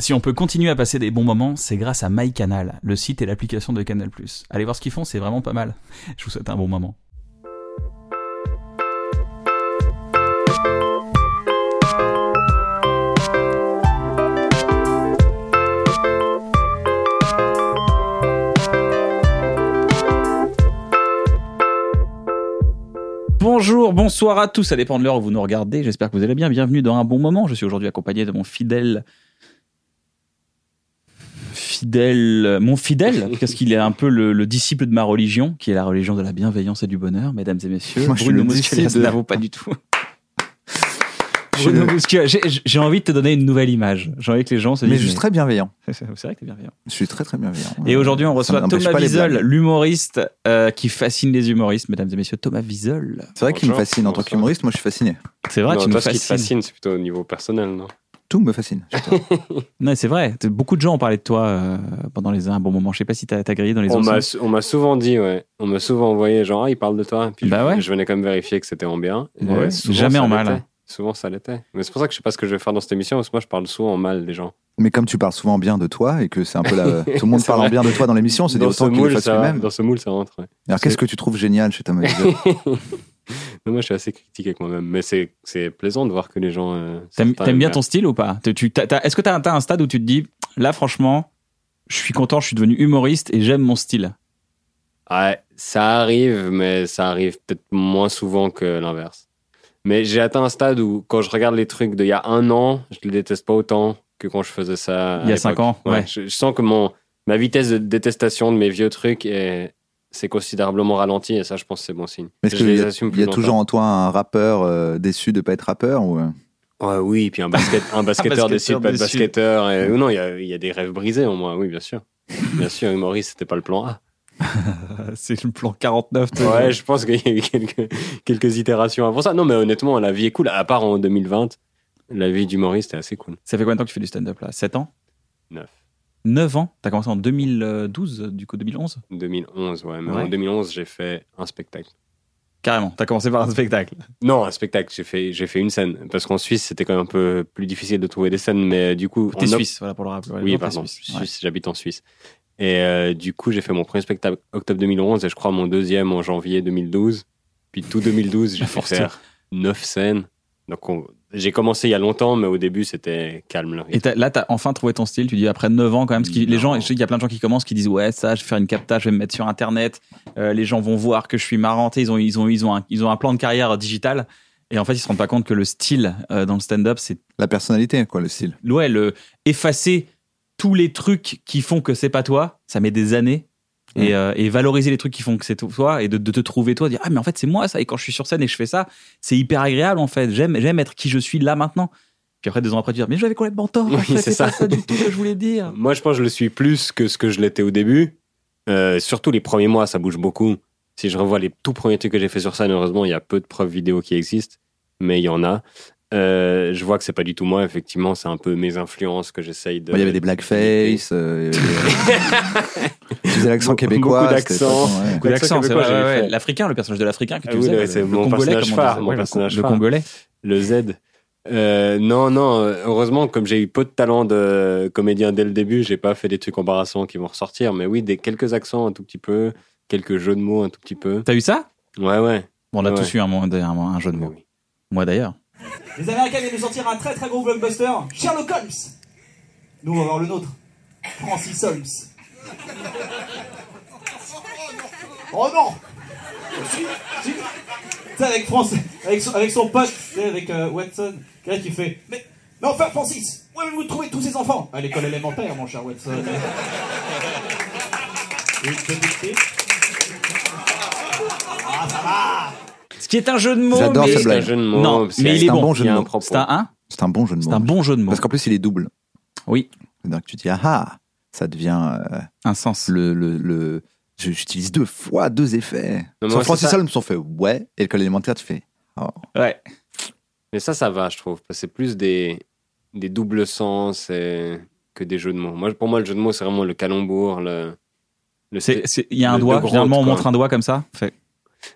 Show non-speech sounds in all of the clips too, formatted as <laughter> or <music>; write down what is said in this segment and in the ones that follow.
Si on peut continuer à passer des bons moments, c'est grâce à MyCanal, le site et l'application de Canal+. Allez voir ce qu'ils font, c'est vraiment pas mal. Je vous souhaite un bon moment. Bonjour, bonsoir à tous, ça dépend de l'heure où vous nous regardez, j'espère que vous allez bien, bienvenue dans un bon moment, je suis aujourd'hui accompagné de mon fidèle... Fidèle... Mon <laughs> fidèle, parce qu'il est un peu le, le disciple de ma religion, qui est la religion de la bienveillance et du bonheur, mesdames et messieurs. Moi, je suis Bruno le Musquier, disciple. ça n'avoue pas du tout. Je- Bruno Musquier, j'ai- j'ai envie de te donner une nouvelle image, j'ai envie que les gens se Mais disent... je suis très bienveillant. mais- <laughs> C'est vrai que t'es bienveillant. Je suis très très bienveillant. Et aujourd'hui, on Ça reçoit n'empêche Thomas pas les Wiesel, blagues. l'humoriste euh, qui fascine les humoristes, mesdames et messieurs. Thomas Wiesel. C'est vrai qu'il me Bonjour. fascine en tant Bonsoir. qu'humoriste. Moi, je suis fasciné. C'est vrai, non, tu nous toi, ce qui te fascines. fascine, c'est plutôt au niveau personnel, non Tout me fascine. <laughs> Non, c'est vrai. T'es- Beaucoup de gens ont parlé de toi euh, pendant les un bon moment. Je sais pas si t'as t'as grillé dans les On autres. m'a sens. on m'a souvent dit, ouais. On m'a souvent envoyé, genre, ah, il parle de toi. Puis Bah je, ouais. je venais quand même vérifier que c'était en bien. Et, Ouais, euh, souvent, jamais ça en mal. l'était. Souvent, ça l'était. Mais c'est pour ça que je sais pas ce que je vais faire dans cette émission, parce que moi, je parle souvent en mal des gens. Mais comme tu parles souvent bien de toi et que c'est un peu <laughs> la... tout le monde C'est parle en vrai. bien de toi dans l'émission, c'est Dans ce, autant qu'il le moule, fasse ça, lui-même. dans ce moule, ça rentre. ouais. Alors, qu'est-ce que tu trouves génial chez Thomas <laughs> Wiesel Non, moi, je suis assez critique avec moi-même. Mais c'est c'est plaisant de voir que les gens. euh, T'aimes certains t'aimes bien aiment ton style ou pas T'es- tu- t'as- t'as- Est-ce que t'as as un stade où tu te dis, là, franchement, je suis content, je suis devenu humoriste et j'aime mon style Ouais, ça arrive, mais ça arrive peut-être moins souvent que l'inverse. Mais j'ai atteint un stade où, quand je regarde les trucs d'il y a un an, je les déteste pas autant que quand je faisais ça. à Il y a cinq l'époque. ans, ouais. je, je sens que mon, ma vitesse de détestation de mes vieux trucs est c'est considérablement ralentie et ça je pense que c'est bon signe. Mais Est-ce je qu'il y les a, assume il y plus a toujours en toi un rappeur euh, déçu de pas être rappeur ou... euh longtemps. Ouais, Ah oui, et puis un, basket, <laughs> un basketteur décide basketteur pas de décide. basketteur. et- non, il y, a, il y a des rêves brisés en moi, oui bien sûr. Bien sûr, humoriste, c'était pas le plan A. Ah, C'est le plan 49. Ouais, je pense qu'il y a eu quelques, quelques itérations avant ça. Non, mais honnêtement, la vie est cool. À part en 2020, la vie d'humoriste est assez cool. <laughs> Ça fait combien de temps que tu fais du stand-up là 7 ans Neuf. 9 ans T'as commencé en 2012, du coup 2011 2011, ouais. Mais Ouais. en 2011, j'ai fait un spectacle. Carrément, t'as commencé par un spectacle. Non, un spectacle. J'ai fait, j'ai fait une scène. Parce qu'en Suisse, c'était quand même un peu plus difficile de trouver des scènes. Mais du coup. T'es en oct- suisse, voilà pour le rappel. Ouais, Oui, non, t'es pardon. suisse. Je suis Ouais. Suisse, j'habite en Suisse. Et euh, du coup, j'ai fait mon premier spectacle octobre 2011 et je crois mon deuxième en janvier 2012. Puis tout <laughs> 2012, j'ai La fait force. faire neuf scènes. Donc, on- j'ai commencé il y a longtemps, mais au début, c'était calme. là. Et t'as- là, t'as enfin trouvé ton style. Tu dis après 9 ans quand même, parce que les Non. gens, je sais qu'il y a plein de gens qui commencent, qui disent ouais ça, je vais faire une capta, je vais me mettre sur internet. Euh, les gens vont voir que je suis marrant. Tu sais, Ils ont, ils ont, ils ont, un, ils ont un plan de carrière digital. Et en fait, ils se rendent pas compte que le style euh, dans le stand-up, c'est La personnalité, quoi, le style. ouais le effacer tous les trucs qui font que c'est pas toi. Ça met des années. Et, euh, et valoriser les trucs qui font que c'est toi et de, de te trouver toi, de dire ah mais en fait c'est moi ça et quand je suis sur scène et que je fais ça, c'est hyper agréable en fait. J'aime j'aime être qui je suis là maintenant. Puis après deux ans après tu dis mais j'avais complètement tort. en Oui, fait, c'est c'est pas ça. ça du tout que je voulais dire. Moi, je pense que je le suis plus que ce que je l'étais au début. Euh, surtout les premiers mois, ça bouge beaucoup. Si je revois les tout premiers trucs que j'ai fait sur scène, heureusement, il y a peu de preuves vidéo qui existent, mais il y en a. Euh, je vois que c'est pas du tout moi, effectivement, c'est un peu mes influences que j'essaye de. Bon, Il y avait des blackface. <laughs> euh, il y avait des- tu faisais l'accent Beaucoup québécois. c'était d'accent. pas con, ouais. Coup d'accent, c'est L'accent vrai, québécois, ouais, j'avais ouais. fait. L'Africain, le personnage de l'Africain que tu Ah oui, faisais, ouais, le- c'est le mon Congolais, personnage comme on phare, disait. mon Ouais, le personnage con- le phare. Congolais. Le Z. Euh, non, non, euh, heureusement, comme j'ai eu peu de talent de comédien dès le début, j'ai pas fait des trucs embarrassants qui vont ressortir, mais oui, des quelques accents un tout petit peu, quelques jeux de mots un tout petit peu. T'as eu ça Ouais, ouais. Bon, on a Ouais. tous eu un, moment un, un jeu de mots. Moi d'ailleurs. Les Américains viennent de sortir un très très gros blockbuster, Sherlock Holmes. Nous, on va avoir le nôtre, Francis Holmes. Oh non Si, si. Tu sais, avec, France, avec, son, avec son pote, tu sais, avec euh, Watson, quelqu'un qui fait Mais, mais enfin, Francis, où avez-vous trouvé tous ces enfants À l'école élémentaire, mon cher Watson. Oui, c'est dicté. Ce qui est un jeu de mots. J'adore mais- cette blague. C'est un jeu de mots, Non, c'est- mais il c'est est un bon. bon jeu Il y de a un mots. propos. C'est un 1 C'est un bon jeu de mots. C'est un bon jeu de mots. Parce qu'en plus, il est double. Oui. Donc tu dis, ah ah, ça devient euh, Un sens. le. le, le- je- J'utilise deux fois deux effets. Non, mais Sans moi, c'est Francis ça. Holmes, on fait ouais, et le code élémentaire, tu fais. Oh. Ouais. Mais ça, ça va, je trouve. parce que C'est plus des, des doubles sens et- que des jeux de mots. Moi, pour moi, le jeu de mots, c'est vraiment le calembour. Le, le C'est- c'est- Il y a un Le- doigt, le grand, généralement on quoi. montre un doigt comme ça. Fait.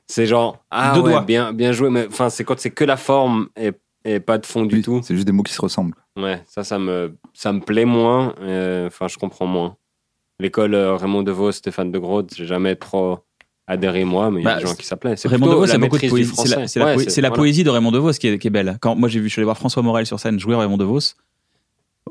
C'est genre, ah Deux ouais, doigts. bien, bien joué. Mais enfin, c'est quand c'est que la forme et, et pas de fond du Oui, tout. C'est juste des mots qui se ressemblent. Ouais, ça, ça me, ça me plaît moins. euh, Enfin, je comprends moins. L'école euh, Raymond DeVos, Stéphane de Groot, j'ai jamais trop adhéré moi, mais il y Bah, a des gens qui s'appelaient. C'est Raymond plutôt DeVos, la c'est beaucoup de maîtrise du poésie. C'est la, français. c'est la Ouais, poé- c'est- c'est la voilà. poésie de Raymond DeVos qui est, qui est belle. Quand moi j'ai vu, je suis allé voir François Morel sur scène jouer Raymond DeVos,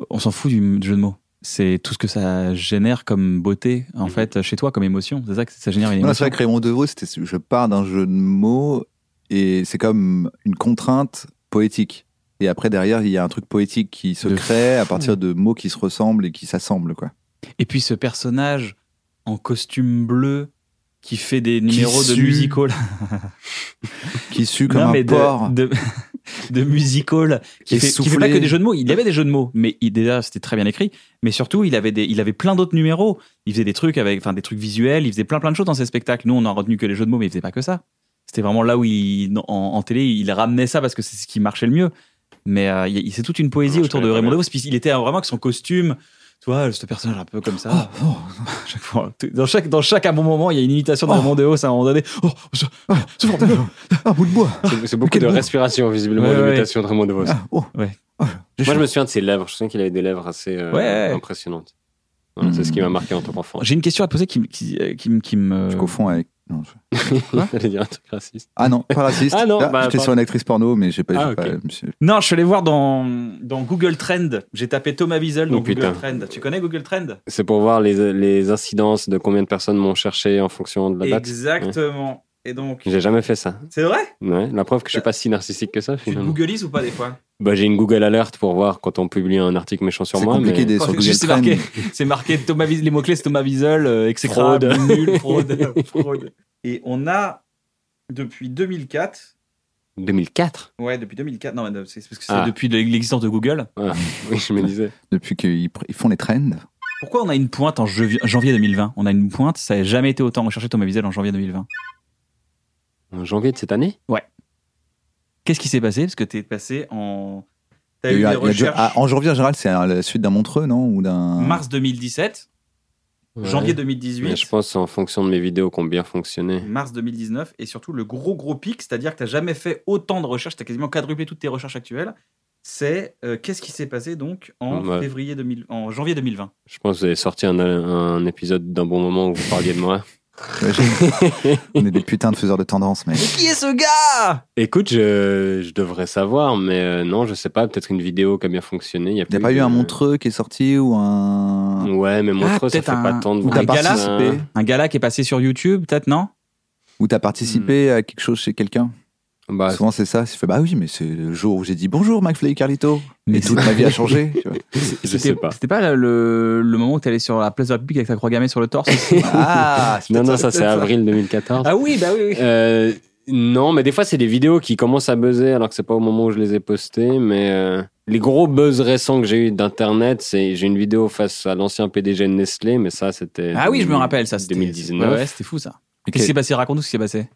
on s'en fout du, du jeu de mots. C'est tout ce que ça génère comme beauté en fait chez toi, comme émotion. C'est ça que ça génère une Non, c'est émotion. vrai que Raymond Devaux, c'était, je pars d'un jeu de mots et c'est comme une contrainte poétique. Et après, derrière, il y a un truc poétique qui se De crée à fou. partir de mots qui se ressemblent et qui s'assemblent, quoi. Et puis ce personnage en costume bleu qui fait des numéros de sue musical Qui sue comme Non, un mais de- porc. De, <laughs> de musical. Qui Et fait, qui fait soufflé. pas que des jeux de mots. Il y avait des jeux de mots, mais il, déjà, c'était très bien écrit. Mais surtout, il avait, des, il avait plein d'autres numéros. Il faisait des trucs, avec, enfin, des trucs visuels. Il faisait plein, plein de choses dans ses spectacles. Nous, on a retenu que les jeux de mots, mais il faisait pas que ça. C'était vraiment là où, il, en, en télé, il ramenait ça parce que c'est ce qui marchait le mieux. Mais euh, il, il- c'est toute une poésie Moi, je autour de connais pas Raymond bien. DeVos. Puis il était vraiment avec son costume. Tu vois, ce personnage un peu comme ça. Ah, oh, Chaque fois, tout- dans, chaque, dans chaque à bon moment, il y a une imitation de Oh. Raymond DeVos à un moment donné. Oh, je- Ah, c'est bon. un Ah, bout de bois. C'est- C'est beaucoup Quel de mot. respiration, visiblement, Ouais, ouais, l'imitation de Raymond DeVos. Ah, oh. Ouais. Ah, j'ai chaud. Moi, je me souviens de ses lèvres. Je sens qu'il avait des lèvres assez euh, Ouais. impressionnantes. Voilà, Mhm. C'est ce qui m'a marqué en tant qu'enfant. <laughs> J'ai une question à te poser qui, me- qui, euh, qui, me- qui me. Je confonds avec. non, je- J'allais dire un truc raciste. Ah non, pas raciste. Ah non, bah, j'étais pas- sur une actrice porno, mais j'ai pas. Ah, j'ai pas- ok. je me suis- Non, je suis allé voir dans, dans Google Trend. J'ai tapé Thomas Wiesel dans Oh, putain. Google Trend. Tu connais Google Trend C'est pour voir les, les incidences de combien de personnes m'ont cherché en fonction de la date. Exactement. Et donc. J'ai jamais fait ça. C'est vrai Ouais, la preuve que je suis pas si narcissique que ça, Tu te finalement. googlises ou pas des fois Bah, j'ai une Google Alert pour voir quand on publie un article méchant sur C'est moi. compliqué mais... des- sur Oh, Google juste, c'est Trend. marqué, <laughs> c'est marqué Thomas Wiesel, les mots-clés c'est Thomas Wiesel, euh, exécrable, Fraude. nul, fraude, <laughs> fraude. Et on a, depuis 2004, 2004 ouais, depuis 2004, non, mais non, c'est parce que c'est Ah. depuis l'existence de Google, Oui, je me disais. Depuis qu'ils pr- ils font les trends. Pourquoi on a une pointe en jevi- janvier 2020 On a une pointe, ça n'a jamais été autant recherché Thomas Wiesel en janvier 2020. En janvier de cette année Qu'est-ce qui s'est passé Parce que t'es passé en. T'as Il y a eu, eu des un- il y a dû- recherches ah, en janvier, en général, c'est à la suite d'un Montreux, non Ou d'un. mars 2017, janvier Hein. Mais je 2018, pense que c'est en fonction de mes vidéos qui ont bien fonctionné. mars 2019 et surtout le gros gros pic, c'est-à-dire que t'as jamais fait autant de recherches, t'as quasiment quadruplé toutes tes recherches actuelles. C'est euh, qu'est-ce qui s'est passé donc en Ouais. février 2000 en janvier 2020 Je pense que vous avez sorti un, un épisode d'un bon moment où vous parliez de moi. J'imagine. <laughs> On est des putains de faiseurs de tendance, mais. Qui est ce gars Écoute, je, je devrais savoir, mais euh, non, je sais pas. Peut-être une vidéo qui a bien fonctionné. Il n'y a, Il n'y a plus pas eu de- un hein. Ah, Montreux qui est sorti ou un. Ouais, mais Montreux, ça peut-être fait un- pas tant de ou T'as un gala. participé Un gars là qui est passé sur YouTube, peut-être non Ou t'as participé Hmm. à quelque chose chez quelqu'un Bah, Souvent c'est ça, tu fais bah oui, mais c'est le jour où j'ai dit bonjour McFly et Carlito. Mais Mais toute c'est- ma vie a changé. tu vois. je sais pas. C'était pas le, le moment où t'es allé sur la place de la République avec ta croix gammée sur le torse <laughs> Ah, c'est Non, peut-être non, ça, c'est peut-être avril 2014. Ah oui, bah oui. oui. Euh, non, mais des fois, c'est des vidéos qui commencent à buzzer alors que c'est pas au moment où je les ai postées. Mais euh, les gros buzz récents que j'ai eu d'Internet, c'est j'ai une vidéo face à l'ancien PDG de Nestlé, mais ça, c'était. Ah oui, je me rappelle ça. c'était- 2019. Ouais, ouais, c'était fou ça. Ok. Qu'est-ce qui s'est passé Raconte-nous ce qui s'est passé.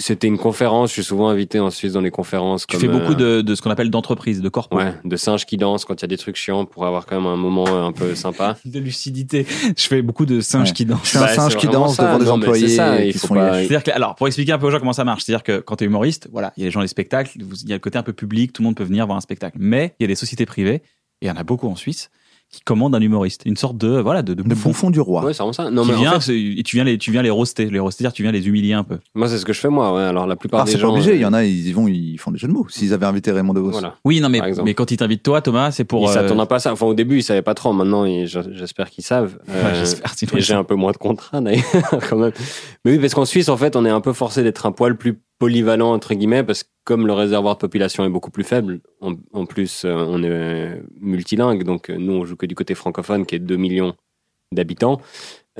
C'était une conférence. Je suis souvent invité en Suisse dans les conférences. Tu comme, fais beaucoup euh, de, de ce qu'on appelle d'entreprise, de corpo. Ouais, de singes qui dansent quand il y a des trucs chiants pour avoir quand même un moment euh, un peu sympa. De lucidité. Je fais beaucoup de singes Ouais. qui dansent. C'est un Bah, singe c'est qui vraiment danse ça. devant des Non, mais c'est employés ça, il qui faut sont pas- hiérarchiques. C'est-à-dire que, alors, pour expliquer un peu aux gens comment ça marche, c'est-à-dire que quand tu es humoriste, voilà, il y a les gens des spectacles, vous- il y a le côté un peu public, tout le monde peut venir voir un spectacle. Mais il y a des sociétés privées, et il y en a beaucoup en Suisse, qui commandent un humoriste. Une sorte de, voilà, de, de Le bouffon. bouffon du roi. Ouais, c'est vraiment ça. Non, qui mais en vient, fait, c'est- et tu viens les, tu viens les roaster. Les roaster, c'est-à-dire tu viens les humilier un peu. moi, c'est ce que je fais moi. ouais. Alors, la plupart Ah, des c'est pas gens. obligé, il y euh, en a, ils y vont, ils font des jeux de mots. S'ils avaient invité Raymond DeVos. Voilà. Oui, non, mais, Par exemple. mais quand ils t'invitent toi, Thomas, c'est pour. ils euh, s'attendaient pas à ça. Enfin, au début, ils savaient pas trop. Maintenant, ils- je- j'espère qu'ils savent. ouais, Euh, <laughs> j'espère, sinon Et ils j'ai sont- un peu moins de contrats d'ailleurs, <laughs> quand même. Mais oui, parce qu'en Suisse, en fait, on est un peu forcé d'être un poil plus polyvalent, entre guillemets, parce que comme le réservoir de population est beaucoup plus faible, en, en plus, euh, on est multilingue, donc euh, nous, on joue que du côté francophone, qui est 2 millions d'habitants.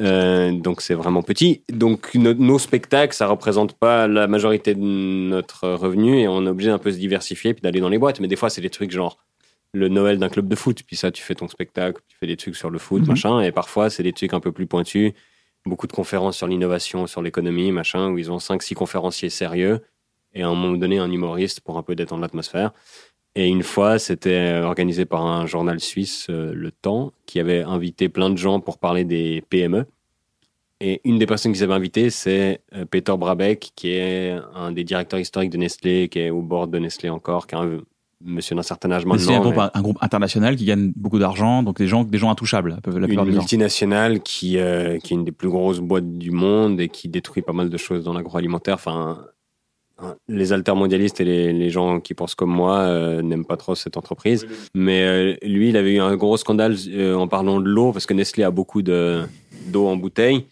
Euh, donc c'est vraiment petit. Donc no- nos spectacles, ça représente pas la majorité de notre revenu et on est obligé d'un peu se diversifier puis d'aller dans les boîtes. Mais des fois, c'est des trucs genre le Noël d'un club de foot. Puis ça, tu fais ton spectacle, tu fais des trucs sur le foot, Mhm. machin. Et parfois, c'est des trucs un peu plus pointus. Beaucoup de conférences sur l'innovation, sur l'économie, machin, où ils ont 5-6 conférenciers sérieux et à un moment donné, un humoriste pour un peu détendre l'atmosphère. Et une fois, c'était organisé par un journal suisse, euh, Le Temps, qui avait invité plein de gens pour parler des PME. Et une des personnes qu'ils avaient invitées, c'est euh, Peter Brabeck, qui est un des directeurs historiques de Nestlé, qui est au bord de Nestlé encore, qui est un monsieur d'un certain âge Mais C'est un maintenant. groupe, mais- un groupe international qui gagne beaucoup d'argent, donc des gens, des gens intouchables, la plupart une du temps. multinationale qui, euh, qui est une des plus grosses boîtes du monde et qui détruit pas mal de choses dans l'agroalimentaire. Enfin, hein, les altermondialistes et les, les gens qui pensent comme moi euh, n'aiment pas trop cette entreprise. Mais euh, lui, il avait eu un gros scandale euh, en parlant de l'eau parce que Nestlé a beaucoup de- d'eau en bouteille.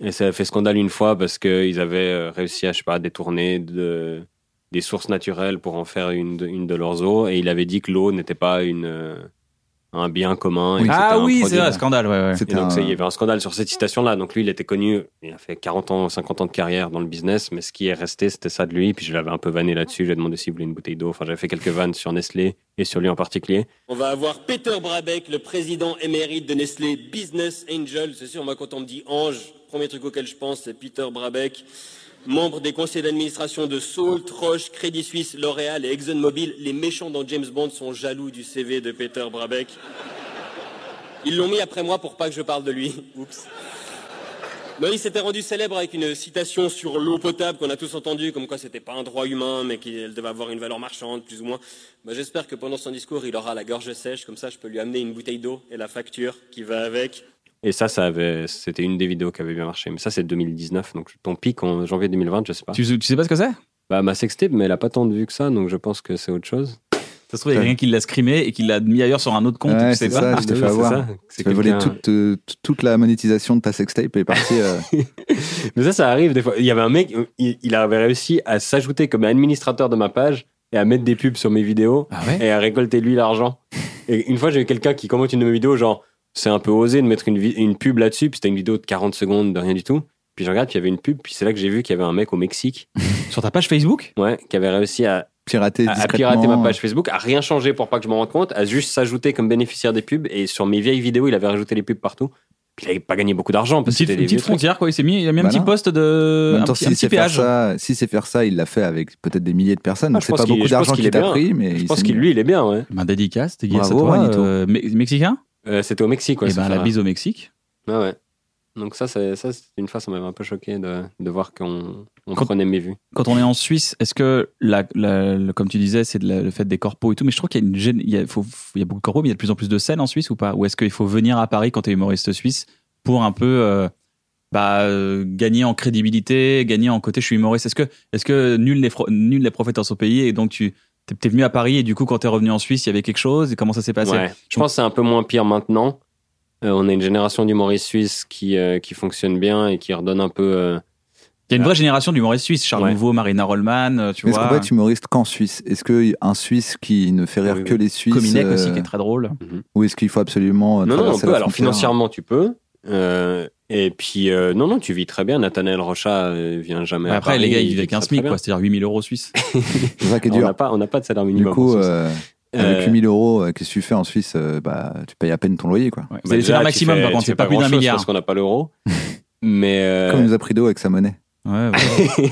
Et ça a fait scandale une fois parce qu'ils avaient euh, réussi à, je sais pas, détourner de, des sources naturelles pour en faire une de, une de leurs eaux. Et il avait dit que l'eau n'était pas une, euh, un bien commun. et que c'était Ah un oui, c'est produit. vrai, scandale, ouais, ouais. Et C'était donc, ça, un- il y avait un scandale sur cette citation-là. Donc, lui, il était connu, il a fait 40 ans, 50 ans de carrière dans le business, mais ce qui est resté, c'était ça de lui. Puis, je l'avais un peu vanné là-dessus. J'ai demandé s'il voulait une bouteille d'eau. Enfin, j'avais fait quelques vannes sur Nestlé et sur lui en particulier. On va avoir Peter Brabeck, le président émérite de Nestlé Business Angel. C'est sûr, moi, quand on me dit ange, premier truc auquel je pense, c'est Peter Brabeck, membre des conseils d'administration de Sault, Roche, Crédit Suisse, L'Oréal et ExxonMobil. Les méchants dans James Bond sont jaloux du CV de Peter Brabeck. Ils l'ont mis après moi pour pas que je parle de lui. Oups. Non, il s'était rendu célèbre avec une citation sur l'eau potable qu'on a tous entendue, comme quoi c'était pas un droit humain, mais qu'elle devait avoir une valeur marchande, plus ou moins. Bah, J'espère que pendant son discours, il aura la gorge sèche, comme ça je peux lui amener une bouteille d'eau et la facture qui va avec. Et ça, ça avait, c'était une des vidéos qui avait bien marché. Mais ça, c'est 2019. Donc, ton pic en janvier 2020, je sais pas. Tu, tu sais pas ce que c'est Bah, ma sextape, mais elle a pas tant de vues que ça. Donc, je pense que c'est autre chose. Ça se trouve, il y a quelqu'un qui l'a scrimé et qui l'a mis ailleurs sur un autre compte, Ouais, tu sais c'est pas. ça, Ah, je t'ai Oui, fait Ah, c'est avoir. ça. Tu C'est m'as volé quelqu'un- toute, euh, toute- toute la monétisation de ta sextape est partie. <laughs> euh, Mais ça, ça arrive des fois. Il y avait un mec, il, il avait réussi à s'ajouter comme administrateur de ma page et à mettre des pubs sur mes vidéos Ah ouais et à récolter lui l'argent. Et une fois, j'ai eu quelqu'un qui commente une de mes vidéos, genre, c'est un peu osé de mettre une, vi- une pub là-dessus, puis c'était une vidéo de 40 secondes, de rien du tout. Puis je regarde, puis il y avait une pub, puis c'est là que j'ai vu qu'il y avait un mec au Mexique, Sur ta page Facebook ouais, qui avait réussi à, pirater à- à discrètement. euh, pirater ma euh. page Facebook, à rien changer pour pas que je m'en rende compte, à juste s'ajouter comme bénéficiaire des pubs. Et sur mes vieilles vidéos, il avait rajouté les pubs partout. Puis il avait pas gagné beaucoup d'argent Une parce que petite, c'était une des petite vieux trucs. frontière, quoi. Il s'est mis, il a mis un Voilà. petit poste En de. Bah même Un, temps, petit, un s'il petit sait faire péage. ça, s'il sait faire ça, il l'a fait avec peut-être des milliers de personnes. Ah, donc je c'est pense pas qu'il- beaucoup je pense d'argent qu'il qu'il est t'a bien. pris, mais Je il pense s'est qu'il mis- lui, il est bien, ouais. Ma dédicace, t'es Bravo, à toi, Juanito. euh, me- mexicain Euh, c'était au Mexique, ouais. Et ce ben la frère-là. bise au Mexique. Ouais, Ah ouais. Donc ça, c'est ça, c'est une fois, ça m'avait un peu choqué de, de voir qu'on on Quand- prenait mes vues. Quand on est en Suisse, est-ce que, la, la- le- comme tu disais, c'est de la- le fait des corpos et tout, mais je trouve qu'il y a une gêne- il y a, faut- il y a beaucoup de corpos, mais il y a de plus en plus de scènes en Suisse ou pas Ou est-ce qu'il faut venir à Paris quand t'es humoriste suisse pour un peu euh, bah, euh, gagner en crédibilité, gagner en côté je suis humoriste Est-ce que, est que nul n'est fro- nul n'est prophète en son pays et donc tu t'es t'es venu à Paris et du coup quand t'es revenu en Suisse, il y avait quelque chose et comment ça s'est passé Ouais. Je pense que c'est un peu moins pire maintenant. Euh, on a une génération d'humoristes suisses qui, euh, qui fonctionne bien et qui redonne un peu... euh, Il y a une vraie génération d'humoristes suisses, Charles Ouais. Nouveau, Marina Rollman, euh, tu Mais Est-ce qu'on vois. peut être humoriste qu'en Suisse Est-ce qu'un Suisse qui ne fait rire Oui, oui. que les Suisses Kominek aussi, euh, qui est très drôle. Ou est-ce qu'il faut absolument euh, Non, non, on traverser la peut. hein. Alors frontière financièrement, tu peux. Euh, et puis, euh, non, non, tu vis très bien. Nathanaël Rocha euh, vient jamais à après, Paris, les gars, ils vit vivent avec un très, SMIC, très quoi, bien. c'est-à-dire 8000 euros suisses. C'est ça qui est On n'a dur. pas, on n'a pas de salaire Du minimum. en coup, Suisse. euh, Euh, avec 8000 euros, euh, qu'est-ce que tu fais en Suisse Euh, bah, Tu payes à peine ton loyer. quoi. Ouais. bah, c'est déjà, c'est leur tu maximum, fais- par contre, tu c'est fais pas plus d'un grand-chose milliard. Parce qu'on n'a pas l'euro. <laughs> Mais euh, Comme il nous a pris d'eau avec sa monnaie. Ouais, <laughs> ouais.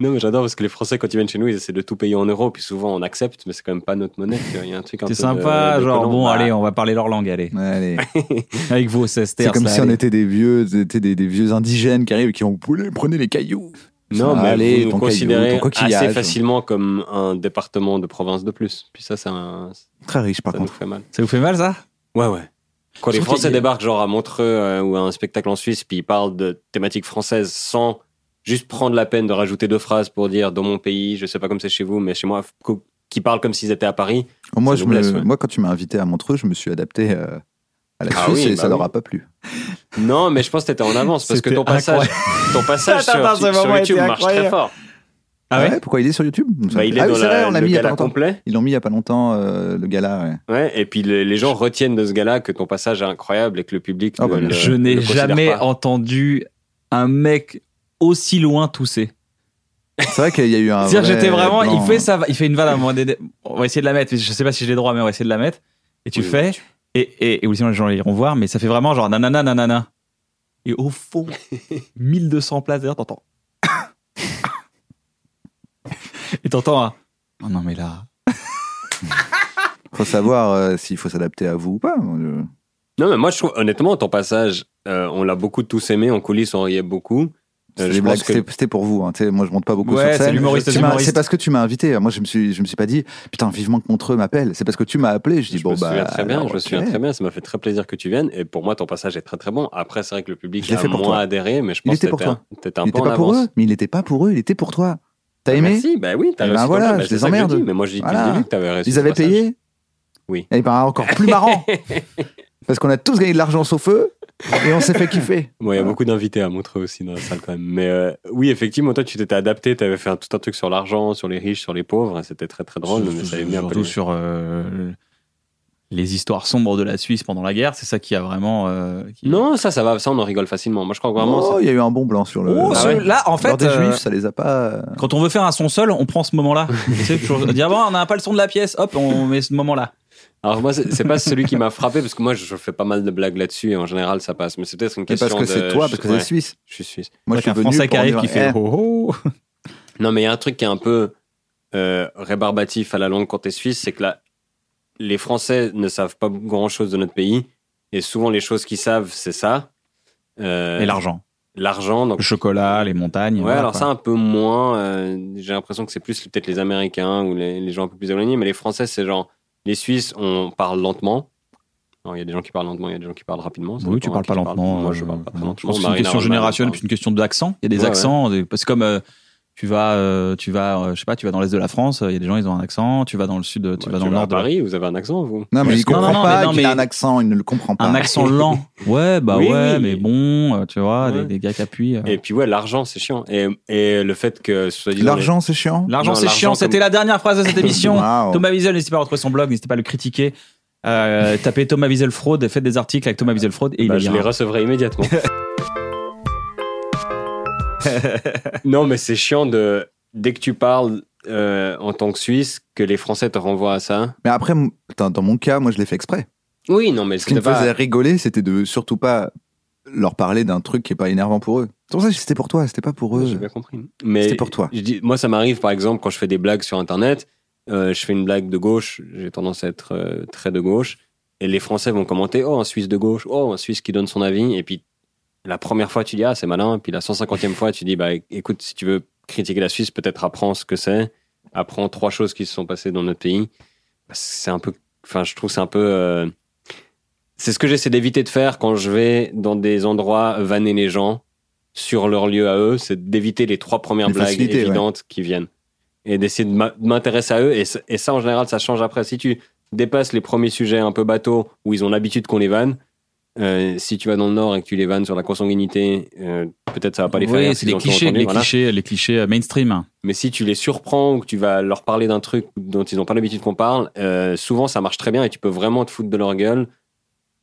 Non, mais j'adore parce que les Français, quand ils viennent chez nous, ils essaient de tout payer en euros, puis souvent on accepte, mais c'est quand même pas notre monnaie. tu vois. Il y a un truc un C'est peu sympa, de- de genre, colon. bon, Bah, allez, on va parler leur langue, allez. Ouais, <laughs> allez. <laughs> Avec vos CSTR. C'est comme si on était des vieux, c'était des, des vieux indigènes qui arrivent et qui ont Poulet, prenez les cailloux. Non, Ah, mais allez, vous nous ton caillou, considérez ton coquillage. assez facilement comme un département de province de plus. Puis ça, c'est un- Très riche par ça nous contre. fait mal. Ça vous fait mal, ça Ouais, ouais. Quand Je trouve les qu'il Français y a- débarquent, genre à Montreux euh, ou à un spectacle en Suisse, puis ils parlent de thématiques françaises sans juste prendre la peine de rajouter deux phrases pour dire dans mon pays, je sais pas comme c'est chez vous, mais chez moi, co- qui parlent comme s'ils étaient à Paris. Moi, Ça je nous me- blesse, ouais. moi, quand tu m'as invité à Montreux, je me suis adapté euh, à la Ah Suisse oui, et bah ça leur oui. a pas plu. Non, mais je pense que t'étais en avance parce que ton C'était passage, ton <laughs> passage sur, Attends, ce sur moment YouTube était marche très incroyable. fort. Ah ouais Pourquoi il est sur YouTube Il me Bah, semble. il est Ah oui, dans c'est la- vrai, on l'a le mis il y a pas gala longtemps. complet. Ils l'ont mis il y a pas longtemps, euh, le gala. ouais. Ouais, et puis les, les gens retiennent de ce gars-là que ton passage est incroyable et que le public. Ah bah, ne le- Euh, Je ne n'ai le considère jamais pas. entendu un mec aussi loin tousser. C'est vrai qu'il y a eu un. C'est-à-dire, vrai j'étais vraiment. blanc. hein. Il fait ça, il fait une vanne à un moment donné. On va essayer de la mettre. mais Je sais pas si j'ai les droits, mais on va essayer de la mettre. Et tu Oui, fais. Et, et, et oui, sinon les gens iront voir, mais ça fait vraiment genre nanana nanana. Et au <laughs> fond, 1200 places d'ailleurs, t'entends. <laughs> et t'entends. un, Oh non, mais là. Faut savoir euh, s'il faut s'adapter à vous ou pas. Euh, Non, mais moi, je trouve, honnêtement, ton passage, euh, on l'a beaucoup tous aimé. En coulisses, on riait beaucoup. Euh, c'est je des blagues, pense que- C'était c'était pour vous. Hein. Tu sais, Moi, je monte pas beaucoup Ouais, sur c'est scène. l'humoriste, Tu c'est m'as- l'humoriste. C'est parce que tu m'as invité. hein. Moi, je me suis, je me suis pas dit, putain, vivement que Montreux m'appelle. C'est parce que tu m'as appelé. Je dis, je bon, me bah. souviens très bien, alors, je me ok. souviens très bien. Ça m'a fait très plaisir que tu viennes. Et pour moi, ton passage est très très bon. Après, c'est vrai que le public Je l'ai a fait pour moins toi. adhéré, mais je Il pense était que pour t'étais un, toi. t'étais un Il peu était en pas pour avance. eux, mais il était pas pour eux, il était pour toi. T'as aimé Merci, bah oui, t'as Eh ben réussi. ton voilà, job, je c'est les ça que emmerde. dis, Mais moi, je dis depuis Voilà. le début que t'avais réussi. Ils ton avaient passage. payé Oui. Et ben encore plus <laughs> marrant Parce qu'on a tous gagné de l'argent sauf eux, et on s'est fait kiffer. Bon, il y a beaucoup d'invités à montrer aussi dans la salle quand même. Mais euh, oui, effectivement, toi, tu t'étais adapté. T'avais fait un- tout un truc sur l'argent, sur les riches, sur les pauvres. et C'était très très drôle. Mais ça avait mis un peu Surtout les- sur euh, les histoires sombres de la Suisse pendant la guerre, c'est ça qui a vraiment. euh, qui- Non, ça, ça va. Ça, on en rigole facilement. Moi, je crois que vraiment. Oh, ça- il y a eu un bon blanc sur le. Oh, Ah ce- ouais. là, en Lors fait, des euh, juifs, ça les a pas. quand on veut faire un son seul, on prend ce <laughs> moment-là. tu sais, toujours dire bon, on n'a pas le son de la pièce, hop, on met ce moment-là. Alors moi, c'est c'est pas celui qui m'a frappé parce que moi, je fais pas mal de blagues là-dessus et en général, ça passe. Mais c'est peut-être une Mais question parce que c'est de- toi, parce que Ouais, c'est suisse. Je suis suisse. Moi, je Avec suis un venu Français pour qui arrive dire, qui fait eh, oh, oh. Non, mais il y a un truc qui est un peu euh, rébarbatif à la langue quand t'es suisse, c'est que là, les Français ne savent pas grand-chose de notre pays et souvent les choses qu'ils savent, c'est ça. Euh, Et l'argent. L'argent, donc Le chocolat, les montagnes. Ouais, voilà, alors quoi. ça un peu moins. euh, J'ai l'impression que c'est plus peut-être les Américains ou les, les gens un peu plus éloignés, mais les Français, c'est genre les Suisses, on parle lentement. Alors, Il y a des gens qui parlent lentement, il y a des gens qui parlent rapidement. ça Oui, dépend tu à parles qui pas lentement. Moi, je euh, parle pas très non, lentement. je pense que c'est une Marina question Rollman, générationnelle, parle. puis une question d'accent. Il y a des Ouais, accents. des- parce que comme euh, tu vas, euh, tu vas, euh, je sais pas, tu vas dans l'est de la France, euh, il y a des gens ils ont un accent. Tu vas dans le sud, euh, tu Ouais, vas dans le nord. à de- Paris, vous avez un accent, vous Non, mais Parce il que- comprend non, non, mais pas non, qu'il a mais- un accent, il ne le comprend pas. Un accent <laughs> lent. Ouais, bah Ah. Oui, ouais, oui. mais bon, euh, tu vois, des- Ouais. des, gars qui appuient. euh. Et puis, ouais, l'argent, c'est chiant. Et, et le fait que. soi-disant, L'argent, c'est chiant. L'argent, Non, c'est l'argent, chiant. comme- C'était la dernière phrase <laughs> de cette émission. Wow. Thomas Wiesel, n'hésitez pas à retrouver son blog, n'hésitez pas à le critiquer. <laughs> Euh, tapez Thomas Wiesel fraude, faites des articles avec Thomas Wiesel fraude et les- il bah, est je bien. les recevrai <laughs> immédiatement. non, mais c'est chiant de. Dès que tu parles euh, en tant que Suisse, que les Français te renvoient à ça. Mais après, m- putain, dans mon cas, moi, je l'ai fait exprès. Oui, non, mais Ce qui me c'était pas- faisait rigoler, c'était de surtout pas leur parler d'un truc qui est pas énervant pour eux. C'est pour ça que c'était pour toi, c'était pas pour J'ai eux. bien compris. Mais C'était pour toi. je dis- moi, ça m'arrive, par exemple, quand je fais des blagues sur Internet, euh, je fais une blague de gauche, j'ai tendance à être euh, très de gauche, et les Français vont commenter Oh, un Suisse de gauche, oh, un Suisse qui donne son avis, et puis la première fois, tu dis Ah, c'est malin, puis la 150e fois, tu dis Bah écoute, si tu veux critiquer la Suisse, peut-être apprends ce que c'est, apprends trois choses qui se sont passées dans notre pays. Parce que C'est un peu. Enfin, je trouve que c'est un peu. euh, c'est ce que j'essaie d'éviter de faire quand je vais dans des endroits vanner les gens sur leur lieu à eux, c'est d'éviter les trois premières Les blagues facilités, ouais. évidentes qui viennent et d'essayer de m'a- de m'intéresser à eux. Et, ça- et ça, en général, ça change après. Si tu dépasses les premiers sujets un peu bateaux où ils ont l'habitude qu'on les vanne, euh, si tu vas dans le Nord et que tu les vannes sur la consanguinité, euh, peut-être ça va pas les faire. rire Oui, parce c'est qu'ils les ont tout clichés, entendu, les voilà. clichés, les clichés euh, mainstream. Mais si tu les surprends ou que tu vas leur parler d'un truc dont ils n'ont pas l'habitude qu'on parle, euh, souvent ça marche très bien et tu peux vraiment te foutre de leur gueule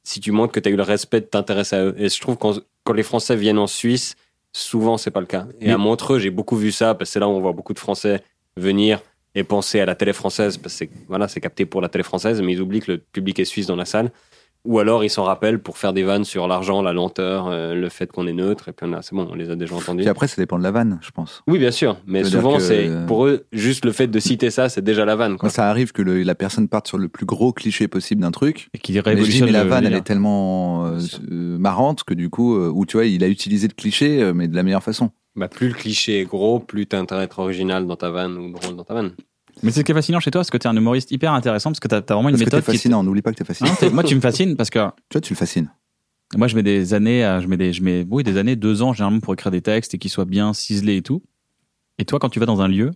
si tu montres que tu as eu le respect de t'intéresser à eux. Et je trouve quand, quand les Français viennent en Suisse, souvent c'est pas le cas. Et à Montreux, j'ai beaucoup vu ça parce que c'est là où on voit beaucoup de Français venir et penser à la télé française parce que c'est- voilà, c'est capté pour la télé française, mais ils oublient que le public est suisse dans la salle. Ou alors ils s'en rappellent pour faire des vannes sur l'argent, la lenteur, euh, le fait qu'on est neutre, et puis on a, c'est bon, on les a déjà entendus. Puis après, ça dépend de la vanne, je pense. Oui, bien sûr, mais Ça veut souvent, dire que- c'est pour eux, juste le fait de citer ça, c'est déjà la vanne. Quand Quoi. ça arrive que le- la personne parte sur le plus gros cliché possible d'un truc, Et qui mais je dis, révolutionne mais la le- vanne, le elle est délire. tellement euh, euh, marrante que du coup, euh, ou tu vois, il a utilisé le cliché, euh, mais de la meilleure façon. Bah, plus le cliché est gros, plus t'as intérêt à être original dans ta vanne ou drôle dans ta vanne. Mais c'est ce qui est fascinant chez toi, parce que t'es un humoriste hyper intéressant, parce que t'as t'as vraiment une Parce que t'es méthode qui est- Hein fascinant, n'oublie pas que t'es fascinant. Non, t'es- moi, tu me fascines parce que tu vois, tu le fascines. moi, je mets des années, à- je mets des, je mets, oui, des années, deux ans généralement pour écrire des textes et qu'ils soient bien ciselés et tout. Et toi, quand tu vas dans un lieu,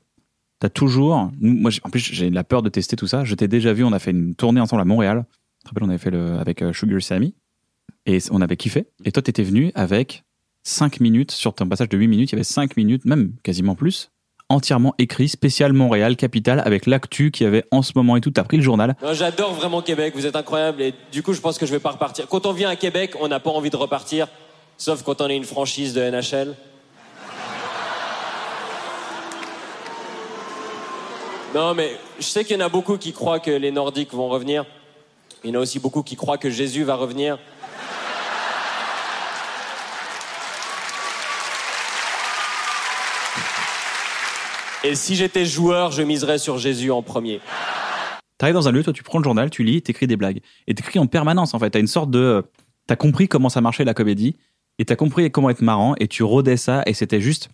t'as toujours, moi, j'ai- en plus, j'ai la peur de tester tout ça. Je t'ai déjà vu, on a fait une tournée ensemble à Montréal. Je te rappelle, on avait fait le, avec euh, Sugar Sammy et on avait kiffé. Et toi, t'étais venu avec cinq minutes sur ton passage de huit minutes. Il y avait cinq minutes, même quasiment plus, entièrement écrit, spécial Montréal, capitale, avec l'actu qu'il y avait en ce moment et tout. T'as pris le journal. Non, J'adore vraiment Québec, vous êtes incroyable et du coup je pense que je vais pas repartir. Quand on vient à Québec, on n'a pas envie de repartir, sauf quand on est une franchise de NHL. Non, mais je sais qu'il y en a beaucoup qui croient que les Nordiques vont revenir. Il y en a aussi beaucoup qui croient que Jésus va revenir. Et si j'étais joueur, je miserais sur Jésus en premier. T'arrives dans un lieu, toi, tu prends le journal, tu lis, t'écris des blagues. Et t'écris en permanence, en fait. T'as une sorte de. euh, T'as compris comment ça marchait la comédie, et t'as compris comment être marrant, et tu rodais ça, et c'était juste.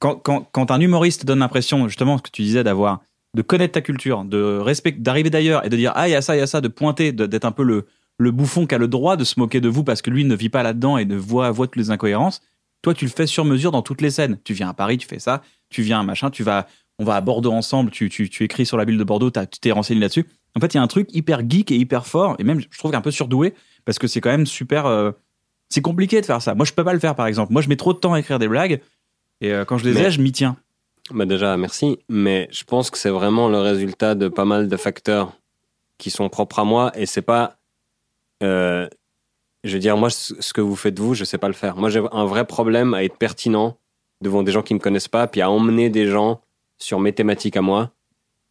Quand, quand, quand un humoriste donne l'impression, justement, ce que tu disais, d'avoir. de connaître ta culture, de respect, d'arriver d'ailleurs, et de dire, ah, il y a ça, il y a ça, de pointer, de- d'être un peu le, le bouffon qui a le droit de se moquer de vous parce que lui ne vit pas là-dedans et ne voit, voit toutes les incohérences. Toi, tu le fais sur mesure dans toutes les scènes. Tu viens à Paris, tu fais ça. Tu viens à machin, tu vas, on va à Bordeaux ensemble. Tu, tu, tu écris sur la ville de Bordeaux, t'as- tu t'es renseigné là-dessus. En fait, il y a un truc hyper geek et hyper fort, et même, je trouve, un peu surdoué parce que c'est quand même super. euh, c'est compliqué de faire ça. Moi, je peux pas le faire, par exemple. Moi, je mets trop de temps à écrire des blagues, et euh, quand je les Mais- ai, je m'y tiens. Bah déjà, merci. Mais je pense que c'est vraiment le résultat de pas mal de facteurs qui sont propres à moi. Et c'est pas. euh, je veux dire, moi, ce ce que vous faites, vous, je sais pas le faire. Moi, j'ai un vrai problème à être pertinent devant des gens qui me connaissent pas, puis à emmener des gens sur mes thématiques à moi.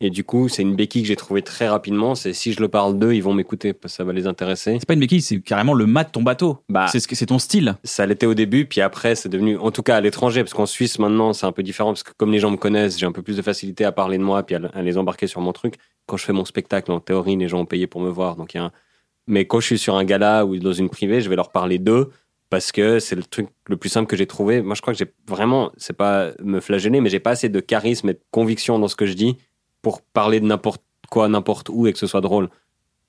Et du coup, c'est une béquille que j'ai trouvée très rapidement. C'est si je le parle d'eux, ils vont m'écouter, parce que ça va les intéresser. C'est pas une béquille, c'est carrément le mat de ton bateau. Bah, C'est ce que- c'est ton style. ça l'était au début, puis après, c'est devenu, en tout cas à l'étranger, parce qu'en Suisse maintenant, c'est un peu différent, parce que comme les gens me connaissent, j'ai un peu plus de facilité à parler de moi, puis à, à les embarquer sur mon truc. Quand je fais mon spectacle, en théorie, les gens ont payé pour me voir, donc il y a un- Mais quand je suis sur un gala ou dans une privée, je vais leur parler d'eux, parce que c'est le truc le plus simple que j'ai trouvé. Moi, je crois que j'ai vraiment, c'est pas me flageller, mais j'ai pas assez de charisme et de conviction dans ce que je dis pour parler de n'importe quoi, n'importe où, et que ce soit drôle.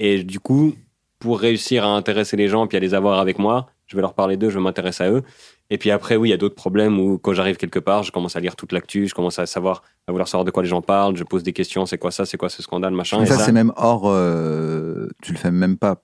Et du coup, pour réussir à intéresser les gens puis à les avoir avec moi, je vais leur parler d'eux, je m'intéresse à eux. Et puis après, oui, il y a d'autres problèmes où quand j'arrive quelque part, je commence à lire toute l'actu, je commence à savoir, à vouloir savoir de quoi les gens parlent, je pose des questions, c'est quoi ça, c'est quoi ce scandale, machin. Mais Hein, et ça, ça- c'est même hors. euh, tu le fais même pas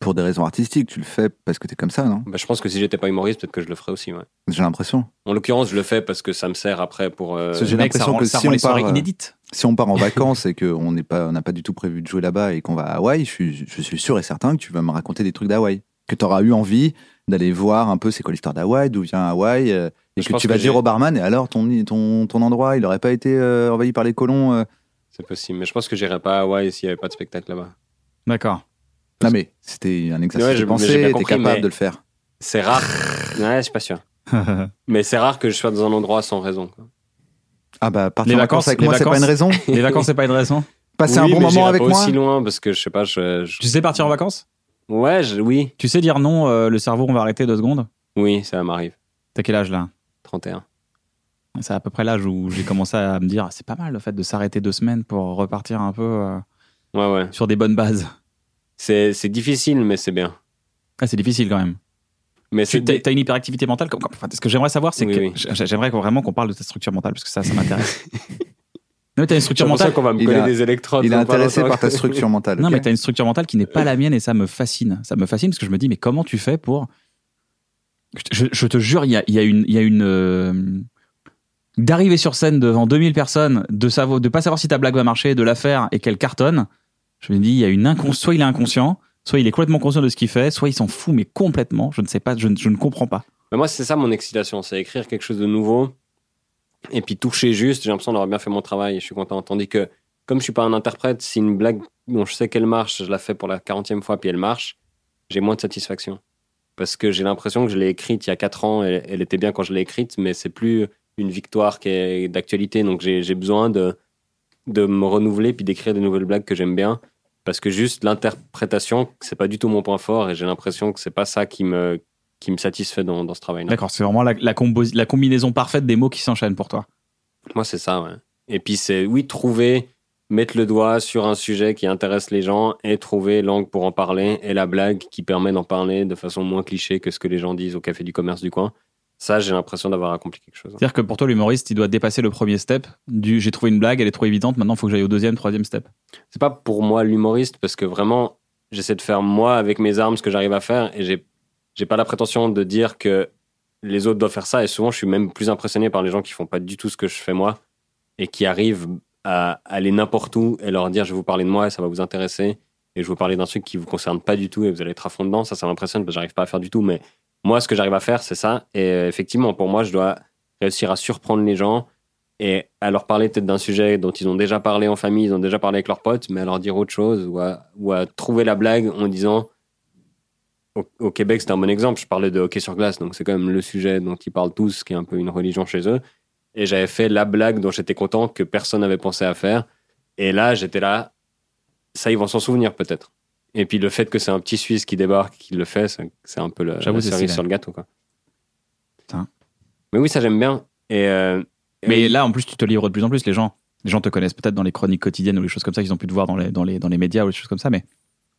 pour des raisons artistiques, tu le fais parce que t'es comme ça, non Bah, je pense que si j'étais pas humoriste, peut-être que je le ferais aussi. ouais. J'ai l'impression. En l'occurrence, je le fais parce que ça me sert après pour. euh, Parce que j'ai Mec, ça l'impression rend- que ça si rend on les soirées part, euh, inédites. Si on part <laughs> en vacances et qu'on n'est pas- on n'a pas du tout prévu de jouer là-bas et qu'on va à Hawaï, je suis, je suis sûr et certain que tu vas me raconter des trucs d'Hawaï. Que tu auras eu envie d'aller voir un peu c'est quoi l'histoire d'Hawaï, d'où vient Hawaï, euh, et Je que pense tu vas que dire j'ai- au barman, et alors ton, ton, ton endroit, il n'aurait pas été euh, envahi par les colons euh. C'est possible, mais je pense que j'irais pas à Hawaï s'il y avait pas de spectacle là-bas. D'accord. Non mais c'était un exercice Ouais, de je- mais j'ai pensée, bien t'es compris, capable mais- de le faire. C'est rare. <laughs> ouais, je suis pas sûr. Mais c'est rare que je sois dans un endroit sans raison. quoi. Ah bah partir Les en vacances vacances- avec les moi, c'est pas vacances- une <laughs> raison. les vacances, c'est pas une raison. Passer un Oui, bon mais moment j'irais avec pas moi. aussi loin parce que je sais pas, je. je- Tu sais partir en vacances Ouais, je- oui. Tu sais dire non, euh, le cerveau, on va arrêter deux secondes Oui, ça m'arrive. T'as quel âge là 31. C'est à peu près l'âge où j'ai commencé à me dire ah, c'est pas mal le fait de s'arrêter deux semaines pour repartir un peu euh, Ouais, ouais. sur des bonnes bases. C'est, c'est difficile, mais c'est bien. Ah, c'est difficile quand même. Mais c'est Tu as une hyperactivité mentale comme, comme- enfin, Ce que j'aimerais savoir, c'est Oui, que oui. j'a- j'aimerais qu'on- vraiment qu'on parle de ta structure mentale parce que ça, ça <laughs> m'intéresse. non, mais t'as une j'ai structure l'impression mentale. qu'on va me Il coller a- des électrodes. Il est dans pas intéressé longtemps. par ta structure mentale. Non, ok mais t'as une structure mentale qui n'est pas la mienne et ça me fascine. Ça me fascine parce que je me dis, mais comment tu fais pour. Je, te- je- je te jure, il y a, il y a une. il y a une euh, D'arriver sur scène devant 2000 personnes, de savoir, de pas savoir si ta blague va marcher, de la faire et qu'elle cartonne, je me dis, il y a une incon soit il est inconscient, soit il est complètement conscient de ce qu'il fait, soit il s'en fout, mais complètement. Je ne sais pas, je, ne- je ne comprends pas. <laughs> Mais moi, c'est ça mon excitation, c'est écrire quelque chose de nouveau et puis toucher juste. J'ai l'impression d'avoir bien fait mon travail et je suis content. Tandis que, comme je suis pas un interprète, si une blague dont je sais qu'elle marche, je la fais pour la 40e fois puis elle marche, j'ai moins de satisfaction. Parce que j'ai l'impression que je l'ai écrite il y a 4 ans, elle, elle était bien quand je l'ai écrite, mais c'est plus une victoire qui est d'actualité. Donc j'ai j'ai besoin de, de me renouveler puis d'écrire des nouvelles blagues que j'aime bien. Parce que juste l'interprétation, c'est pas du tout mon point fort et j'ai l'impression que c'est pas ça qui me, qui me satisfait dans, dans ce travail-là. D'accord, c'est vraiment la, la composi- la combinaison parfaite des mots qui s'enchaînent pour toi. Moi, c'est ça, ouais. Et puis, c'est, oui, trouver, mettre le doigt sur un sujet qui intéresse les gens et trouver l'angle pour en parler et la blague qui permet d'en parler de façon moins cliché que ce que les gens disent au café du commerce du coin. Ça, j'ai l'impression d'avoir accompli quelque chose. hein. C'est-à-dire que pour toi, l'humoriste, il doit dépasser le premier step du j'ai trouvé une blague, elle est trop évidente, maintenant il faut que j'aille au deuxième, troisième step. C'est pas pour moi l'humoriste parce que vraiment, j'essaie de faire moi avec mes armes ce que j'arrive à faire et j'ai, j'ai pas la prétention de dire que les autres doivent faire ça et souvent, je suis même plus impressionné par les gens qui font pas du tout ce que je fais moi et qui arrivent à aller n'importe où et leur dire je vais vous parler de moi et ça va vous intéresser et je vais vous parler d'un truc qui vous concerne pas du tout et vous allez être à fond dedans ça ça m'impressionne parce que j'arrive pas à faire du tout mais moi ce que j'arrive à faire c'est ça et euh, effectivement pour moi je dois réussir à surprendre les gens et à leur parler peut-être d'un sujet dont ils ont déjà parlé en famille, ils ont déjà parlé avec leurs potes, mais à leur dire autre chose ou à, ou à trouver la blague en disant au, au Québec, c'était un bon exemple. Je parlais de hockey sur glace, donc c'est quand même le sujet dont ils parlent tous, qui est un peu une religion chez eux. Et j'avais fait la blague dont j'étais content que personne n'avait pensé à faire. Et là, j'étais là, ça, ils vont s'en souvenir peut-être. Et puis le fait que c'est un petit Suisse qui débarque, qui le fait, c'est c'est un peu le, J'avoue, la c'est cerise stylé. sur le gâteau. Quoi. Putain. Mais oui, ça, j'aime bien. Et euh, Mais là, en plus, tu te livres de plus en plus. Les gens, les gens te connaissent peut-être dans les chroniques quotidiennes ou les choses comme ça qu'ils ont pu te voir dans les, dans les, dans les médias ou les choses comme ça. Mais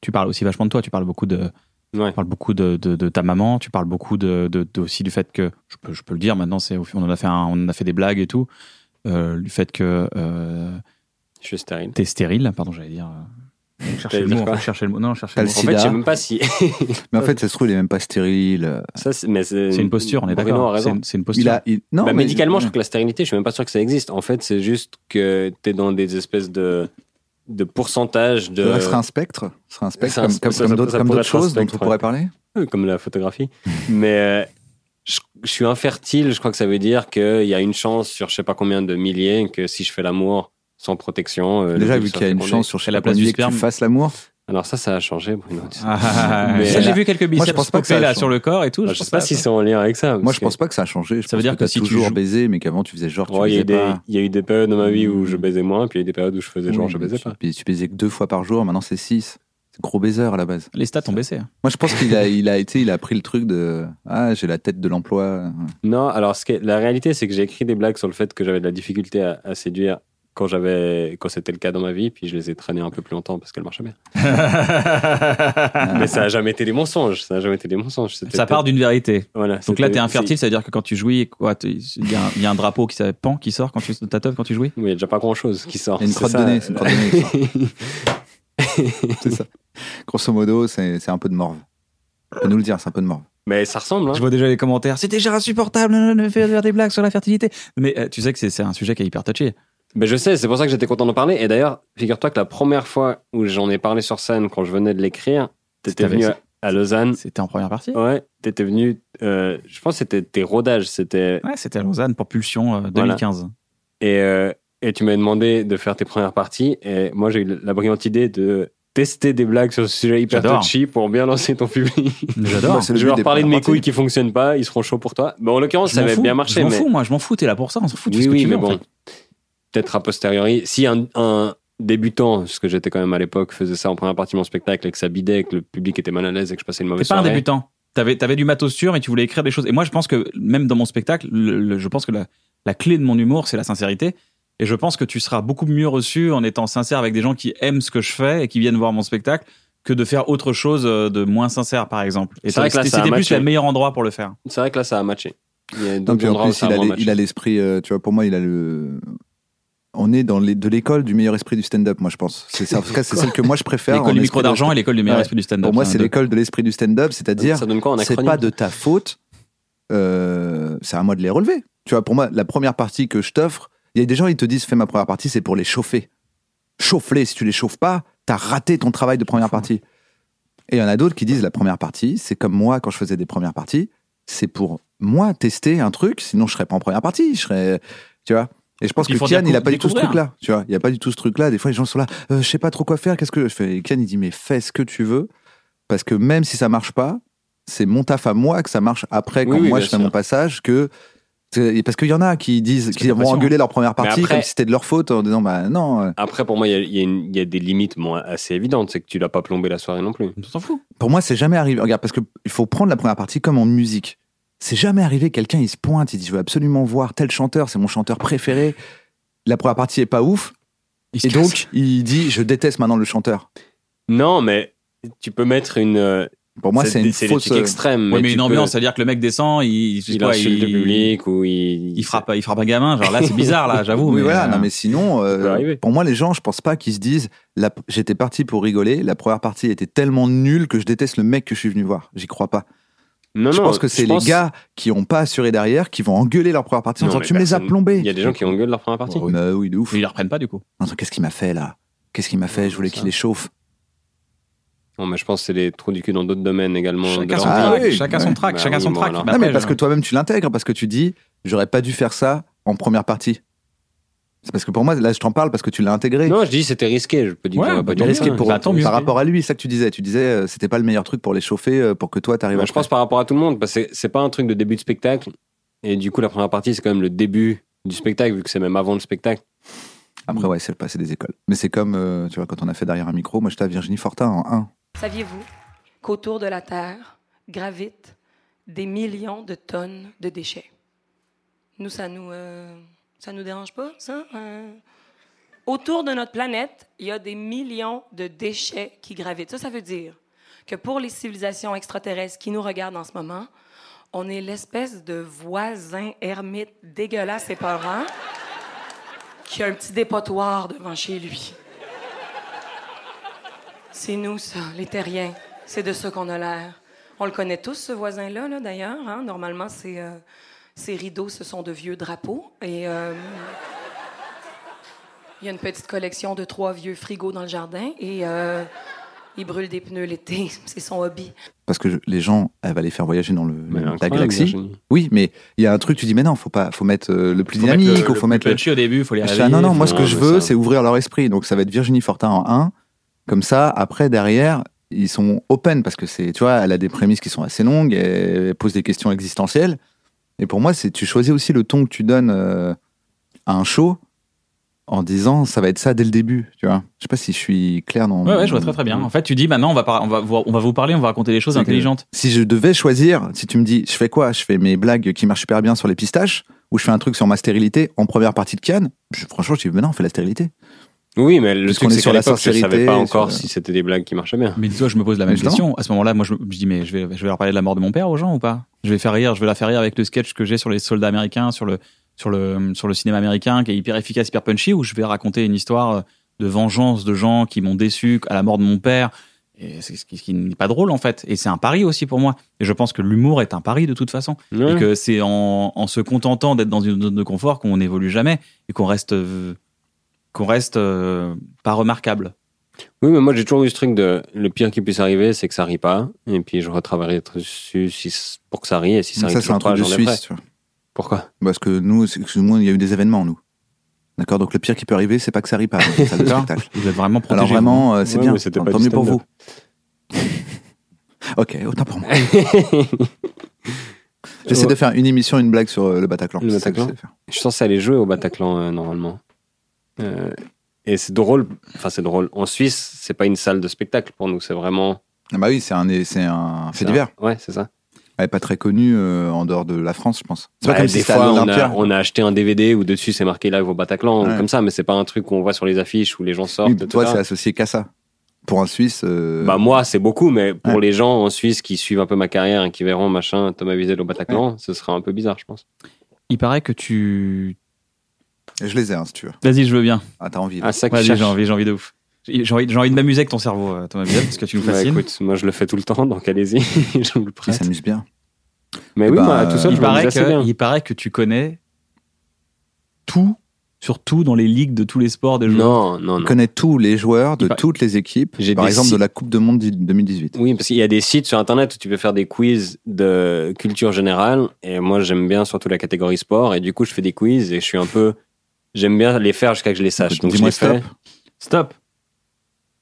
tu parles aussi vachement de toi. Tu parles beaucoup de, Ouais. tu parles beaucoup de, de, de ta maman. Tu parles beaucoup de, de- de- aussi du fait que je peux, je peux le dire maintenant. C'est on en a fait un- on en a fait des blagues et tout. Euh, du fait que euh, je suis stérile. t'es stérile. Pardon, j'allais dire. euh, chercher le dire mot. en quoi fait, chercher le mot. Non, chercher T'as le le mot. En fait, Sida. je sais même pas si. Mais en fait, ça se trouve, il est même pas stérile. ça, c'est mais C'est une posture. On est Bruno a d'accord. C'est raison. une- C'est une Il posture. a, il- non, Bah, mais- médicalement, je trouve que la stérilité, je suis même pas sûr que ça existe. En fait, c'est juste que tu es dans des espèces de, de pourcentages de. Ce serait un spectre, ce serait un spectre ça- comme, ça- comme- ça- comme ça- d'autres ça comme pourrait d'autres être un choses dont on spectre, pourrait ouais. parler. Euh, comme la photographie. <laughs> Mais euh, je, je suis infertile, je crois que ça veut dire qu'il y a une chance sur je sais pas combien de milliers que si je fais l'amour sans protection. euh, Déjà, le vu bébé qu'il y a soit une fécondé. chance sur chaque la place du année que tu sperme. fasses l'amour, Alors ça, ça a changé, Bruno. tu sais. Ah, ah, ah, Mais ça, là- j'ai vu quelques biceps pense pas que popés, ça là change. sur le corps et tout. Enfin, je sais pas si ça- c'est en lien avec ça. moi je pense pas que ça a changé. Je Ça veut pense dire que t'as si tu toujours joues- baisé, mais qu'avant tu faisais genre tu Ouais, il y, a faisais eu des- pas. Mm. il y a eu des périodes dans ma vie où je baisais moins, puis il y a eu des périodes où je faisais genre Oui, je mais baisais tu pas. baisais- Tu baisais que deux fois par jour, maintenant c'est six. C'est gros baiser à la base. Les stats ont baissé. Moi je pense qu'il a, il a été, il a pris le truc de ah j'ai la tête de l'emploi. Non, alors ce qui est- la réalité, c'est que j'ai écrit des blagues sur le fait que j'avais de la difficulté à, à séduire quand j'avais quand c'était le cas dans ma vie, puis je les ai traînées un peu plus longtemps parce <laughs> qu'elles marchaient bien. Mais ça a jamais été des mensonges, ça a jamais été des mensonges. c'était Ça part peut-être- d'une vérité. Voilà. Donc euh, c'était- là, t'es infertile, c'est-à-dire que quand tu jouis, quoi, t'es- il y, a un- il y a un drapeau qui s'appelle Pan qui sort quand tu ta teuf quand tu jouis. Oui, il y a déjà pas grand chose qui sort. Il y a une c'est crotte ça, de nez, c'est une euh, crotte de nez <laughs> qui sort. <laughs> C'est ça. Grosso modo, c'est c'est un peu de morve. Tu peux nous le dire, c'est un peu de morve. Mais ça ressemble. hein. Je vois déjà les commentaires. C'est déjà insupportable euh, de faire des blagues sur la fertilité. Mais euh, tu sais que c'est c'est un sujet qui est hyper touché. Mais je sais, c'est pour ça que j'étais content d'en parler. Et d'ailleurs, figure-toi que la première fois où j'en ai parlé sur scène, quand je venais de l'écrire, C'était t'étais avec- venu à- à Lausanne. C'était en première partie. Mm. Ouais, t'étais venu. euh, je pense que c'était tes rodages, c'était Ouais, c'était à Lausanne pour Pulsion euh, <laughs> 2015. et, euh, et tu m'as demandé de faire tes premières parties. Et moi, j'ai eu la brillante idée de tester des blagues sur ce sujet hyper J'adore. touchy pour bien lancer ton public. J'adore. Moi, c'est le je but vais des leur parler de premières mes couilles parties. qui fonctionnent pas, ils seront chauds pour toi. Mais en l'occurrence, Je ça m'en avait fous. bien marché. Je m'en mais... fous, moi, je m'en fous. T'es là pour ça. On s'en fout. tu fais oui, ce que oui, tu mais veux, en bon, fait. peut-être a posteriori, si un, un débutant, ce que j'étais quand même à l'époque, faisait ça en première partie de mon spectacle et que ça bidait, et que le public était mal à l'aise et que je passais une T'es mauvaise pas un soirée. débutant. T'avais avais du matos sûr et tu voulais écrire des choses. Et moi, je pense que même dans mon spectacle, le- le- je pense que la, la clé de mon humour, c'est la sincérité. Et je pense que tu seras beaucoup mieux reçu en étant sincère avec des gens qui aiment ce que je fais et qui viennent voir mon spectacle que de faire autre chose euh, de moins sincère, par exemple. Et C'est vrai que là, c'était ça a c'était plus matché. le meilleur endroit pour le faire. C'est vrai que là, ça a matché. Il y a Non, d'autres puis en endroits où plus, ça il a a, moins les- il a matché. l'esprit, euh, tu vois, pour moi, il a le. On est dans les, de l'école du meilleur esprit du stand-up, moi, je pense. C'est ça. En tout cas, c'est celle que moi, je préfère. <laughs> en L'école du esprit micro de- d'argent et l'école du meilleur Ouais. esprit du stand-up. Pour moi, hein, c'est deux. l'école de l'esprit du stand-up, c'est-à-dire, Ça donne quoi en c'est acronyme pas de ta faute, euh, c'est à moi de les relever. Tu vois, pour moi, la première partie que je t'offre, il y a des gens, ils te disent, fais ma première partie, c'est pour les chauffer. Chauffe-les, si tu les chauffes pas, t'as raté ton travail de première partie. Et il y en a d'autres qui disent, la première partie, c'est comme moi quand je faisais des premières parties, c'est pour moi tester un truc, sinon je serais pas en première partie, je serais, tu vois. Et je pense Il que faut Kian, il a pas du tout ce découvrir. truc-là, tu vois. Il y a pas du tout ce truc-là. Des fois, les gens sont là, Euh, je sais pas trop quoi faire, qu'est-ce que je fais Et Kian, il dit, mais fais ce que tu veux, parce que même si ça marche pas, c'est mon taf à moi que ça marche après quand Oui, oui, moi bien je fais sûr. mon passage que c'est- parce qu'il y en a qui disent C'est qui pas vont patient. engueuler leur première partie après- comme si c'était de leur faute en disant bah non euh. Après, pour moi, il y a- il y, a une- il y a des limites bon, assez évidentes. C'est que tu l'as pas plombé la soirée non plus. On s'en fout. pour moi c'est jamais arrivé regarde parce que il faut prendre la première partie comme en musique c'est jamais arrivé quelqu'un il se pointe il dit je veux absolument voir tel chanteur c'est mon chanteur préféré la première partie est pas ouf et donc il dit je déteste maintenant le chanteur Non, mais tu peux mettre une. euh, pour moi c'est c'est une c'est des fausse euh, trucs extrêmes. Ouais, mais tu une peux- ambiance, c'est-à-dire que le mec descend, il, je sais il pas, insulte il- le public ou il. il frappe, il frappe un gamin. Genre là, c'est bizarre, là, j'avoue. Oui, mais, voilà. euh, Non, mais sinon, euh, peut arriver. pour moi, les gens, je pense pas qu'ils se disent la- j'étais parti pour rigoler, la première partie était tellement nulle que je déteste le mec que je suis venu voir. J'y crois pas. Non, je non, pense que c'est les pense- gars qui ont pas assuré derrière qui vont engueuler leur première partie en Non, disant mais tu me les as personne- plombés. Il y a des gens qui engueulent leur première partie. Ouais, bah oui, de ouf. Ils la reprennent pas du coup. En disant, Qu'est-ce qu'il m'a fait là Qu'est-ce qu'il m'a fait Je voulais qu'il Ça. les chauffe. Non, mais je pense que c'est les trous du cul dans d'autres domaines également. de Chacun leur son Ah vie. track, oui, chacun son ouais. track, Bah chacun oui, son bon, track. alors. Bah non, mais après, parce je- que toi-même, tu l'intègres parce que tu dis j'aurais pas dû faire ça en première partie. C'est parce que pour moi, là, je t'en parle parce que tu l'as intégré. Non, je dis c'était risqué. Je peux dire Ouais, que j'aurais bah, pas dû tant le faire. mieux. pour, Bah, tant mieux. par rapport à lui, c'est ça que tu disais. Tu disais, euh, c'était pas le meilleur truc pour les chauffer, euh, pour que toi, t'arrives Bah, à. je pense par rapport à tout le monde, parce que c'est- c'est pas un truc de début de spectacle. Et du coup, la première partie, c'est quand même le début du spectacle, vu que c'est même avant le spectacle. Après, ouais, c'est le passé des écoles. Mais c'est comme, euh, tu vois, quand on a fait derrière un micro, moi, j'étais à Virginie Fortin en 1. Saviez-vous qu'autour de la Terre gravitent des millions de tonnes de déchets? Nous, ça nous, euh, ça nous dérange pas, ça? Euh, autour de notre planète, il y a des millions de déchets qui gravitent. Ça, ça veut dire que pour les civilisations extraterrestres qui nous regardent en ce moment, on est l'espèce de voisin ermite dégueulasse et peurant qui a un petit dépotoir devant chez lui. C'est nous, ça, les terriens. C'est de ça qu'on a l'air. On le connaît tous, ce voisin-là, là, d'ailleurs. hein. Normalement, c'est, euh, ces rideaux, ce sont de vieux drapeaux. Et euh, il y a une petite collection de trois vieux frigos dans le jardin. Et euh, il brûle des pneus l'été. <laughs> C'est son hobby. Parce que je- les gens, elle va les faire voyager dans le, Mais elle est la incroyable, galaxie. Virginie. Oui, mais il y a un truc, tu dis, mais non, faut pas, faut mettre euh, le plus Faut mettre dynamique, le- ou faut mettre le le. punch au début, faut les Je fais, réveiller. ah, non, non, moi, ce faut- que je ouais, veux, ça. c'est ouvrir leur esprit. Donc, ça va être Virginie Fortin en 1. Comme ça, après, derrière, ils sont open parce que c'est, tu vois, elle a des prémices qui sont assez longues, elle pose des questions existentielles. Et pour moi, c'est, tu choisis aussi le ton que tu donnes euh, à un show en disant, ça va être ça dès le début, tu vois. Je sais pas si je suis clair dans. Ouais, ouais, je vois très très bien. En fait, tu dis maintenant, on va, par- on va, voir- on va vous parler, on va raconter des choses C'est que- intelligentes. Si je devais choisir, si tu me dis, je fais quoi Je fais mes blagues qui marchent super bien sur les pistaches ou je fais un truc sur ma stérilité en première partie de Cannes je- Franchement, je dis, mais non, on fait la stérilité. Oui, mais le Parce truc, qu'on est c'est sur qu'à la l'époque, je savais sincérité, pas sur encore la- si c'était des blagues qui marchaient bien. Mais dis-toi, je me pose la même Justement. question. À ce moment-là, moi, je, me je dis, mais je vais, je vais leur parler de la mort de mon père aux gens ou pas Je vais faire rire, je vais la faire rire avec le sketch que j'ai sur les soldats américains, sur le, sur le, sur le cinéma américain, qui est hyper efficace, hyper punchy, ou je vais raconter une histoire de vengeance de gens qui m'ont déçu à la mort de mon père. Et c'est ce qui, ce qui n'est pas drôle en fait. Et c'est un pari aussi pour moi. Et je pense que l'humour est un pari de toute façon. Et Ouais. que c'est en, en se contentant d'être dans une zone de confort qu'on n'évolue jamais et qu'on reste, euh, qu'on reste euh, pas remarquable. Oui, mais moi, j'ai toujours eu ce truc de le pire qui puisse arriver, c'est que ça rit pas. Et puis, je retravaillerai dessus si- pour que ça rie. Et si Ça, ça rit c'est un toujours pas, truc de j'en ai Suisse, prêt. tu vois. Pourquoi Parce que nous, excuse-moi, il y a eu des événements, nous. D'accord Donc le pire qui peut arriver, c'est pas que ça arrive pas. C'est <laughs> ça, le D'accord. spectacle. Vous êtes vraiment protégé. Alors vraiment, euh, c'est Ouais, bien. mais c'était Tant pas tant du mieux pour vous. stand-up. ok, autant <laughs> pour moi. J'essaie de faire une émission, une blague sur euh, le Bataclan. Le C'est ça que Bataclan. j'essaie de faire. Je suis censé aller jouer au Bataclan euh, normalement. Euh, et c'est drôle. Enfin, c'est drôle. En Suisse, c'est pas une salle de spectacle pour nous. C'est vraiment. Ah bah oui, c'est un, c'est un fait divers. un- Ouais, c'est ça. Elle est pas très connue euh, en dehors de la France, je pense. C'est pas Bah, comme des si c'était à fois, on a, l'Olympia. on a acheté un DVD où dessus c'est marqué live au Bataclan Ouais. ou comme ça, mais c'est pas un truc qu'on voit sur les affiches où les gens sortent. Oui, toi, etc. c'est associé qu'à ça. Pour un Suisse, euh, Bah moi, c'est beaucoup, mais pour Ouais. les gens en Suisse qui suivent un peu ma carrière et qui verront machin Thomas Wiesel au Bataclan, ce sera un peu bizarre, je pense. Il paraît que tu. je les ai, hein, si tu veux. Vas-y, je veux bien. Ah, t'as envie. là. Ah, ça que je Vas-y, cherche. j'ai envie, j'ai envie de ouf. J'ai j'ai envie, j'ai envie de m'amuser avec ton cerveau, euh, Thomas Vidal, parce que tu nous Bah, fascines. écoute, moi je le fais tout le temps, donc allez-y, <laughs> je vous le Ils prête. s'amusent bien. Mais oui, Bah, moi, tout seul, il, je me paraît assez bien. que, il paraît que tu connais tout, surtout dans les ligues de tous les sports des joueurs. Non, non, On non. connaît tous les joueurs de Il par- toutes les équipes. J'ai Par des exemple, de si- la Coupe de Monde 2018. Oui, parce qu'il y a des sites sur Internet où tu peux faire des quiz de culture générale. Et moi, j'aime bien surtout la catégorie sport. Et du coup, je fais des quiz et je suis un peu. J'aime bien les faire jusqu'à que je les sache. Donc, je Dis-moi les fais. stop. Stop.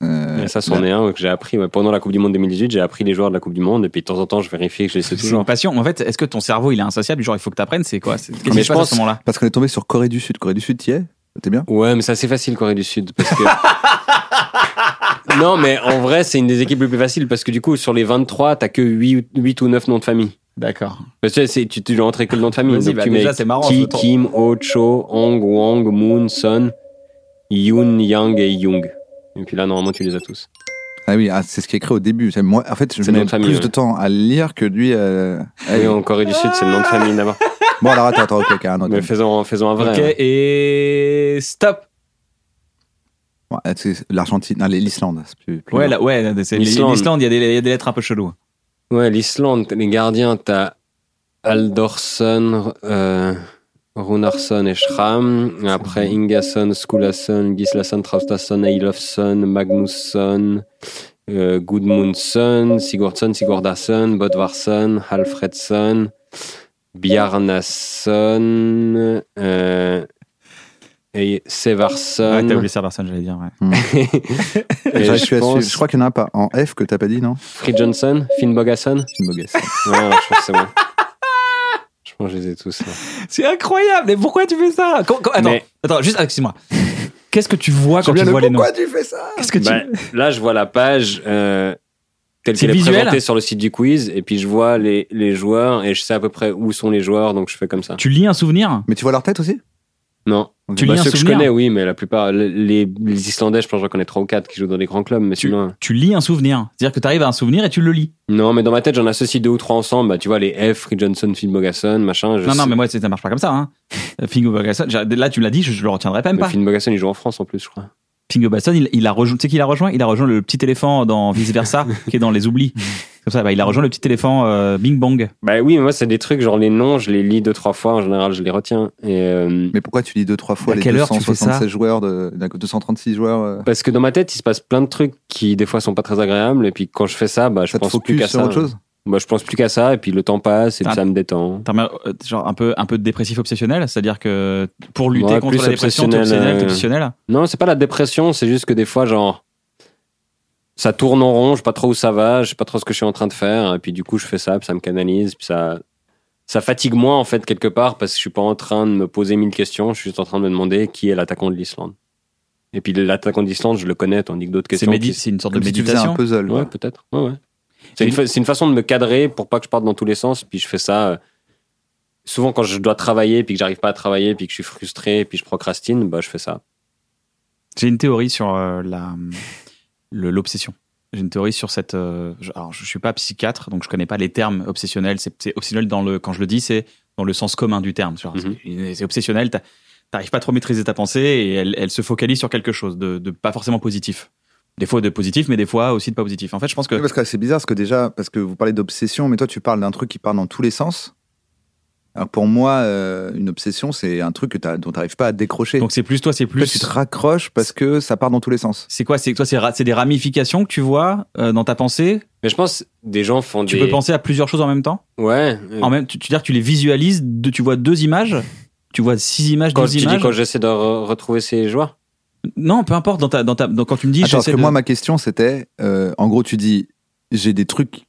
Euh, Et ça, c'en est un que j'ai appris. ouais. pendant la Coupe du Monde 2018, j'ai appris les joueurs de la Coupe du Monde. Et puis, de temps en temps, je vérifie que je les sais C'est une toujours. passion. En fait, est-ce que ton cerveau il est insatiable du Genre, il faut que tu apprennes, c'est quoi C'est- Qu'est-ce Mais qui je se passe à pense- ce moment-là Parce qu'on est tombé sur Corée du Sud. Corée du Sud, t'y es T'es bien Ouais, mais c'est assez facile, Corée du Sud. Parce <laughs> que. non, mais en vrai, c'est une des équipes les plus faciles. Parce que du coup, sur les 23, t'as que 8, ou 9 noms de famille. D'accord. Parce que c'est- tu, tu dois rentrer que le nom de famille. Vas-y, Donc bah tu déjà, mets c'est marrant, Ki, autant. Kim, Ho, Cho, Hong, Wang, Moon, Sun, Yoon, Yang et Young. Et puis là, normalement, tu les as tous. Ah oui, ah, c'est ce qui est écrit au début. C'est- Moi, en fait, je C'est mets notre famille, plus ouais. de temps à lire que lui. euh, à Et lire. en Corée du Sud, c'est le nom de famille d'abord. Bon, alors attends, attends, ok, ok, un autre. Mais faisons, faisons un vrai. Ok, hein. et stop. Bon, ah, c'est L'Argentine, non, l'Islande, c'est plus. plus Ouais, long. là, ouais, c'est L'Islande. l'Islande, il y, a des- il y a des lettres un peu cheloues. Ouais, l'Islande, les gardiens, t'as Aldorsson, euh, Runarsson et Schramm. Après, Ingason, Skulason, Gislason, Traustason, Eilofsson, Magnusson, euh, Gudmundsson, Sigurdsson, Sigurdason, Bodvarsson, Halfredsson, Bjarnason, euh, et Severson. Ouais, t'as oublié Sarverson, j'allais dire. Ouais. J'arrive Et je plus à suivre. pense Je crois qu'il y en a un pas en F que t'as pas dit, non Free Johnson, Finn Bogason. C'est une bogasse. Ouais, non, je pense que <laughs> c'est bon. Je pense que je les ai tous. hein. là. C'est incroyable. Mais pourquoi tu fais ça Quand- quand- Attends, Mais- attends, juste, ah, excuse-moi. Qu'est-ce que tu vois quand J'aime bien tu le vois les noms pourquoi tu fais ça Qu'est-ce que <laughs> tu Bah, là, je vois la page euh, telle C'est qu'elle est visuel présentée sur le site du quiz, et puis je vois les, les joueurs, et je sais à peu près où sont les joueurs, donc je fais comme ça. Tu lis un souvenir Mais tu vois leur tête aussi Non. Tu Bah, lis un ceux que je souvenir connais, oui, mais la plupart, les, les- les Islandais, je pense que j'en connais 3 ou 4 qui jouent dans des grands clubs, mais tu, sinon. euh, tu lis un souvenir. C'est-à-dire que tu arrives à un souvenir et tu le lis. Non, mais dans ma tête, j'en associe deux ou trois ensemble. Bah, tu vois, les F, Free Johnson, Phil Bogason, machin. je non, non, sais- mais moi, c'est- ça marche pas comme ça. Hein. Euh, Fingo Basson, j'ai- là, tu l'as dit, je, je le retiendrai même mais pas. Phil Bogason, il joue en France en plus, je crois. Fingo Basson, il, il a rejoint, tu sais qui l'a rejoint Il a rejoint le petit éléphant dans Vice <laughs> Versa, qui est dans Les Oublis. Comme ça, bah, il a rejoint le petit éléphant euh, Bing Bang. Bah oui, mais moi, c'est des trucs, genre les noms, je les lis deux, trois fois, en général, je les retiens. Et, euh, Mais pourquoi tu dis deux, trois fois À les quelle heure tu fais ça 276 joueurs, de, d'un- 236 joueurs euh, Parce que dans ma tête, il se passe plein de trucs qui, des fois, sont pas très agréables. Et puis, quand je fais ça, bah, je Ça te pense plus focus qu'à sur ça. autre chose Bah, je pense plus qu'à ça. Et puis, le temps passe et puis Ah. ça me détend. T'as un- euh, genre un peu, un peu de dépressif obsessionnel, c'est-à-dire que pour lutter Ouais, contre plus la dépression, t'es obsessionnel, obsessionnel, t'es euh, obsessionnel. Non, c'est pas la dépression. C'est juste que des fois, genre, ça tourne en rond. Je sais pas trop où ça va. Je sais pas trop ce que je suis en train de faire. Et puis, du coup, je fais ça. Puis, ça me canalise. Puis, ça, ça fatigue moins, en fait, quelque part. Parce que je suis pas en train de me poser mille questions. Je suis juste en train de me demander qui est l'attaquant de l'Islande. Et puis, l'attaquant de l'Islande, je le connais. Tandis que d'autres C'est questions. médi- qui- c'est une sorte Comme de si tu faisais méditation. un puzzle. Ouais, quoi. peut-être. Ouais, ouais. C'est une, fa- c'est une façon de me cadrer pour pas que je parte dans tous les sens. Puis je fais ça euh, souvent quand je dois travailler, puis que j'arrive pas à travailler, puis que je suis frustré, puis je procrastine, bah je fais ça. J'ai une théorie sur euh, la le- l'obsession. J'ai une théorie sur cette. euh, je, alors, je suis pas psychiatre, donc je connais pas les termes obsessionnels. C'est c'est obsessionnel dans le quand je le dis, c'est dans le sens commun du terme. Genre, Mhm. c'est- C'est obsessionnel. t'as- T'arrives pas à trop maîtriser ta pensée et elle, elle se focalise sur quelque chose de, de pas forcément positif. Des fois de positif, mais des fois aussi de pas positif. En fait, je pense que Oui, parce que c'est bizarre, parce que déjà, parce que vous parlez d'obsession, mais toi, tu parles d'un truc qui part dans tous les sens. Alors pour moi, euh, une obsession, c'est un truc que t'as- dont tu n'arrives pas à décrocher. donc c'est plus toi, c'est Toi, plus. tu te raccroches parce que ça part dans tous les sens. C'est quoi C'est toi, c'est ra- c'est des ramifications que tu vois euh, dans ta pensée. Mais je pense des gens font Tu des. peux penser à plusieurs choses en même temps. Ouais. euh, En même, tu, tu veux dire que tu les visualises. deux- tu vois deux images. Tu vois six images, quand douze tu dis images. quand j'essaie de re- retrouver ces joueurs. Non, peu importe. Dans ta, dans ta, dans- quand tu me dis, Attends, parce j'essaie que de- moi, ma question, c'était, euh, en gros, tu dis, j'ai des trucs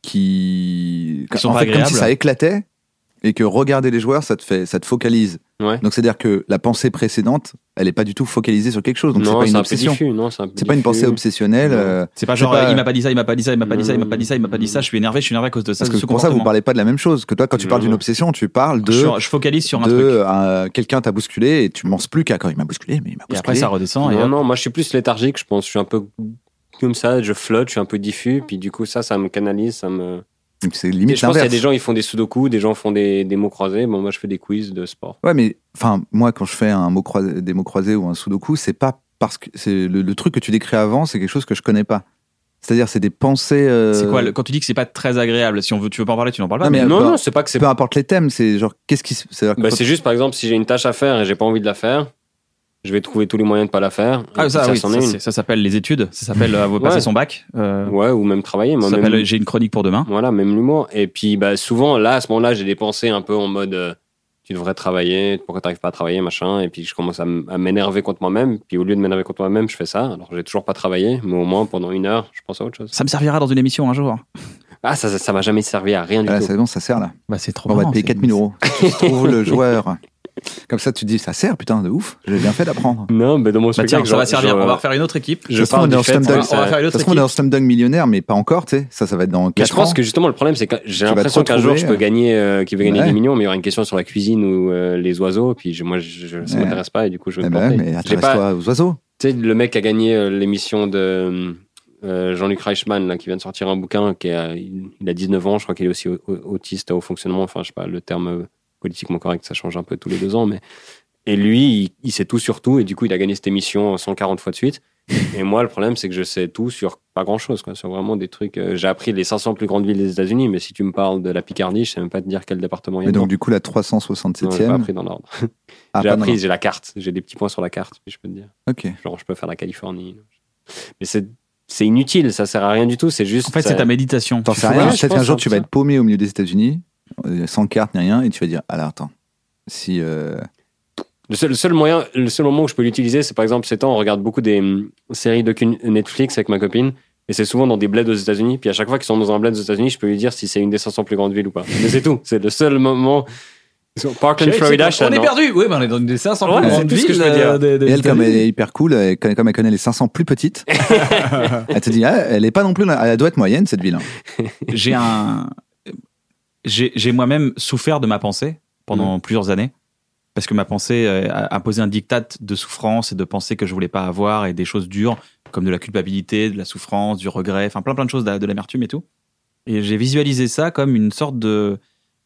qui, Qui sont en pas fait, comme si agréables. ça éclatait et que regarder les joueurs, ça te fait, ça te focalise. Ouais. Donc, c'est-à-dire que la pensée précédente, elle n'est pas du tout focalisée sur quelque chose. Donc, c'est non, pas c'est une un peu obsession. diffus. Non, c'est un peu C'est pas une diffus. pensée obsessionnelle. Non. euh, c'est pas genre, c'est pas- euh, il m'a pas dit ça, il m'a pas dit ça, il m'a pas dit ça, il m'a pas dit ça, il m'a pas dit ça. Mm. Je suis énervé, je suis énervé à cause de ça. parce de que ce pour ça, vous comportement. parlez pas de la même chose. Que toi, quand tu parles Non. d'une obsession, tu parles de. Je, je focalise sur un de, truc. euh, quelqu'un t'a bousculé et tu penses plus qu'à quand il m'a bousculé, mais il m'a Et bousculé. après, ça redescend. et Non, hop. non, moi je suis plus léthargique, je pense. Je suis un peu comme ça, je flotte, je suis un peu diffus. Puis du coup, ça, ça me canalise, ça me. Donc c'est Et limite je pense qu'il y a l'inverse. des gens, ils font des sudoku, des gens font des, des mots croisés. Bon, moi, je fais des quiz de sport. Ouais, mais enfin, moi, quand je fais un mot croisé, des mots croisés ou un sudoku, c'est pas parce que c'est le, le truc que tu décris avant, c'est quelque chose que je connais pas. C'est-à-dire, c'est des pensées. euh, C'est quoi le- Quand tu dis que c'est pas très agréable, si on veut, tu veux pas en parler, tu n'en parles pas. Non, mais- mais- non, bah, non, c'est pas que c'est. Peu importe les thèmes, c'est genre qu'est-ce qui. se- c'est-à-dire que Bah, quand- c'est juste, par exemple, si j'ai une tâche à faire et j'ai pas envie de la faire, je vais trouver tous les moyens de pas la faire. Et Ah, puis ça, oui, c'en ça, est c'est- ça s'appelle les études. Ça s'appelle euh, passer Ouais. son bac. euh, une. Ouais, ou même travailler. Moi, ça s'appelle même... j'ai une chronique pour demain. Voilà, même l'humour. Et puis, bah, souvent, là, à ce moment-là, j'ai des pensées un peu en mode euh, tu devrais travailler, pourquoi t'arrives pas à travailler, machin. Et puis, je commence à m- à m'énerver contre moi-même. Puis, au lieu de m'énerver contre moi-même, je fais ça. Alors, j'ai toujours pas travaillé, mais au moins, pendant une heure, je pense à autre chose. Ça me servira dans une émission un jour. Ah, ça, ça, ça m'a jamais servi à rien du Ah, tout. c'est bon, ça sert là. Bah, c'est trop On va marrant, te payer c'est- 4000 euros. tu trouves <laughs> le joueur. Comme ça, tu te dis, ça sert, putain, de ouf. J'ai bien fait d'apprendre. Non, mais dans mon Bah, tiens, spectacle, ça va je- servir. je- On va refaire une autre équipe. Je Ça se trouve, parle on est du en fait Slumdog, que On va ça- on va faire une Ça autre se trouve, on est équipe. dans Slumdog millionnaire, mais pas encore, tu sais. Ça, ça va être dans Mais 4 je pense ans. que justement le problème c'est que j'ai vas te l'impression qu'un jour retrouver, je peux euh, gagner, euh, qui veut gagner ouais. des millions, mais il y aura une question sur la cuisine ou euh, les oiseaux, puis je- moi je, je- ça Ouais. m'intéresse pas et du coup je vais Eh me ben, planter. mais J'ai pas, intéresse-toi aux oiseaux. tu sais le mec qui a gagné euh, l'émission de euh, Jean-Luc Reichmann là, qui vient de sortir un bouquin, qui a, il il a 19 ans, je crois qu'il est aussi au- au- autiste au fonctionnement, enfin je sais pas le terme euh, politiquement correct, ça change un peu tous les deux ans, mais et lui il, il sait tout sur tout et du coup il a gagné cette émission 140 fois de suite. Et moi, le problème, c'est que je sais tout sur pas grand chose, quoi. Sur vraiment des trucs. euh, j'ai appris les 500 plus grandes villes des États-Unis, mais si tu me parles de la Picardie, je sais même pas te dire quel département il y a. Mais donc, dedans. du coup, la Non, j'ai pas 367e. appris dans l'ordre. Ah, j'ai pas dans- appris, j'ai la carte. J'ai des petits points sur la carte, puis je peux te dire. Ok. Genre, je peux faire la Californie. Mais c'est, c'est inutile, ça sert à rien du tout. C'est juste. euh, En fait, ça- c'est ta méditation. T'en Tu sais fais- rien. ouais, je Peut-être qu'un pense, jour, hein, tu vas ça. être paumé au milieu des États-Unis, euh, sans carte ni rien, et tu vas dire Alors, attends, si. euh, Le seul, le seul moyen, le seul moment où je peux l'utiliser, c'est par exemple ces temps, on regarde beaucoup des hum, séries docu Netflix avec ma copine, et c'est souvent dans des bleds aux États-Unis. Puis à chaque fois qu'ils sont dans un bled aux États-Unis, je peux lui dire si c'est une des 500 plus grandes villes ou pas. Mais c'est tout. C'est le <laughs> seul moment. Parkland, Chérie, Florida, c'est- je on est non. perdu. Oui, mais on est dans une des 500 Ouais, plus c'est grandes tout ce que je villes, veux dire. euh, de- de Et elle, comme elle l'Italie. est hyper cool, elle connaît, comme elle connaît les 500 plus <laughs> petites, elle te dit, ah, elle est pas non plus, là- elle doit être moyenne cette ville. hein. j'ai un j'ai j'ai moi-même souffert de ma pensée pendant plusieurs années parce que ma pensée euh, a imposé un diktat de souffrance et de pensées que je voulais pas avoir et des choses dures comme de la culpabilité, de la souffrance, du regret, enfin plein plein de choses, de, la- de l'amertume et tout. Et j'ai visualisé ça comme une sorte de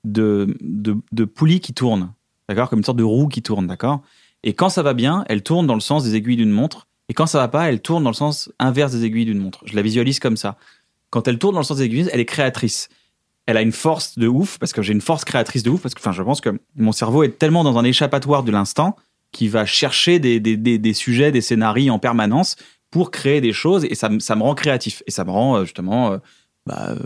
de, de, de poulie qui tourne, d'accord, comme une sorte de roue qui tourne, d'accord. Et quand ça va bien, elle tourne dans le sens des aiguilles d'une montre. Et quand ça va pas, elle tourne dans le sens inverse des aiguilles d'une montre. Je la visualise comme ça quand elle tourne dans le sens des aiguilles, elle est créatrice. Elle a une force de ouf, parce que j'ai une force créatrice de ouf, parce que enfin, je pense que mon cerveau est tellement dans un échappatoire de l'instant qu'il va chercher des, des, des, des sujets, des scénarios en permanence pour créer des choses, et ça, me- ça me rend créatif, et ça me rend euh, justement euh, bah, euh,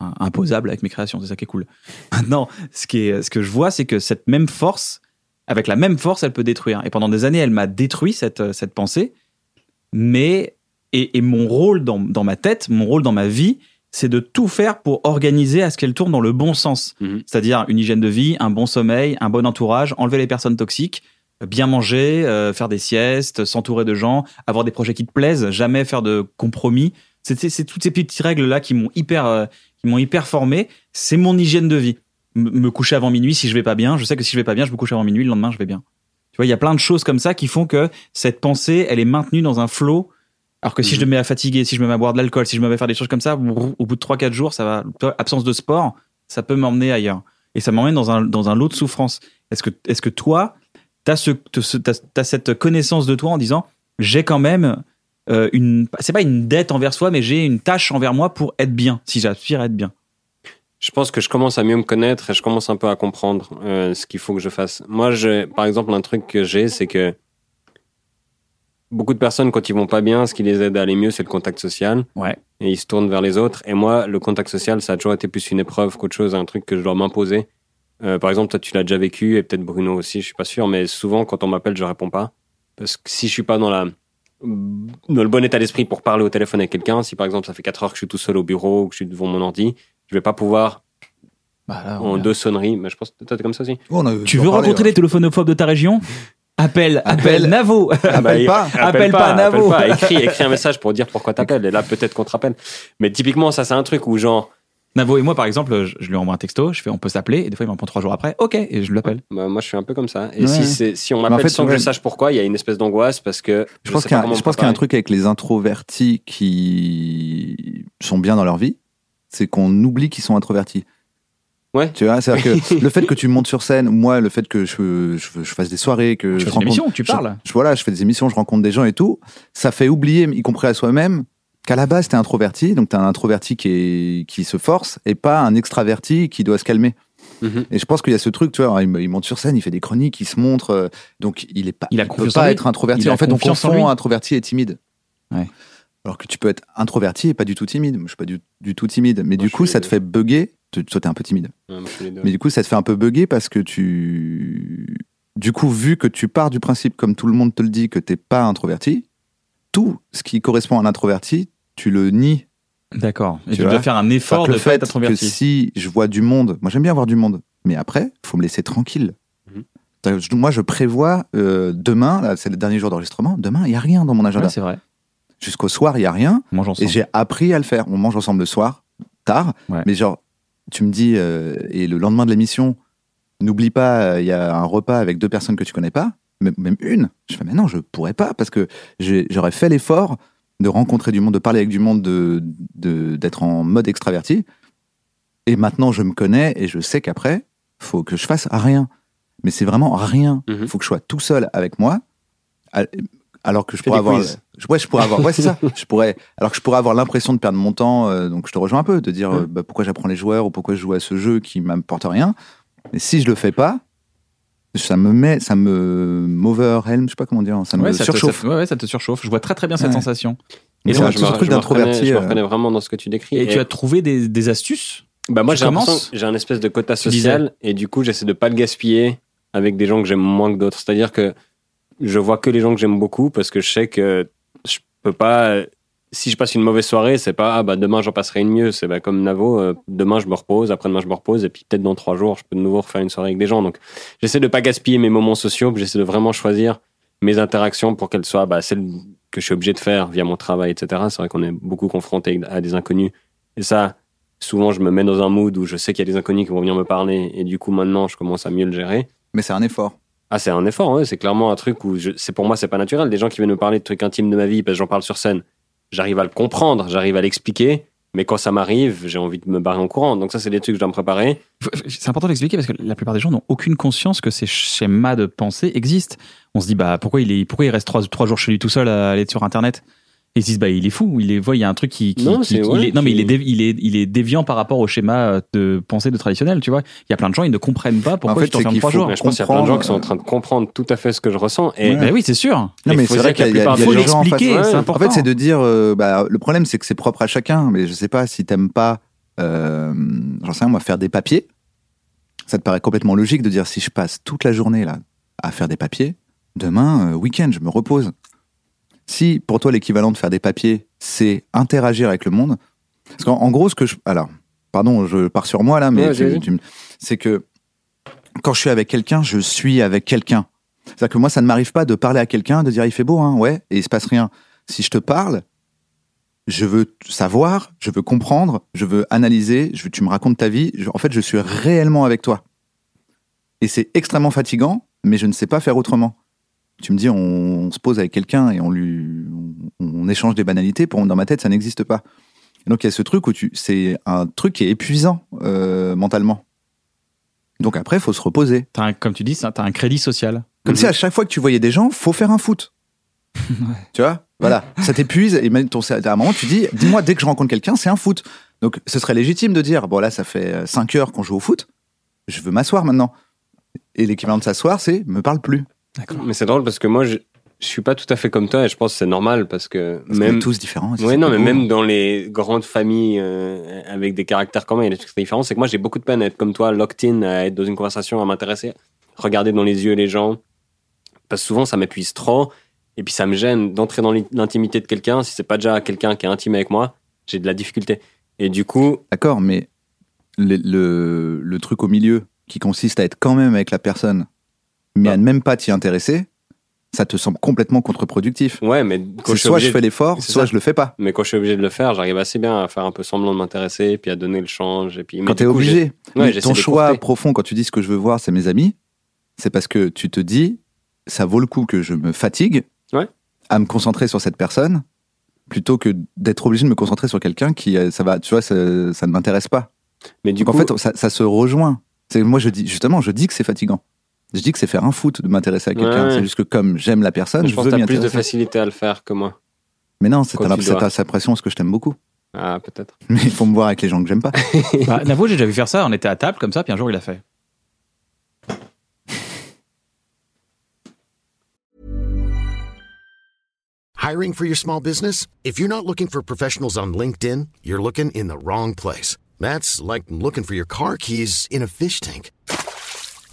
un- imposable avec mes créations, c'est ça qui est cool. Maintenant, ce, qui est, ce que je vois, c'est que cette même force, avec la même force, elle peut détruire. Et pendant des années, elle m'a détruit cette, euh, cette pensée, mais et, et mon rôle dans, dans ma tête, mon rôle dans ma vie, c'est de tout faire pour organiser à ce qu'elle tourne dans le bon sens. Mhm. C'est-à-dire une hygiène de vie, un bon sommeil, un bon entourage, enlever les personnes toxiques, bien manger, euh, faire des siestes, s'entourer de gens, avoir des projets qui te plaisent, jamais faire de compromis. C'est- C'est c'est toutes ces petites règles-là qui m'ont hyper, euh, qui m'ont hyper formé. C'est mon hygiène de vie. M- me coucher avant minuit si je vais pas bien. Je sais que si je vais pas bien, je me couche avant minuit, le lendemain, je vais bien. Tu vois, il y a plein de choses comme ça qui font que cette pensée, elle est maintenue dans un flot. Alors que si Mhm. je me mets à fatiguer, si je me mets à boire de l'alcool, si je me mets à faire des choses comme ça, brrr, au bout de 3-4 jours, ça va. toi, Absence de sport, ça peut m'emmener ailleurs. Et ça m'emmène dans un, dans un lot de souffrance. Est-ce que, est que toi, tu as, cette connaissance de toi en disant j'ai quand même euh, une. C'est pas une dette envers soi, mais j'ai une tâche envers moi pour être bien, si j'aspire à être bien. je pense que je commence à mieux me connaître et je commence un peu à comprendre euh, ce qu'il faut que je fasse. Moi, je, par exemple, un truc que j'ai, c'est que beaucoup de personnes, quand ils vont pas bien, ce qui les aide à aller mieux, c'est le contact social. Ouais. Et ils se tournent vers les autres. Et moi, le contact social, ça a toujours été plus une épreuve qu'autre chose, un truc que je dois m'imposer. Euh, par exemple, toi, tu l'as déjà vécu, et peut-être Bruno aussi, je suis pas sûr, mais souvent, quand on m'appelle, je réponds pas. Parce que si je suis pas dans la dans le bon état d'esprit pour parler au téléphone avec quelqu'un, si par exemple ça fait 4 heures que je suis tout seul au bureau ou que je suis devant mon ordi, je vais pas pouvoir Ah, en deux sonneries, mais je pense que toi t'es comme ça aussi. Oh, on a- Tu on veux en parlait, rencontrer les téléphonophobes de ta région Appelle, appelle, Appelle. Navo <laughs> Appelle Bah, pas. Appelle pas, Navo. Appelle pas, écris, écris un message pour dire pourquoi t'appelles, et là peut-être qu'on te rappelle. Mais typiquement, ça c'est un truc où genre, Navo et moi, par exemple, je, je lui envoie un texto, je fais on peut s'appeler, et des fois il me répond trois jours après, ok, et je l'appelle. bah, moi je suis un peu comme ça. Et Ouais. si, c'est- si on en m'appelle fait, sans que ouais. je sache pourquoi, il y a une espèce d'angoisse parce que Je pense sais qu'il y, pas a- comment je me pense qu'il y a un préparer. truc avec les introvertis qui sont bien dans leur vie, c'est qu'on oublie qu'ils sont introvertis. Ouais. Tu vois, c'est-à-dire <laughs> que le fait que tu montes sur scène, moi, le fait que je, je- je fasse des soirées, que Tu fais je une rencontre- émission, tu je- parles. je- voilà, je fais des émissions, je rencontre des gens et tout, ça fait oublier, y compris à soi-même, qu'à la base, t'es introverti, donc t'es un introverti qui, est- qui se force et pas un extraverti qui doit se calmer. Mhm. Et je pense qu'il y a ce truc, tu vois, il, me- il monte sur scène, il fait des chroniques, il se montre, euh, donc il est pas, Il a peut confiance en pas lui. être introverti. Il a en fait, on confiance en confond lui. introverti et timide. Ouais. Alors que tu peux être introverti et pas du tout timide. Moi, Je suis pas du, du tout timide, mais Moi, du je coup, suis ça les te fait bugger. Tu- Toi, t'es un peu timide. Ouais, moi, je suis les deux. Mais du coup, ça te fait un peu bugger parce que tu. Du coup, vu que tu pars du principe, comme tout le monde te le dit, que t'es pas introverti, tout ce qui correspond à l'introverti, tu le nies. D'accord. Et Tu tu, vois dois faire un Enfin, effort de que le pas fait être que introverti. si je vois du monde, moi j'aime bien voir du monde, mais après, faut me laisser tranquille. Mhm. T'as- je- Moi, je prévois euh, demain, là, c'est le dernier jour d'enregistrement. Demain, il y a rien dans mon agenda. Ouais, c'est vrai. Jusqu'au soir, il y a rien. Mange Et ensemble. j'ai appris à le faire. On mange ensemble le soir, tard. Ouais. Mais genre, tu me dis, euh, et le lendemain de l'émission, n'oublie pas, euh, il y a un repas avec deux personnes que tu connais pas, même même une. Je fais, mais non, je pourrais pas parce que j'ai- j'aurais fait l'effort de rencontrer du monde, de parler avec du monde, d'être de, d'être en mode extraverti. Et maintenant, je me connais et je sais qu'après, faut que je fasse rien. Mais c'est vraiment rien. Il Mhm. faut que je sois tout seul avec moi. al- Alors que je Fais pourrais des avoir. quiz. je- Ouais, je pourrais avoir. Ouais, c'est <laughs> ça. Je pourrais. Alors que je pourrais avoir l'impression de perdre mon temps. euh, donc je te rejoins un peu, de dire Mhm. euh, bah, pourquoi j'apprends les joueurs ou pourquoi je joue à ce jeu qui m'apporte rien. Mais si je le fais pas, ça me met, ça me m'overwhelm, je sais pas comment dire, ça me Ouais, ça te- surchauffe. ça- ouais, ouais, ça te surchauffe. Je vois très très bien cette Ouais. sensation. Et Moi, ça, je tout ce me- truc je me reconnais- d'introverti. Je me euh, reconnais vraiment dans ce que tu décris. Et, tu as trouvé des, des astuces Bah moi Tu j'ai l'impression commences que j'ai un espèce de quota Tu disais. social et du coup j'essaie de pas le gaspiller avec des gens que j'aime moins que d'autres. C'est-à-dire que je vois que les gens que j'aime beaucoup parce que je sais que je peux pas. Si je passe une mauvaise soirée, c'est pas ah bah demain j'en passerai une mieux. C'est bah, comme Navo, euh, demain je me repose, après-demain je me repose, et puis peut-être dans trois jours je peux de nouveau refaire une soirée avec des gens. Donc j'essaie de pas gaspiller mes moments sociaux, puis j'essaie de vraiment choisir mes interactions pour qu'elles soient bah, celles que je suis obligé de faire via mon travail, etc. C'est vrai qu'on est beaucoup confronté à des inconnus. Et ça, souvent je me mets dans un mood où je sais qu'il y a des inconnus qui vont venir me parler, et du coup maintenant je commence à mieux le gérer. Mais c'est un effort. Ah, c'est un effort, ouais. c'est clairement un truc où je, c'est pour moi, c'est pas naturel. Des gens qui viennent me parler de trucs intimes de ma vie parce que j'en parle sur scène, j'arrive à le comprendre, j'arrive à l'expliquer, mais quand ça m'arrive, j'ai envie de me barrer en courant. Donc, ça, c'est des trucs que je dois me préparer. C'est important d'expliquer parce que la plupart des gens n'ont aucune conscience que ces schémas de pensée existent. On se dit, bah, pourquoi il, est, pourquoi il reste trois, trois jours chez lui tout seul à aller sur Internet ils se disent bah il est fou, il est voit il y a un truc qui, qui, Non, qui- c'est- qui- ouais, il est, non mais il est, c'est- dé- il est il est déviant par rapport au schéma de pensée de traditionnel, tu vois. Il y a plein de gens ils ne comprennent pas pourquoi fait, je t'en c'est ferme qu'il trois faut- jours. Mais je pense qu'il y a plein de gens qui sont en comprendre, train de comprendre tout à fait ce que je ressens. Et ben Ouais. Bah oui, c'est sûr. Non, Il mais c'est faut dire vrai que la qu'il y a, plupart il y a des des gens gens en face. expliquer, ouais. c'est En En important. fait, c'est de dire. euh, bah, le problème, c'est que c'est propre à chacun, mais je sais pas si t'aimes pas. euh, J'en sais rien, moi, faire des papiers. Ça te paraît complètement logique de dire si je passe toute la journée là à faire des papiers, demain, euh, week-end, je me repose. Si pour toi, l'équivalent de faire des papiers, c'est interagir avec le monde. Parce qu'en en gros, ce que je. Alors, pardon, je pars sur moi là, mais Ouais, tu- vas-y. tu me- c'est que quand je suis avec quelqu'un, je suis avec quelqu'un. C'est-à-dire que moi, ça ne m'arrive pas de parler à quelqu'un, de dire il fait beau, hein, ouais, et il se passe rien. Si je te parle, je veux t- savoir, je veux comprendre, je veux analyser, je veux, tu me racontes ta vie. Je- en fait, je suis réellement avec toi. Et c'est extrêmement fatigant, mais je ne sais pas faire autrement. Tu me dis, on, on se pose avec quelqu'un et on lui, on, on échange des banalités. Pour dans ma tête, ça n'existe pas. Et donc il y a ce truc où tu, c'est un truc qui est épuisant euh, mentalement. Donc après, il faut se reposer. T'as un- comme tu dis, ça, t'as un crédit social. Mhm. Comme si à chaque fois que tu voyais des gens, faut faire un foot. <laughs> Tu vois Voilà, ça t'épuise et même ton cé- à un moment tu dis dis-moi dès que je rencontre quelqu'un, c'est un foot. Donc ce serait légitime de dire bon là ça fait 5 heures qu'on joue au foot, je veux m'asseoir maintenant. Et l'équivalent de s'asseoir c'est me parle plus. Mais c'est drôle parce que moi, je, je suis pas tout à fait comme toi et je pense que c'est normal parce que Parce qu'on même. est tous différents. et c'est Ouais, ça non, qui mais est beau. hein. même dans les grandes familles euh, avec des caractères communs, il y a des trucs très différents. C'est que moi, j'ai beaucoup de peine à être comme toi, locked in, à être dans une conversation, à m'intéresser, regarder dans les yeux les gens. Parce que souvent, ça m'épuise trop. Et puis, ça me gêne d'entrer dans l'in- l'intimité de quelqu'un. Si c'est pas déjà quelqu'un qui est intime avec moi, j'ai de la difficulté. Et du coup, D'accord, mais le, le- le truc au milieu qui consiste à être quand même avec la personne, Ah. mais à ne même pas t'y intéresser, ça te semble complètement contre-productif. ouais, mais quand C'est je suis Soit obligé je fais l'effort, C'est soit ça. je le fais pas. de- mais quand je suis obligé de le faire, j'arrive assez bien à faire un peu semblant de m'intéresser, puis à donner le change. Et puis, mais Quand du t'es coup, j'ai- obligé. Ouais, Mais j'essaie ton de choix courter. profond quand tu dis ce que je veux voir, c'est mes amis, c'est parce que tu te dis ça vaut le coup que je me fatigue Ouais. à me concentrer sur cette personne plutôt que d'être obligé de me concentrer sur quelqu'un qui euh, ça va tu vois ça, ça ne m'intéresse pas. Mais du Donc coup, en fait ça, ça se rejoint. C'est moi je dis justement je dis que c'est fatigant. Je dis que c'est faire un foot de m'intéresser à quelqu'un. Ouais, ouais. C'est juste que comme j'aime la personne, je, je, pense veux que m'y t'as plus de intéresser. facilité à le faire que moi. Mais non, c'est Quand t'as la- tu c'est dois. ta- sa pression parce que je t'aime beaucoup. <laughs> Ah, peut-être. Mais il faut me voir avec les gens que j'aime pas. Bah, Navo, j'ai déjà vu faire ça. On était à table comme ça, puis un jour il a fait. Hiring for your small business? If you're not looking for professionals on LinkedIn, you're looking in the wrong place. That's like looking for your car keys in a fish tank.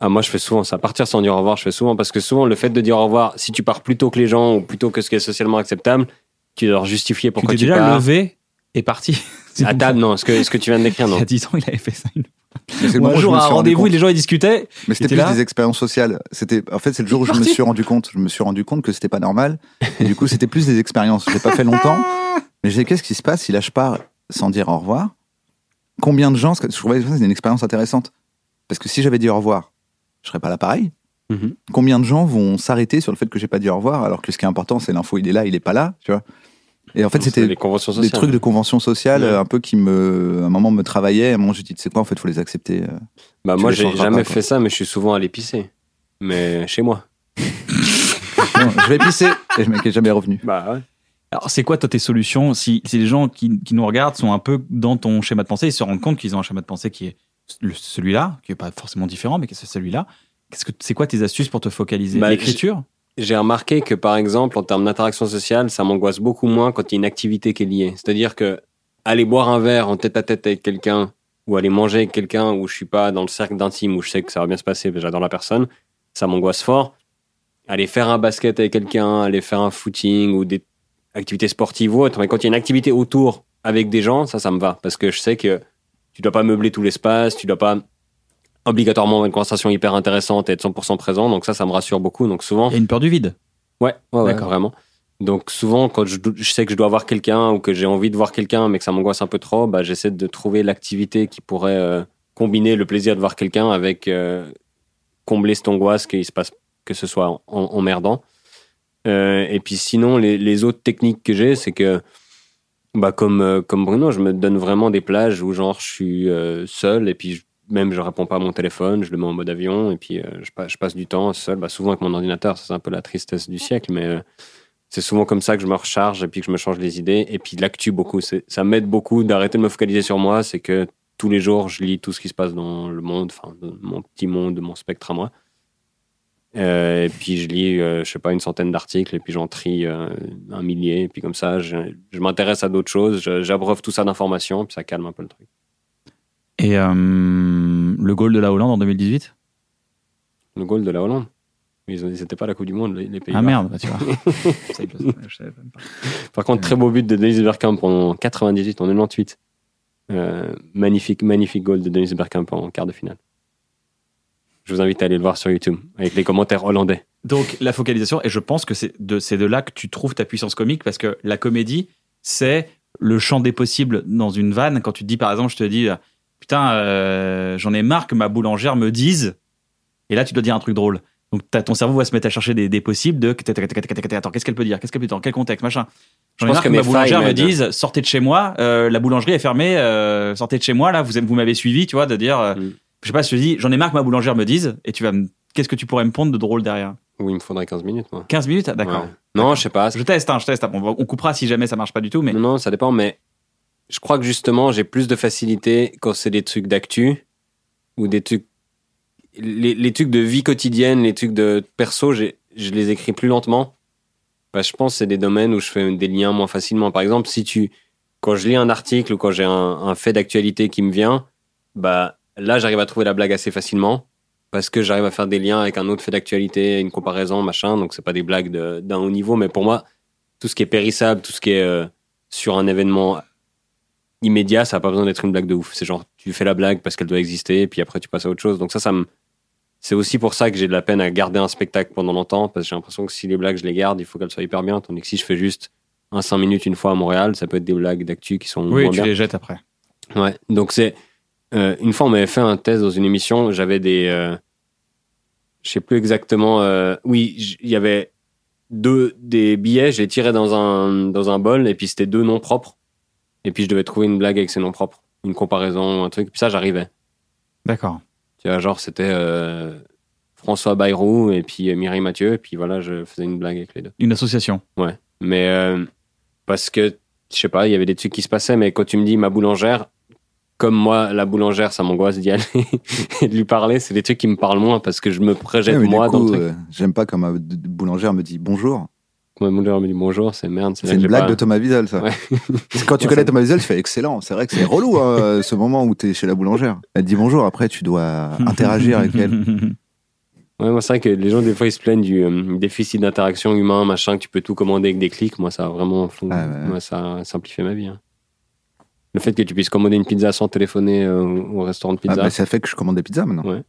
Ah, moi, je fais souvent ça. Partir sans dire au revoir, je fais souvent parce que souvent, le fait de dire au revoir, si tu pars plus tôt que les gens ou plus tôt que ce qui est socialement acceptable, tu dois leur justifier Tu pourquoi t'es tu, déjà pars. levé et parti. À table, non. Ce que, ce que tu viens de <laughs> décrire, Il non. y a 10 ans, il avait fait ça. Une... Mais c'est le Ou moment un où je jour, me à un suis rendu rendez-vous, compte. les gens ils discutaient. Mais c'était T'étais plus là des expériences sociales. C'était en fait c'est le jour où je me Parti. suis rendu compte. Je me suis rendu compte que c'était pas normal. Et du coup c'était plus des expériences. J'ai pas fait <laughs> longtemps. Mais j'ai dit, qu'est-ce qui se passe si là je pars sans dire au revoir Combien de gens parce que Je trouvais que c'était une expérience intéressante parce que si j'avais dit au revoir, je serais pas là pareil. Mhm. Combien de gens vont s'arrêter sur le fait que j'ai pas dit au revoir alors que ce qui est important c'est l'info il est là il est pas là tu vois Et en fait C'est c'était les conventions des sociales. trucs de convention sociale Ouais. euh, un peu qui me à un moment me travaillaient. À un moment j'ai dit tu sais quoi en fait faut les accepter. euh. Bah, tu moi, les j'ai changeras jamais pas, quoi. fait ça, mais je suis souvent à l'épicer. Mais chez moi. Non, je vais pisser. Et le mec est jamais revenu. Bah ouais. Alors, c'est quoi toi, tes solutions si, si les gens qui, qui nous regardent sont un peu dans ton schéma de pensée, ils se rendent compte qu'ils ont un schéma de pensée qui est le- celui-là, qui est pas forcément différent, mais qui est celui-là. Qu'est-ce que c'est quoi tes astuces pour te focaliser Bah, L'écriture J'ai remarqué que, par exemple, en termes d'interaction sociale, ça m'angoisse beaucoup moins quand il y a une activité qui est liée. C'est-à-dire que aller boire un verre en tête à tête avec quelqu'un, ou aller manger avec quelqu'un où je suis pas dans le cercle d'intime, où je sais que ça va bien se passer, parce que j'adore la personne, ça m'angoisse fort. Aller faire un basket avec quelqu'un, aller faire un footing ou des activités sportives ou autre. Mais quand il y a une activité autour avec des gens, ça, ça me va. Parce que je sais que tu dois pas meubler tout l'espace, tu dois pas obligatoirement avoir une conversation hyper intéressante et être 100% présent. Donc ça, ça me rassure beaucoup. Donc souvent, Il y a une peur du vide. Ouais, ouais, ouais, D'accord. vraiment. Donc souvent, quand je, do- je sais que je dois voir quelqu'un ou que j'ai envie de voir quelqu'un, mais que ça m'angoisse un peu trop, bah, j'essaie de trouver l'activité qui pourrait euh, combiner le plaisir de voir quelqu'un avec euh, combler cette angoisse qu'il se passe, que ce soit en, en- emmerdant. Euh, et puis sinon, les, les autres techniques que j'ai, c'est que, bah, comme, euh, comme Bruno, je me donne vraiment des plages où genre je suis euh, seul et puis je- même je réponds pas à mon téléphone, je le mets en mode avion et puis euh, je, pa- je passe du temps seul, bah, souvent avec mon ordinateur, ça, c'est un peu la tristesse du siècle, mais euh, c'est souvent comme ça que je me recharge et puis que je me change les idées et puis de l'actu beaucoup. C'est- Ça m'aide beaucoup d'arrêter de me focaliser sur moi, c'est que tous les jours je lis tout ce qui se passe dans le monde, enfin dans mon petit monde, mon spectre à moi. Euh, et puis je lis, euh, je sais pas, une centaine d'articles, et puis j'en trie euh, un millier, et puis comme ça, je, je m'intéresse à d'autres choses, je- j'abreuve tout ça d'informations, puis ça calme un peu le truc. Et euh, le goal de la Hollande en 2018 Le goal de la Hollande, ils ont- ils étaient pas à la Coupe du Monde, les, les pays Ah merde, bah, tu vois. Je savais que- je savais même pas. Par contre, très beau but de Dennis Bergkamp en 98, en 98. Euh, magnifique, magnifique goal de Dennis Bergkamp en quart de finale. Je vous invite à aller le voir sur YouTube avec les commentaires hollandais. Donc la focalisation, et je pense que c'est de, c'est de là que tu trouves ta puissance comique, parce que la comédie, c'est le champ des possibles dans une vanne. Quand tu te dis, par exemple, je te dis, euh, putain, euh, j'en ai marre que ma boulangère me dise, et là tu dois dire un truc drôle. Donc t'as- ton cerveau va se mettre à chercher des, des possibles de, attends, qu'est-ce qu'elle peut dire, qu'est-ce qu'elle peut dire, dans quel contexte, machin. J'en ai pense marre que que ma mes failles boulangère me m'aident. dise, sortez de chez moi, euh, la boulangerie est fermée, euh, sortez de chez moi, là, vous, vous m'avez suivi, tu vois, de dire, euh, Mm. je sais pas, je te dis, j'en ai marre que ma boulangère me dise, et tu vas me- Qu'est-ce que tu pourrais me pondre de drôle derrière Oui, il me faudrait 15 minutes, moi. 15 minutes, ah, d'accord. Ouais. Non, je sais pas. Je teste, hein, je teste. On, va- on coupera si jamais ça marche pas du tout, mais Non, non, ça dépend, mais je crois que justement, j'ai plus de facilité quand c'est des trucs d'actu ou des trucs. Les, les trucs de vie quotidienne, les trucs de perso, j'ai- je les écris plus lentement. Bah, je pense que c'est des domaines où je fais des liens moins facilement. Par exemple, si tu. Quand je lis un article ou quand j'ai un, un fait d'actualité qui me vient, bah là, j'arrive à trouver la blague assez facilement parce que j'arrive à faire des liens avec un autre fait d'actualité, une comparaison, machin. Donc, c'est pas des blagues de- d'un haut niveau, mais pour moi, tout ce qui est périssable, tout ce qui est. euh, sur un événement immédiat, ça n'a pas besoin d'être une blague de ouf. C'est genre, tu fais la blague parce qu'elle doit exister, et puis après, tu passes à autre chose. Donc ça, ça me... C'est aussi pour ça que j'ai de la peine à garder un spectacle pendant longtemps, parce que j'ai l'impression que si les blagues, je les garde, il faut qu'elles soient hyper bien. Tandis que si je fais juste un 5 minutes une fois à Montréal, ça peut être des blagues d'actu qui sont oui, moins tu bien. les jettes après. Ouais, donc c'est. euh, une fois, on m'avait fait un test dans une émission, j'avais des. euh, je sais plus exactement. euh, oui, j- il y avait deux des billets, je les tirais dans un, dans un bol, et puis c'était deux noms propres. Et puis je devais trouver une blague avec ces noms propres, une comparaison, un truc. Puis ça, j'arrivais. D'accord. Tu vois, genre, c'était euh, François Bayrou et puis euh, Mireille Mathieu, et puis voilà, je faisais une blague avec les deux. Une association. Mais euh, parce que, je sais pas, il y avait des trucs qui se passaient, mais quand tu me dis ma boulangère, comme moi, la boulangère, ça m'angoisse d'y aller <laughs> et de lui parler, c'est des trucs qui me parlent moins parce que je me projette Ouais, mais du moi dans le coup, truc. euh, j'aime pas quand ma d- d- boulangère me dit bonjour. Ma boulangère me dit bonjour, c'est merde, C'est une blague de Thomas Wiesel, ça. Ouais. Parce que Quand tu Ouais, connais ça- Thomas Wiesel, tu fais excellent. C'est vrai que c'est relou, hein, ce moment où tu es chez la boulangère. Elle te dit bonjour, après tu dois interagir <laughs> avec elle. Ouais, moi, c'est vrai que les gens, des fois, ils se plaignent du euh, déficit d'interaction humain, machin, que tu peux tout commander avec des clics. Moi, ça a vraiment fond- Ah, ouais. moi, ça a simplifié ma vie. hein. Le fait que tu puisses commander une pizza sans téléphoner euh, au au restaurant de Ah, <laughs> pizza. bah, ça fait que je commande des pizzas maintenant. Ouais.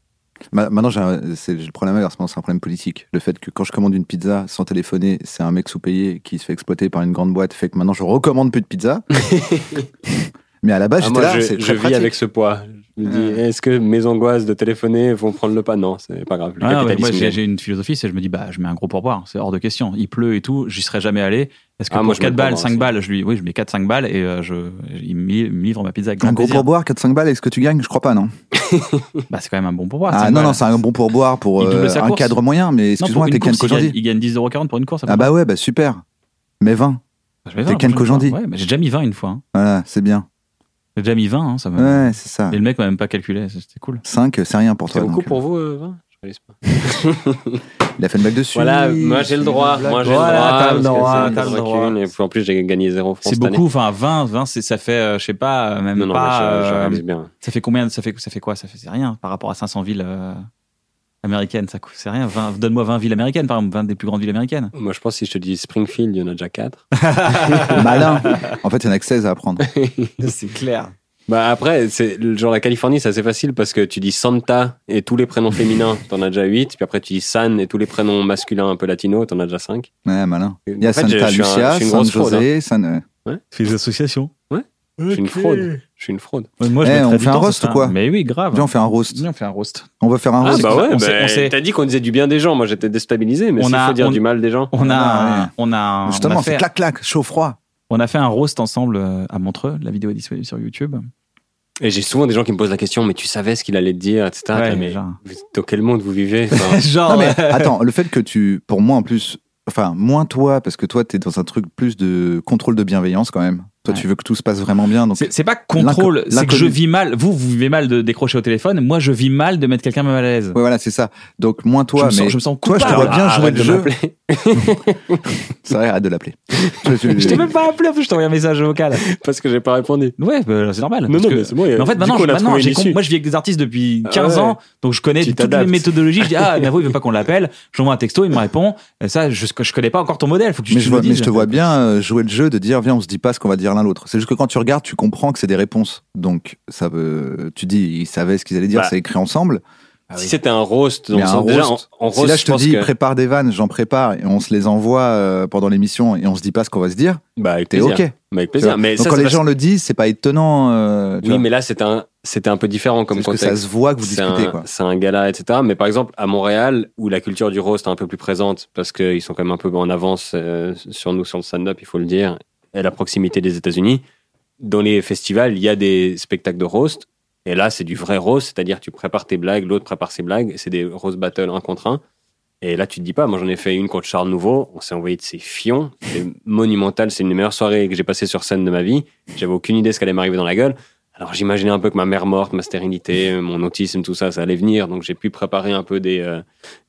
Ma- Maintenant, j'ai un- c'est j'ai le problème avec, en ce moment, c'est un problème politique. Le fait que quand je commande une pizza sans téléphoner, c'est <laughs> un mec sous-payé qui se fait exploiter par une grande boîte, fait que maintenant je recommande plus de pizza. Mais à la base, Ah, j'étais moi, là, je, c'est je très vis pratique. avec ce poids. Je me dis, est-ce que mes angoisses de téléphoner vont prendre le pas Non, c'est pas grave. Le Ah, ouais, capitalisme moi, j'ai gagne. j'ai une philosophie, c'est je me dis, bah, je mets un gros pourboire, c'est hors de question. Il pleut et tout, j'y serais jamais allé. Est-ce que Ah, pour moi, je mets 4 le balles, pourboire 5 aussi. balles, je lui, oui, je mets 4-5 balles et euh, je, il me li- me livre ma pizza avec grand Un gros plaisir. pourboire, 4-5 balles, est-ce que tu gagnes Je crois pas, non. Bah, c'est quand même un bon pourboire. Ah 5 non, non, balles. c'est un bon pourboire pour Il double euh, sa un course. cadre moyen, mais Non, pour excuse-moi, une t'es Ken course, il gagne- Kojandi. Il gagne 10,40€ pour une course. ça Ah compte bah ouais, bah super. Mais 20, pas. Je vais t'es voir la Ken prochaine Kojandi. fois. Ouais, mais j'ai déjà mis 20 une fois. hein. voilà, c'est bien. J'ai déjà mis 20, hein, ça me- Ouais, c'est ça. Et le mec m'a même pas calculé, ça, c'était cool. 5, c'est rien pour C'est toi. beaucoup donc, pour vous, euh, Vin Je réalise pas. euh, Il a fait une blague dessus. Voilà, moi j'ai le droit. Moi j'ai Voilà, t'as le le droit. droit, parce que t'as c'est le une droit. recul, Et puis en plus, j'ai gagné 0 francs. C'est cette beaucoup, année. enfin 20, 20, c'est- ça fait, euh, je sais pas, euh, même Non, non, pas. mais je- je euh, réalise bien. ça fait combien Ça fait, ça fait quoi Ça fait c'est rien par rapport à 500 villes euh, américaines, ça coûte- c'est rien. 20 Donne-moi 20 villes américaines, par exemple, 20 des plus grandes villes américaines. Moi, je pense que si je te dis Springfield, il y en a déjà 4. Malin. En fait, il y en a que 16 à apprendre. c'est clair. Bah après, c'est genre la Californie, c'est assez facile parce que tu dis Santa et tous les prénoms féminins, <laughs> t'en as déjà 8. Puis après, tu dis San et tous les prénoms masculins un peu latinos, t'en as déjà 5. Ouais, malin. Il y a En fait, je- Santa je suis un- je Lucia, suis une San grosse fraude, hein. José, San. euh, C'est des associations. Ouais. Je suis une fraude. Je suis une fraude. Moi, Eh, je mettrais on du fait un temps, roast ça, ou quoi Mais oui, grave. Viens, on fait un roast. Viens, on fait un roast. On va faire un Ah, roast. bah ouais, on sait- on bah, sait- t'as dit qu'on disait du bien des gens. Moi, j'étais déstabilisé, mais On s'il a- faut dire on- du mal des gens. On Ah, a, ouais. on a, on Justement, a c'est fait, clac-clac, chaud-froid. on a fait un roast ensemble euh, à Montreux. La vidéo est disponible sur YouTube. Et j'ai souvent des gens qui me posent la question, mais tu savais ce qu'il allait te dire, etc. Ouais, T'as, mais genre. vous- dans quel monde vous vivez <laughs> <laughs> Enfin, Genre, euh, Non, <laughs> mais attends, le fait que tu. Pour moi, en plus. Enfin, moins toi, parce que toi, t'es dans un truc plus de contrôle de bienveillance quand même. Toi, Ouais. tu veux que tout se passe vraiment bien. Donc, C'est c'est pas contrôle, L'inco- c'est que l'inconnu. je vis mal. Vous, vous vivez mal de décrocher au téléphone. Moi, je vis mal de mettre quelqu'un mal à l'aise. Ouais, voilà, c'est ça. Donc, moins je, toi, me sens, mais. je me sens Toi, coupable. je te vois bien arrête jouer de le jeu. m'appeler. <laughs> C'est vrai, arrête de l'appeler. Je- <laughs> je- Je t'ai même pas appelé, en plus, je t'ai envoyé un message vocal. parce que j'ai pas répondu. Ouais, bah, c'est normal. Non, parce non, que- mais c'est bon, mais en fait, du maintenant, coup, on je- a maintenant, trouvé une j'ai com- issue. moi, je vis avec des artistes depuis Ah 15 ouais. ans, donc je connais Tu toutes les t'adaptes. méthodologies. Je dis, <laughs> ah, Navo, il veut pas qu'on l'appelle. J'envoie un texto, il me répond. Et ça, je, je connais pas encore ton modèle. Faut que tu Mais tu je, me vois- mais dises. je te vois bien euh, jouer le jeu de dire viens on se dit pas ce qu'on va dire l'un l'autre. C'est juste que quand tu regardes tu comprends que c'est des réponses. Donc ça veut, tu dis ils savaient ce qu'ils allaient dire, Bah. c'est écrit ensemble. Ah Si c'était un roast, dans Mais le un sens, déjà, roast, en, en si roast, là je te pense dis que- prépare des vannes, j'en prépare et on se les envoie euh, pendant l'émission et on se dit pas ce qu'on va se dire, bah, avec t'es plaisir. ok. Bah, avec tu plaisir. vois. Mais Donc ça, quand c'est les parce- gens le disent c'est pas étonnant. euh, tu Oui, vois. mais là, c'était un, c'était un peu différent comme Parce que contexte. ça se voit que vous C'est discutez un- quoi. C'est un gala, etc. Mais par exemple, à Montréal, où la culture du roast est un peu plus présente, parce qu'ils sont quand même un peu en avance euh, sur nous, sur le stand-up, il faut le dire, et la proximité des États-Unis, dans les festivals, il y a des spectacles de roast. Et là, c'est du vrai roast, c'est-à-dire tu prépares tes blagues, l'autre prépare ses blagues, c'est des roast battles un contre un. Et là, tu te dis pas, moi j'en ai fait une contre Charles Nouveau, on s'est envoyé de ses fions, c'est monumental, c'est une des meilleures soirées que j'ai passées sur scène de ma vie, j'avais aucune idée ce qu'allait m'arriver dans la gueule. Alors j'imaginais un peu que ma mère morte, ma stérilité, mon autisme, tout ça, ça allait venir. Donc j'ai pu préparer un peu des, euh,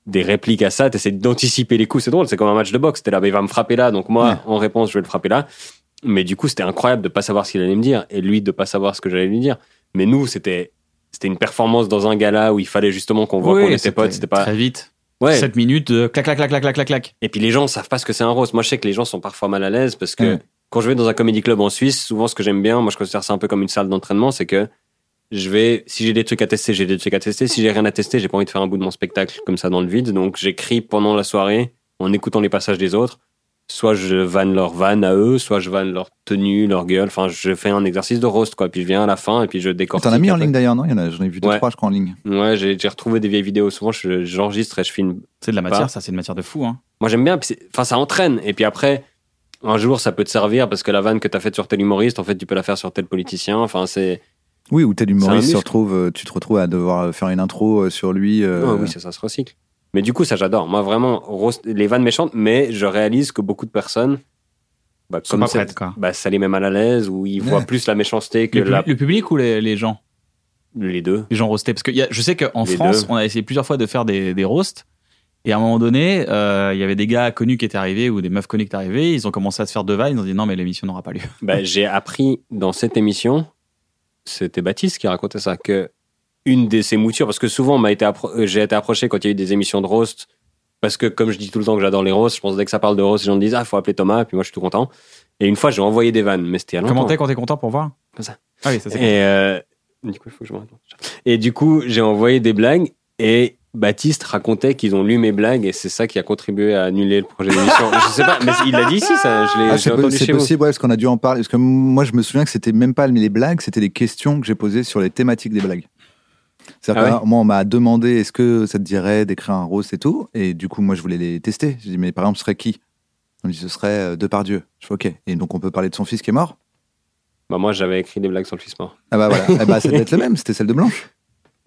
des répliques à ça. T'essaies d'anticiper les coups. C'est drôle, c'est comme un match de boxe. T'es là, mais il va me frapper là. Donc moi, Ouais. en réponse, je vais le frapper là. Mais du coup, c'était incroyable de pas savoir ce qu'il allait me dire et lui de pas savoir ce que j'allais lui dire. Mais nous, c'était c'était une performance dans un gala où il fallait justement qu'on voit Oui, qu'on était c'était potes. C'était pas Très vite. ouais. 7 minutes, euh, clac, clac, clac, clac, clac, clac, clac. Et puis les gens savent pas ce que c'est un roast. Moi, je sais que les gens sont parfois mal à l'aise parce que Ouais. quand je vais dans un comédie club en Suisse, souvent ce que j'aime bien, moi je considère ça un peu comme une salle d'entraînement, c'est que je vais, si j'ai des trucs à tester, j'ai des trucs à tester. Si j'ai rien à tester, j'ai pas envie de faire un bout de mon spectacle comme ça dans le vide. Donc j'écris pendant la soirée en écoutant les passages des autres. Soit je vanne leur vanne à eux, soit je vanne leur tenue, leur gueule. Enfin, je fais un exercice de roast, quoi. Puis je viens à la fin et puis je décortique. T'en as mis en après. ligne d'ailleurs non Il y en a, j'en ai vu deux Ouais. trois je crois en ligne. Ouais, j'ai j'ai retrouvé des vieilles vidéos. Souvent, je- j'enregistre et je filme C'est de la matière, Pas. ça, c'est une matière de fou. Hein. moi j'aime bien, puis c'est- enfin ça entraîne. Et puis après, un jour ça peut te servir parce que la vanne que t'as faite sur tel humoriste, en fait tu peux la faire sur tel politicien. Enfin c'est. Oui ou t'es C'est un l'humoriste se muscle. retrouve, euh, tu te retrouves à devoir faire une intro euh, sur lui. euh, Ouais, Ah oui, ça, ça se recycle. Mais du coup, ça j'adore. Moi vraiment, roast- les vannes méchantes, mais je réalise que beaucoup de personnes. Bah, Sont pas ça- prêtes, quoi. Bah, ça les met mal à l'aise ou ils Ouais. voient plus la méchanceté que Le, pub- la... le public ou les, les gens les deux. les gens roastés parce que il y a- je sais qu'en Les France deux. on a essayé plusieurs fois de faire des, des roasts et à un moment donné euh, il y avait des gars connus qui étaient arrivés ou des meufs connues qui étaient arrivées ils ont commencé à se faire deux vannes ils ont dit non mais l'émission n'aura pas lieu Bah, j'ai appris dans cette émission, c'était Baptiste qui racontait ça, que une de ses moutures, parce que souvent on m'a été appro- euh, j'ai été approché quand il y a eu des émissions de roast, parce que comme je dis tout le temps que j'adore les roasts, je pense dès que ça parle de roast, les gens me disent ah faut appeler Thomas, puis moi je suis tout content. Et une fois j'ai envoyé des vannes, mais c'était à comment longtemps. t'es quand t'es content pour voir Comme ça. ah oui ça c'est Et euh, du coup, il faut que je me raconte. Et du coup, j'ai envoyé des blagues et Baptiste racontait qu'ils ont lu mes blagues et c'est ça qui a contribué à annuler le projet d'émission. je sais pas, mais il l'a dit si, ça, je l'ai Ah, je c'est l'ai po- entendu c'est chez vous. possible, ouais, parce qu'on a dû en parler. Parce que moi, je me souviens que c'était même pas les blagues, c'était les questions que j'ai posées sur les thématiques des blagues. C'est-à-dire Ah que moi, on m'a demandé est-ce que ça te dirait d'écrire un roast et tout. Et du coup, moi, je voulais les tester. J'ai dit, mais par exemple, ce serait qui On me dit, ce serait euh, Depardieu. Je fais, ok. Et donc, on peut parler de son fils qui est mort Bah, moi, j'avais écrit des blagues sur le fils mort. Ah bah voilà. eh bah, ça doit être le même. C'était celle de Blanche.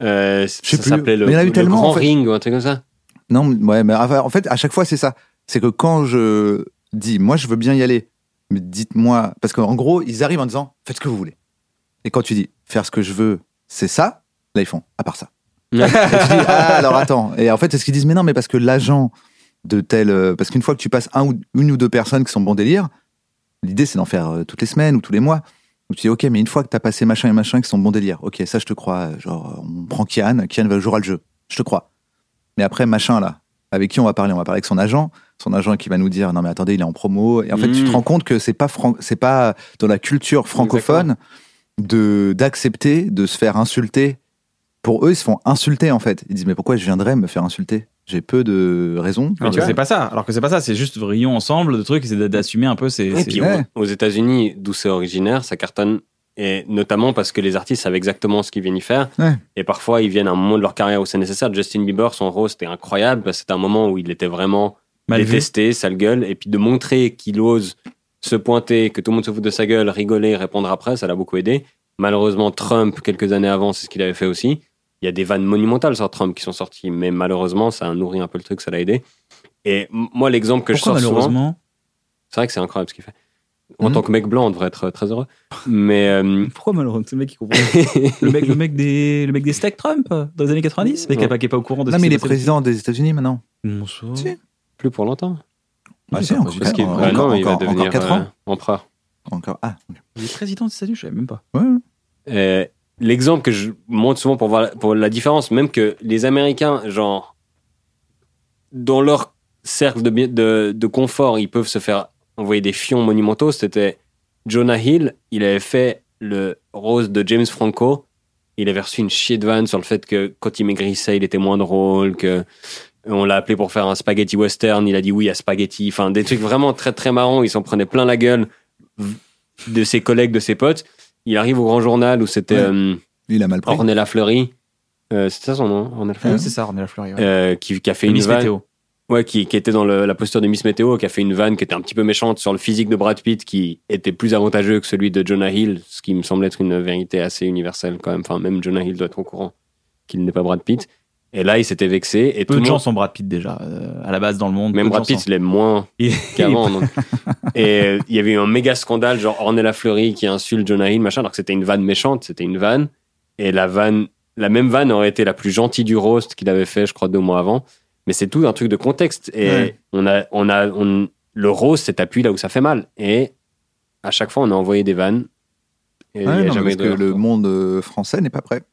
Euh, sais ça plus. s'appelait le, Mais il y en a eu le tellement, Grand en fait. Ring ou un truc comme ça. Non, mais- ouais, mais enfin, en fait, à chaque fois, c'est ça. C'est que quand je dis, moi, je veux bien y aller, mais dites-moi. Parce qu'en gros, ils arrivent en disant, faites ce que vous voulez. Et quand tu dis, faire ce que je veux, c'est ça, là, ils font, à part ça. Ouais. Et tu dis, ah, alors attends. Et en fait, c'est ce qu'ils disent, mais non, mais parce que l'agent de tel. euh, Parce qu'une fois que tu passes un ou, une ou deux personnes qui sont bon délire, l'idée, c'est d'en faire euh, toutes les semaines ou tous les mois. Donc tu dis, ok, mais une fois que t'as passé machin et machin qui sont bon délire, ok, ça, je te crois. euh, Genre, on prend Kian, Kian va jouer à le jeu. Je te crois. Mais après, machin là, avec qui on va parler On va parler avec son agent, son agent qui va nous dire non mais attendez, il est en promo. Et en fait, Mm. tu te rends compte que c'est pas fran- c'est pas dans la culture francophone de d'accepter de se faire insulter. Pour eux, ils se font insulter en fait. Ils disent mais pourquoi je viendrais me faire insulter J'ai peu de raisons. ah Mais tu vois, c'est pas ça. Alors que c'est pas ça, c'est juste rions ensemble de trucs, c'est d'a- d'assumer un peu ces. Et ces- puis, ouais. aux États-Unis, d'où c'est originaire, ça cartonne. Et notamment parce que les artistes savent exactement ce qu'ils viennent y faire. Ouais. Et parfois, ils viennent à un moment de leur carrière où c'est nécessaire. Justin Bieber, son rose, c'était incroyable parce que c'était un moment où il était vraiment mal vu. détesté, sale gueule. Et puis de montrer qu'il ose se pointer, que tout le monde se fout de sa gueule, rigoler, répondre après, ça l'a beaucoup aidé. Malheureusement, Trump, quelques années avant, c'est ce qu'il avait fait aussi. Il y a des vannes monumentales sur Trump qui sont sorties, mais malheureusement, ça a nourri un peu le truc, ça l'a aidé. Et m- moi, l'exemple que Pourquoi je sors souvent, <laughs> malheureusement Hmm. c'est vrai que c'est incroyable ce qu'il fait. En Mhm. tant que mec blanc, on devrait être euh, très heureux. Mais euh, Pourquoi malheureusement C'est le mec qui comprend. <laughs> le, mec, le, mec des, le mec des steaks Trump euh, dans les années 90 Le mec qui a Ouais. pas- qui est pas au courant de Non ce mais il qui est s'est président des États-Unis maintenant. passé. Bonsoir. Si. plus pour longtemps. Ah, si, encore- Parce qu'il encore- bah non, il va encore- devenir encore 4 ans. euh, empereur. Encore ah Il est président des États-Unis, je savais même pas. ouais. Euh, L'exemple que je montre souvent pour voir pour la différence, même que les Américains, genre, dans leur cercle de, bi- de, de confort, ils peuvent se faire envoyer des fions monumentaux. C'était Jonah Hill, il avait fait le rose de James Franco. Il avait reçu une chier de vanne sur le fait que quand il maigrissait, il était moins drôle, que on l'a appelé pour faire un spaghetti western, il a dit oui à spaghetti. Enfin, des trucs vraiment très très marrants. Il s'en prenait plein la gueule v- de ses collègues, de ses potes. Il arrive au grand journal où c'était Ouais. euh, Il a mal pris. Ornella Fleury. Euh, c'est ça son nom, Ornella Fleury Oui, Ah, c'est ça, René Lafleur. Ouais. Ah Euh, qui, qui a fait Et une Miss vanne. Météo. Ouais, qui, qui était dans le- la posture de Miss Météo, qui a fait une vanne qui était un petit peu méchante sur le physique de Brad Pitt, qui était plus avantageux que celui de Jonah Hill, ce qui me semble être une vérité assez universelle quand même. Enfin, même Jonah Hill doit être au courant qu'il n'est pas Brad Pitt. Et là, il s'était vexé. Et tout Peu le de monde- gens sont Brad Pitt déjà, euh, à la base dans le monde. Même peu de Brad gens Pitt, sont- il est moins Il- qu'avant. donc. Et euh, il y avait eu un méga scandale, genre Ornella Fleury qui insulte Jonah Hill, machin, alors que c'était une vanne méchante, c'était une vanne. Et la vanne, la même vanne aurait été la plus gentille du roast qu'il avait fait, je crois, deux mois avant. Mais c'est tout un truc de contexte. Et Ouais. on a, on a, on- le roast s'est appuyé là où ça fait mal. Et à chaque fois, on a envoyé des vannes. Et il y Ouais, a non, jamais parce eu de que le retour. monde euh, français n'est pas prêt.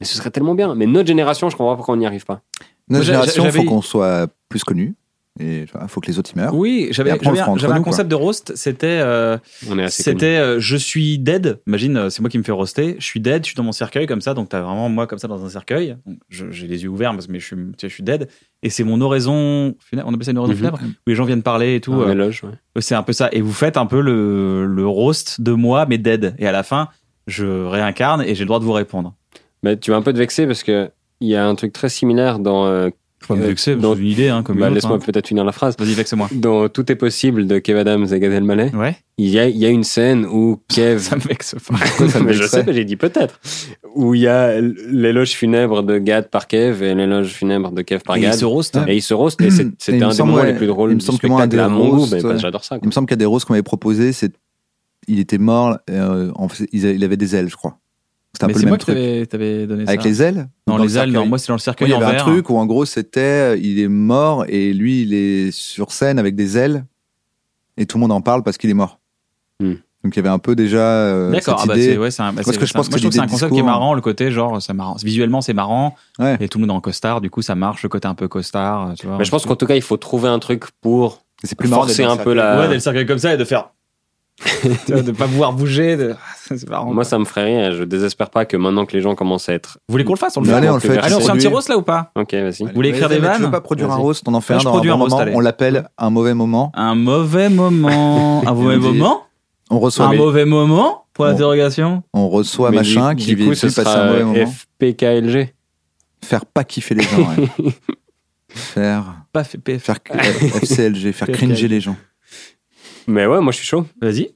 Mais ce serait tellement bien. Mais notre génération, je comprends pas pourquoi on n'y arrive pas. Notre Moi, j'a- génération, j'avais- faut qu'on soit plus connu et il faut que les autres y meurent. Oui, j'avais Et après, on j'avais le fera un, entre j'avais un nous, concept de roast, c'était euh, On est assez connus. c'était euh, je suis dead. Imagine, euh, c'est moi qui me fais roaster. Je suis dead, je suis dans mon cercueil comme ça. Donc t'as vraiment moi comme ça dans un cercueil. Donc, je- J'ai les yeux ouverts, mais je suis, tu sais, je suis dead. Et c'est mon oraison. funèbre, On appelle ça une oraison Mhm. Ah, funèbre où les gens viennent parler et tout. Un euh, éloge, ouais. c'est un peu ça. Et vous faites un peu le, le roast de moi, mais dead. Et à la fin, je réincarne et j'ai le droit de vous répondre. Bah, tu vas un peu te vexer parce que il y a un truc très similaire dans. euh, Je peux me Euh, vexer, dans- c'est une idée, hein, comme bah, une autre, Laisse-moi hein. peut-être finir la phrase. Vas-y, vexe-moi. Dans Tout est possible de Kev Adams et Gad Elmaleh, Ouais, il y a, il y a une scène où <laughs> Kev. ça me vexe pas. ça me <laughs> Mais je vexerait. sais, mais j'ai dit peut-être. Où il y a l'éloge funèbre de Gad par Kev et l'éloge funèbre de Kev par Et Gad. il se roast. Et ils se roast. <clears throat> Et c'est- Et il c'était me un des semble, moments ouais, les plus drôles il me du semble que moi, spectacle. un à des mon goût, roasts, mais bah, ouais. j'adore ça. quoi. Il me semble qu'il y a des roses qu'on m'avait proposé, c'est il était mort, euh, en fait, ils avaient- il avait des ailes, je crois. C'était un Mais peu c'est le moi même qui truc. t'avais t'avais donné Avec ça. les ailes Non, Dans les le ailes, non, cercueil. moi c'est hein. dans le Oui, il cercueil y en avait un verre. truc où en gros c'était euh, il est mort et lui il est sur scène avec des ailes et tout le monde en parle parce qu'il est mort. Hmm. Donc il y avait un peu déjà euh, D'accord, cette ah bah idée. c'est ouais, c'est un, bah Parce c'est- que je c'est un- pense moi, que je trouve que c'est un l'idée concept discours- qui est marrant, le côté genre c'est marrant, visuellement c'est marrant Ouais. et tout le monde est en costard, du coup ça marche, le côté un peu costard, euh, tu vois. Mais je pense qu'en tout cas, il faut trouver un truc pour C'est plus marrant forcer d'être dans un le peu cercueil. la. ouais, d'être le cercueil comme ça et de faire Tu vois, de ne pas pouvoir bouger. <laughs> de- Ah, ça, c'est marrant. Moi, ça me ferait rien. Je désespère pas que maintenant que les gens commencent à être. Vous voulez qu'on le fasse On le Mais fait. allez, on le fait. Allez, on fait un Produit. petit roast là ou pas Ok, vas-y. Vous voulez écrire Vas-y, des mais Tu vannes veux pas produire un Vas-y. roast On en fait Ouais, un je dans un produis un bon roast, moment. allez. On l'appelle un mauvais moment. Un mauvais <laughs> moment. Un mauvais On dit- moment On reçoit, Un mauvais moment Point Bon. d'interrogation on reçoit Mais du- machin qui du coup, vit ce passer un sera mauvais euh, moment. FPKLG. Faire pas kiffer les gens. <laughs> ouais. Faire, Pas fait PF. faire <laughs> euh, FCLG, faire cringer les gens. Mais ouais, moi, je suis chaud. Vas-y.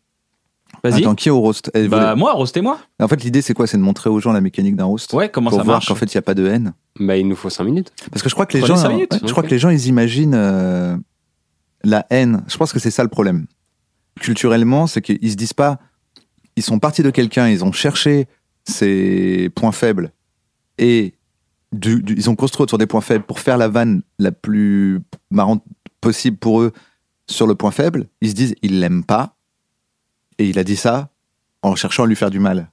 Vas-y. Attends, qui est au roast Eh, vous Bah, voulez- moi, roastez-moi. En fait, l'idée, c'est quoi C'est de montrer aux gens la mécanique d'un roast. Ouais, comment pour ça voir marche qu'en fait, il n'y a pas de haine. Bah, il nous faut 5 minutes. Parce que je crois que les Prenez gens, cinq minutes, ouais, je ok. crois que les gens, ils imaginent euh, la haine. Je pense que c'est ça le problème. Culturellement, c'est qu'ils se disent pas, ils sont partis de quelqu'un, ils ont cherché ses points faibles et du- du- ils ont construit autour des points faibles pour faire la vanne la plus marrante possible pour eux sur le point faible. Ils se disent, il l'aime pas et il a dit ça en cherchant à lui faire du mal.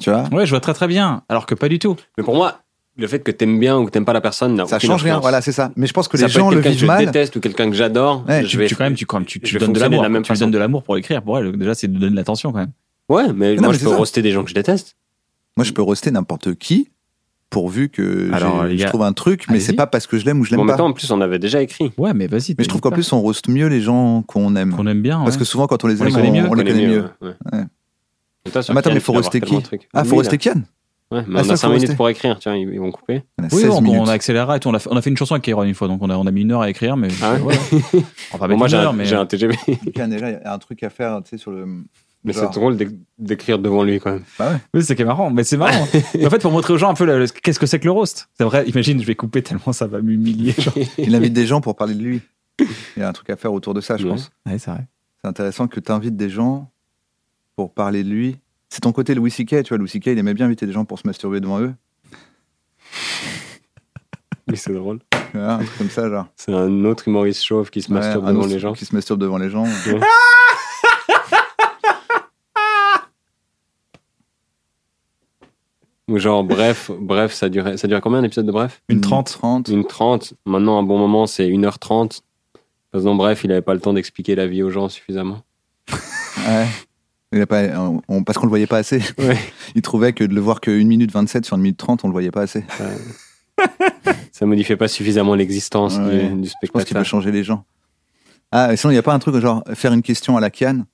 Tu vois Ouais, je vois très très bien. Alors que pas du tout. Mais pour moi, le fait que t'aimes bien ou que t'aimes pas la personne, n'a Ça Ah, aucune change rien, influence. voilà, c'est ça. Mais je pense que Ça les peut gens être le quelqu'un que vivent je mal. déteste ou quelqu'un que j'adore. Ouais, je tu, vais... tu, quand même, tu, quand même, tu, je tu vais donnes de fonctionner de l'amour. la même tu lui façon. donnes de l'amour pour écrire. Pour elle, déjà, c'est de donner de l'attention quand même. Ouais, mais Non, moi, mais je c'est peux ça. roaster des gens que je déteste. Moi, je peux roaster n'importe qui, pourvu que Alors, j'ai- les je gars, trouve un truc, mais allez-y. c'est pas parce que je l'aime ou je l'aime Bon, mais pas. attends, en plus, on avait déjà écrit. Ouais, mais vas-y. mais je trouve t'es- qu'en plus, on roaste mieux les gens qu'on aime. qu'on aime bien. Parce que souvent, quand on les On les aime, connaît mieux. on, on les connaît mieux. ouais, ouais. Ouais. Mais toi, sur Ah, mais attends, Kian, mais tu faut dois avoir roaster tellement qui de trucs. Ah, Lui, faut là. roaster Kian Ouais, mais Ah, on ça, faut a 5 minutes roaster. Ah, pour écrire, tiens, ils ils vont couper. On a Oui, 16 on, minutes. on a accéléré et tout. On a, fait, on a fait une chanson avec Kairon une fois, donc on a, on a mis une heure à écrire, mais Ah ouais <laughs> voilà. on va bah, pas Bon, mettre moi, une j'ai heure, un, mais j'ai un <laughs> TGV. Kian, déjà, il y a un truc à faire, tu sais, sur le. Mais c'est Genre. Bah drôle d'éc- d'écrire devant lui quand même. Oui, c'est qui est marrant. Mais c'est <laughs> marrant. Mais en fait, pour montrer aux gens un peu le- le- qu'est-ce que c'est que le roast. C'est vrai. Imagine, je vais couper tellement ça va m'humilier. <laughs> genre. Il invite des gens pour parler de lui. Il y a un truc à faire autour de ça, je Ouais. pense. Ouais, c'est vrai. C'est intéressant que tu invites des gens pour parler de lui. C'est ton côté Louis C.K., tu vois. Louis C.K., il aimait bien inviter des gens pour se masturber devant eux. Mais c'est drôle. Tu vois, un truc comme ça, genre. C'est un autre humoriste chauve qui se Ouais, masturbe un devant autre les gens. Qui se masturbe devant les gens. Ouais. Ou genre, bref, bref, ça durait, ça durait combien l'épisode de bref Une trente. 30. Une 30. Maintenant, un bon moment, c'est 1h30. Parce que, non, bref, il avait pas le temps d'expliquer la vie aux gens suffisamment. Ouais. Il a pas, on- on- parce qu'on le voyait pas assez. Ouais. <laughs> Il trouvait que de le voir que 1 minute 27 sur 1 minute 30, on le voyait pas assez. Je Ça modifiait pas suffisamment l'existence du- Ouais. du, pense qu'il peut spectateur. changer les gens. Ah, et sinon, il n'y a pas un truc genre faire une question à la Kian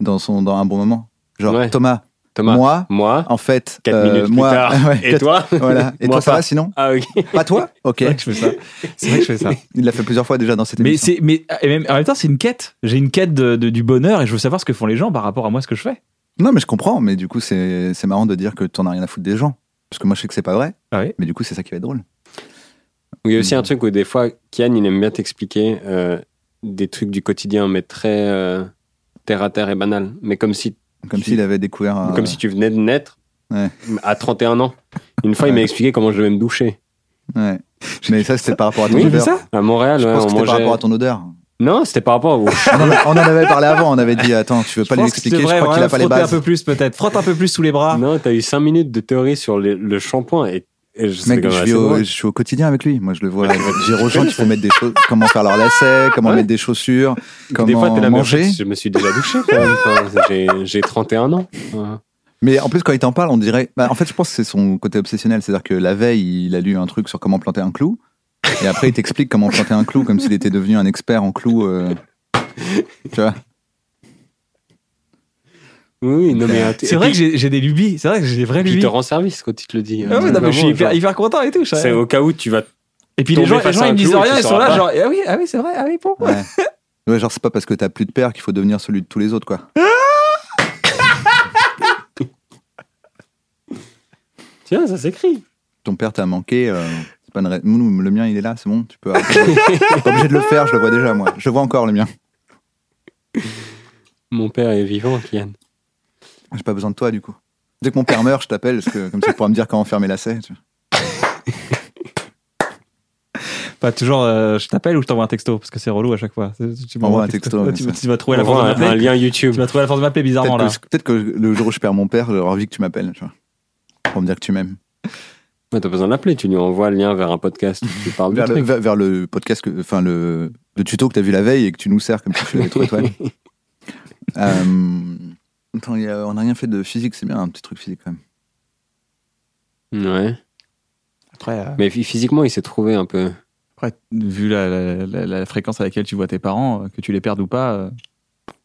dans, son, dans un bon moment. Genre, Ouais. Thomas, Thomas, moi, moi, en fait. 4 euh, minutes moi, plus <laughs> tard. ouais, Et quatre- toi Voilà. Et Moi toi, ça pas. va sinon Ah, <laughs> ok. Pas <laughs> toi Ok. C'est vrai que je fais ça. C'est vrai que je <laughs> fais ça. Il l'a fait plusieurs fois déjà dans cette Mais émission. c'est, mais et même- en même temps, c'est une quête. J'ai une quête de- de- du bonheur et je veux savoir ce que font les gens par rapport à moi, ce que je fais. Non, mais je comprends. Mais du coup, c'est c'est marrant de dire que t'en as rien à foutre des gens. Parce que moi, je sais que c'est pas vrai. Ah oui. Mais du coup, c'est ça qui va être drôle. Il y a aussi un truc où des fois, Kian, il aime bien t'expliquer euh, des trucs du quotidien, mais très euh, terre à terre et banal. Mais comme si, Comme Tu- s'il avait découvert. un- comme si tu venais de naître Ah, Ouais. à 31 ans. Une fois, il m'a expliqué comment je devais me doucher. Ouais. Mais ça, c'était par rapport à ton Oui, odeur. À Montréal, Je ouais, pense que on c'était par mangeait. rapport à ton odeur. Non, c'était par <laughs> rapport au. On en, on en avait parlé avant, on avait dit attends, tu veux pas Je lui pense que tu expliquer, je devrais crois qu'il a vraiment pas les frotter un bases. peu plus, peut-être. Frotte un peu plus sous les bras. non, t'as eu 5 minutes de théorie sur le, le shampoing et, et je sais Mec, quand je, même vis assez au, drôle. je suis au quotidien avec lui. Moi, je le vois euh, dire aux gens qu'il faut mettre des choses, comment faire leurs lacets, comment Ouais. mettre des chaussures, comment Des fois, t'es là, mais en fait, manger. je me suis déjà douché quand même. Enfin, j'ai- J'ai 31 ans. Ouais. Mais en plus, quand il t'en parle, on dirait. bah, en fait, je pense que c'est son côté obsessionnel. C'est-à-dire que la veille, il a lu un truc sur comment planter un clou. Et après, il t'explique comment planter un clou, comme s'il était devenu un expert en clous. euh, Tu vois Oui, non, mais. C'est vrai que j'ai, j'ai des lubies. C'est vrai que j'ai des vraies Tu lubies. te rends service quand il te le dit. Ah ouais, non, mais je suis Vraiment, hyper, genre, hyper content et tout. je- C'est au cas où tu vas Et puis les tomber gens, les face gens, à un ils me disent clou et rien, tu ils sont sauras là, pas. genre, ah oui, ah oui, c'est vrai, ah oui, pourquoi Ouais. Ouais, genre, c'est pas parce que t'as plus de père qu'il faut devenir celui de tous les autres, quoi. Tiens, ça s'écrit. Ton père t'a manqué. euh, c'est pas une ra- Nous, nous, le mien, il est là, c'est bon, tu peux. arrêter. T'es pas obligé de le faire, je le vois déjà, moi. Je le vois encore, le mien. Mon père est vivant, Kian. J'ai pas besoin de toi, du coup. Dès que mon père meurt, je t'appelle, parce que comme ça, tu pourras me dire comment faire mes lacets. tu vois. Pas toujours, euh, je t'appelle ou je t'envoie un texto, parce que c'est relou à chaque fois. C'est- Tu Envoie m'envoies un texto, Toi, mais tu, ça- tu vas trouver On la force de voit un, un m'appeler. lien Tu YouTube. vas trouver la force de m'appeler bizarrement là. Peut-être que, peut-être que le jour où je perds mon père, j'aurais envie que tu m'appelles, tu vois. Pour me dire que tu m'aimes. Mais T'as pas besoin de l'appeler, tu lui envoies le lien vers un podcast. où Tu parles du Vers le, truc. vers- <laughs> vers le podcast, que, enfin, le, le tuto que t'as vu la veille et que tu nous sers comme si tu l'avais trouvé toi Euh, attends, il y a- on n'a rien fait de physique, c'est bien un petit truc physique quand même. Ouais. Après, euh, Mais physiquement, il s'est trouvé un peu. après, vu la, la- la- la fréquence à laquelle tu vois tes parents, euh, que tu les perdes ou pas, euh,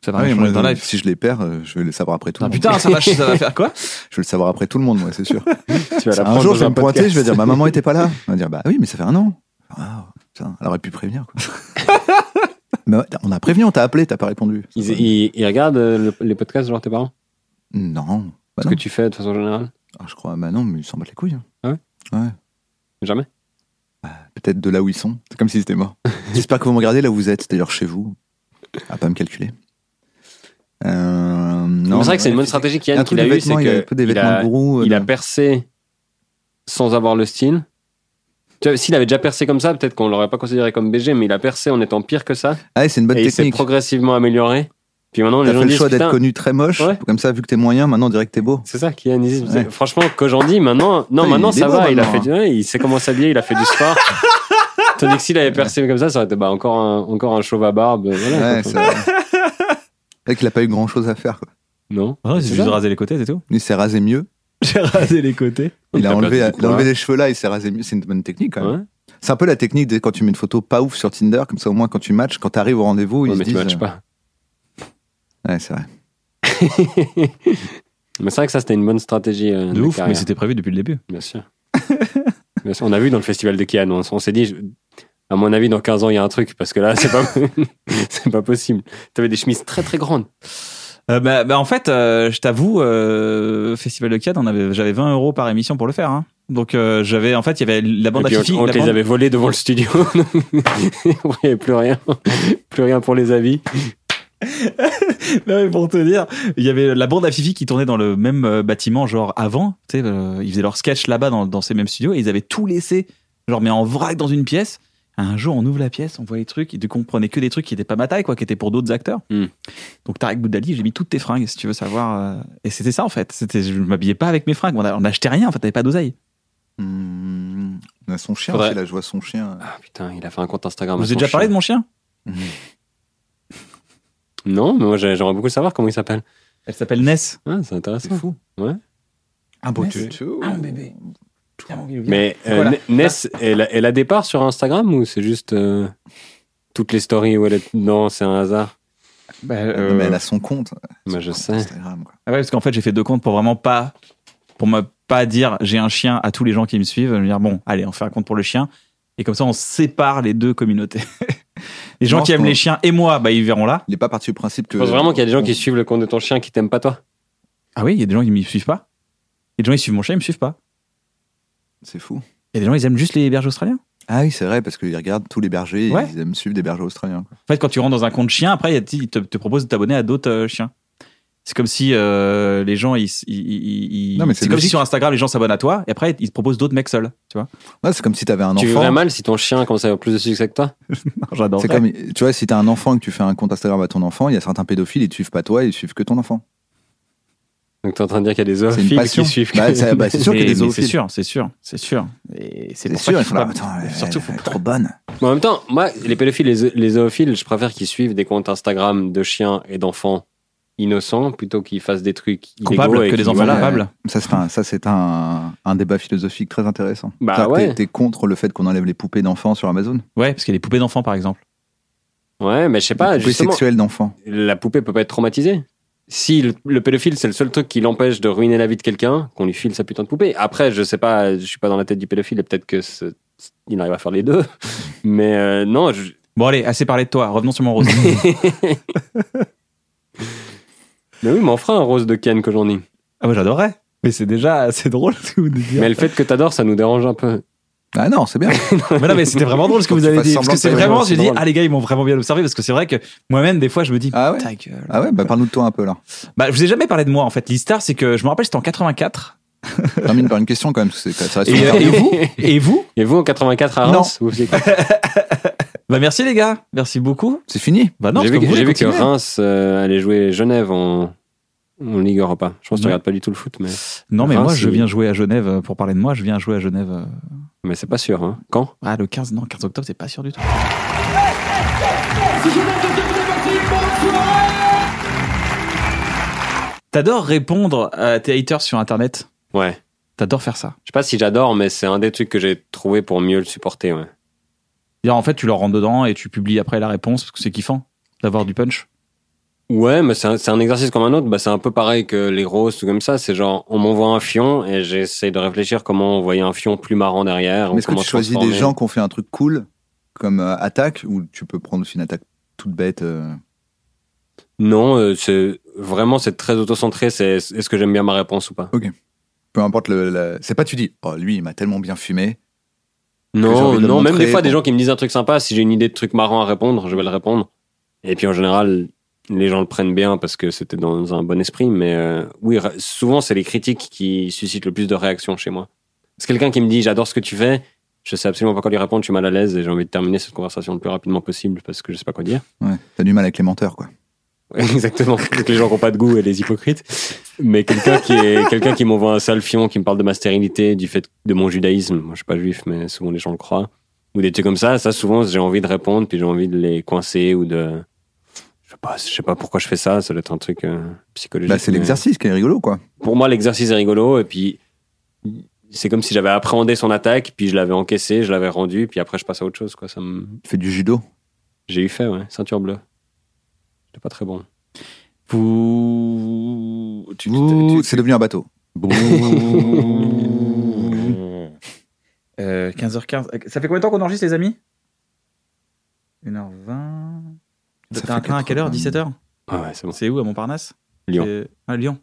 ça va Ah oui, rien moi, changer dans je- la life. Si je les perds, euh, je vais le savoir après tout Ah, le monde. putain, ça va, ça va faire quoi <laughs> Je vais le savoir après tout le monde, moi, c'est sûr. Tu vas un jour, je vais me pointer, je vais dire ma <laughs> maman était pas là. On va dire bah oui, mais ça fait un an. Waouh, putain, elle aurait pu prévenir <laughs> quoi. Mais ouais, on a prévenu, on t'a appelé, t'as pas répondu. Ils, ils- ils regardent euh, le- les podcasts, genre tes parents Non. Bah Ce non. que tu fais de façon générale Ah, je crois, bah non, mais ils s'en battent les couilles. hein. Jamais Peut-être de là où ils sont. C'est comme si c'était <laughs> mort. J'espère que vous me regardez là où vous êtes, d'ailleurs chez vous. À pas me calculer. Euh, non, Mais C'est vrai mais que c'est une ouais, bonne stratégie Il y a qu'Yann un truc qu'il a de eu, c'est vêtements, il y a un que peu des il vêtements a- de gourou. euh, il a dans- percé sans avoir le style. Tu vois, S'il avait déjà percé comme ça, peut-être qu'on l'aurait pas considéré comme BG, mais il a percé en étant pire que ça. Ah, c'est une bonne et il s'est technique. progressivement amélioré. Puis maintenant, T'as les gens fait le disent choix d'être Putain, connu très moche. Ouais. Comme ça, vu que t'es moyen, maintenant, on dirait que t'es <laughs> beau. C'est ça, kianisme. Ouais. Franchement, qu'aujourd'hui, maintenant, non, Ouais, maintenant il est ça beau, va. il a maintenant, fait, du- ouais, il sait comment s'habiller, il a fait <laughs> du sport. Tandis que s'il avait percé comme ça, ça aurait été bah, encore un, encore un chauve à barbe. Voilà, Ouais, quoi. c'est vrai. C'est vrai qu'il a pas eu grand chose à faire. quoi. Non. Ah ouais, C'est C'est juste ça. raser les côtés, c'est tout. Il s'est rasé mieux. J'ai rasé les côtés. Il a T'as enlevé, perdu du il a enlevé poids. les cheveux là, il s'est rasé mieux. C'est une bonne technique quand même. Ouais. C'est un peu la technique de quand tu mets une photo pas ouf sur Tinder, comme ça au moins quand tu matches, quand t'arrives au rendez-vous, Ouais, ils se mais tu disent. matches euh, pas. Ouais, c'est vrai. Mais c'est vrai que ça, c'était une bonne stratégie. euh, De ouf, mais carrière. c'était prévu depuis le début. Bien sûr. <laughs> Bien sûr. On a vu dans le festival de Cannes, on, on s'est dit, je- à mon avis, dans 15 ans, il y a un truc, parce que là, <laughs> c'est pas, c'est pas possible. T'avais des chemises très très grandes. Euh, bah, bah, en fait, euh, je t'avoue, euh, Festival de Cannes, on avait, j'avais 20 euros par émission pour le faire. hein. Donc euh, j'avais, en fait, il y avait la bande Et à puis, Fifi. on, on la te les bande- avait volées devant le studio. <laughs> il n'y avait plus rien. Plus rien pour les avis. <laughs> Non, mais pour te dire, il y avait la bande à Fifi qui tournait dans le même euh, bâtiment, genre avant. Tu sais, euh, ils faisaient leur sketch là-bas dans, dans ces mêmes studios et ils avaient tout laissé, genre, mais en vrac dans une pièce. Un jour, on ouvre la pièce, on voit les trucs, et du coup, on prenait que des trucs qui n'étaient pas ma taille, quoi, qui étaient pour d'autres acteurs. Hmm. Donc, Tarek Boudali, j'ai mis toutes tes fringues, si tu veux savoir. euh, Et c'était ça, en fait. C'était, je m'habillais pas avec mes fringues. On a- on n'achetait rien, en fait, t'avais pas d'oseille. Hum, on a son chien Faudrait- aussi, là, je vois son chien. Ah putain, il a fait un compte Instagram. Je à vous ai son déjà parlé chien. de mon chien Non, mais moi, j'ai- j'aimerais beaucoup savoir comment il s'appelle. Elle s'appelle Ness. Ah, c'est intéressant. fou. Un beau Mais tutu. bébé. Mais euh, Voilà. N- Ness, elle, a- elle a des parts sur Instagram ou c'est juste euh, toutes les stories où elle est dedans, c'est un hasard Bah, Non, mais elle a son compte. Mais Son je compte sais. Instagram, quoi. Ah ouais, parce qu'en fait, j'ai fait deux comptes pour vraiment pas, pour me pas dire j'ai un chien à tous les gens qui me suivent. Je veux dire, bon, allez, on fait un compte pour le chien. Et comme ça, on sépare les deux communautés. <laughs> les gens Non, qui je aiment pense- les chiens et moi, bah, ils verront là. Il n'est pas parti du principe que. Je pense vraiment qu'il y a des gens qui suivent le compte de ton chien qui t'aiment pas toi. Ah oui, il y a des gens qui ne me suivent pas. Il y a des gens qui suivent mon chien, ils me suivent pas. C'est fou. Il y a des gens, ils aiment juste les berges australiens. Ah oui, c'est vrai, parce qu'ils regardent tous les bergers, et Ouais. ils aiment suivre des bergers australiens. quoi. En fait, quand tu rentres dans un compte chien, après, il y a- ils te, te proposent de t'abonner à d'autres euh, chiens. C'est comme si euh, les gens, ils, s- ils- ils- ils- Non, mais c'est c'est comme si logique. sur Instagram, les gens s'abonnent à toi, et après, ils te proposent d'autres mecs seuls, tu vois. <laughs> Ouais, c'est comme si tu avais un Tu vivrais enfant. mal si ton chien commence à avoir plus de succès que toi J'adore. C'est comme, tu vois, si t'as un enfant et que tu fais un compte Instagram à ton enfant, il y a certains pédophiles, ils te suivent pas toi, ils suivent que ton enfant. Donc t'es en train de dire qu'il y a des C'est une zoophiles passion. qui suivent. <laughs> Bah, c'est bah, c'est sûr qu'il y a des C'est zoophiles. sûr, c'est sûr, c'est sûr. Et c'est C'est pour ça sûr, qu'il ils faut sont là. pas- Attends, elle- surtout, elle faut est pas- trop bonne. Mais en même temps, moi, les pédophiles, les, zo- les zoophiles, je préfère qu'ils suivent des comptes Instagram de chiens et d'enfants innocents plutôt qu'ils fassent des trucs Coupables illégaux et que des qu'ils- enfants voilà. coupables. euh, Ça, c'est un, ça, c'est un, un débat philosophique très intéressant. Bah C'est-à-dire que ouais. T'es, t'es contre le fait qu'on enlève les poupées d'enfants sur Amazon <laughs> Ouais, parce qu'il y a des poupées d'enfants, par exemple. Ouais, mais je sais Bah, pas, Les poupées justement, sexuelles d'enfants. la poupée peut pas être traumatisée. Si le, le pédophile, c'est le seul truc qui l'empêche de ruiner la vie de quelqu'un, qu'on lui file sa putain de poupée. Après, je sais pas, je suis pas dans la tête du pédophile et peut-être que ce- il arrive à faire les deux. <laughs> Mais euh, non, je- Bon, allez, assez parlé de toi. Revenons sur mon <laughs> rose. mais oui, mais on fera un rose de Ken que j'en ai. ah, moi, j'adorerais. Mais c'est déjà assez drôle ce que vous dites. Mais le fait que t'adores, ça nous dérange un peu. Ah non, c'est bien. <laughs> Mais non, mais c'était vraiment drôle ce que Faut que vous tu avez fasses dit. Parce semblant que c'est que t'es vraiment, drôle, j'ai c'est dit, drôle. ah, les gars, ils m'ont vraiment bien observé. Parce que c'est vrai que moi-même, des fois, je me dis, Ah ouais ta gueule. Ah ouais, bah parle-nous de toi un peu là. Bah, je vous ai jamais parlé de moi, en fait. L'histoire, c'est que je me rappelle, c'était en 84. Termine par une question quand même, parce que c'est, ça reste Et, une euh, et vous Ah Et vous <laughs> Et vous, en 84 à Non. Reims vous <laughs> faisiez quoi Bah, merci, les gars. Merci beaucoup. C'est fini Bah, non, J'ai parce vu, que vous que- j'ai voulez vu que continuer. Reims euh, allait jouer Genève en, en Ligue Europa. Je pense que tu Ouais. regardes pas du tout le foot, mais, Non, mais Reims, moi, je il- viens jouer à Genève. euh, Pour parler de moi, je viens jouer à Genève. euh, mais c'est pas sûr. Hein. Quand Ah, le 15, non, 15 octobre, c'est pas sûr du tout. T'adores répondre à tes haters sur Internet. Ouais. T'adores faire ça. Je sais pas si j'adore, mais c'est un des trucs que j'ai trouvé pour mieux le supporter. Ouais. C'est-à-dire, en fait, tu leur rentres dedans et tu publies après la réponse parce que c'est kiffant d'avoir du punch. Ouais, mais c'est un, c'est un exercice comme un autre. Bah, c'est un peu pareil que les roasts ou comme ça. C'est genre, on m'envoie un fion et j'essaie de réfléchir comment envoyer un fion plus marrant derrière. ou Mais est-ce que comment tu choisis des transformer. gens qui ont fait un truc cool comme euh, attaque ou tu peux prendre aussi une attaque toute bête euh, Non, euh, c'est vraiment c'est très autocentré. C'est est-ce que j'aime bien ma réponse ou pas Peu importe le. la- C'est pas tu dis, oh lui il m'a tellement bien fumé. j'ai envie Non, de le non. Même montrer, des fois, bon. des gens qui me disent un truc sympa. Si j'ai une idée de truc marrant à répondre, je vais le répondre. Et puis en général, les gens le prennent bien parce que c'était dans un bon esprit. Mais euh, oui, ra- souvent c'est les critiques qui suscitent le plus de réactions chez moi. C'est quelqu'un qui me dit j'adore ce que tu fais. Je sais absolument pas quoi lui répondre. Je suis mal à l'aise et j'ai envie de terminer cette conversation le plus rapidement possible parce que je sais pas quoi dire. Ouais, t'as du mal avec les menteurs quoi. Ouais, <laughs> Exactement. Donc, les gens qui n'ont pas de goût et les hypocrites. Mais quelqu'un <laughs> qui est, quelqu'un qui m'envoie un sale fion, qui me parle de ma stérilité, du fait de mon judaïsme. Moi, je suis pas juif, mais souvent les gens le croient. Ou des trucs comme ça. Ça, souvent, j'ai envie de répondre, puis j'ai envie de les coincer ou de, je sais pas, je sais pas pourquoi je fais ça. Ça doit être un truc euh, psychologique. Bah, c'est mais- l'exercice qui est rigolo quoi. Pour moi, l'exercice est rigolo. Et puis, c'est comme si j'avais appréhendé son attaque, puis je l'avais encaissé, je l'avais rendu, puis après, je passe à autre chose, quoi. Ça me- Tu fais du judo. j'ai eu fait, ouais. Ceinture bleue. J'étais pas très bon. Vous. tu- tu- Ouh, tu- C'est devenu un bateau. <laughs> Euh, 15h15. Euh, Ça fait combien de temps qu'on enregistre, les amis 1h20. Ça T'as un fait train à quelle heure 80. 17h Ah ouais, c'est bon. C'est où, à Montparnasse Lyon. C'est- Ah, Lyon.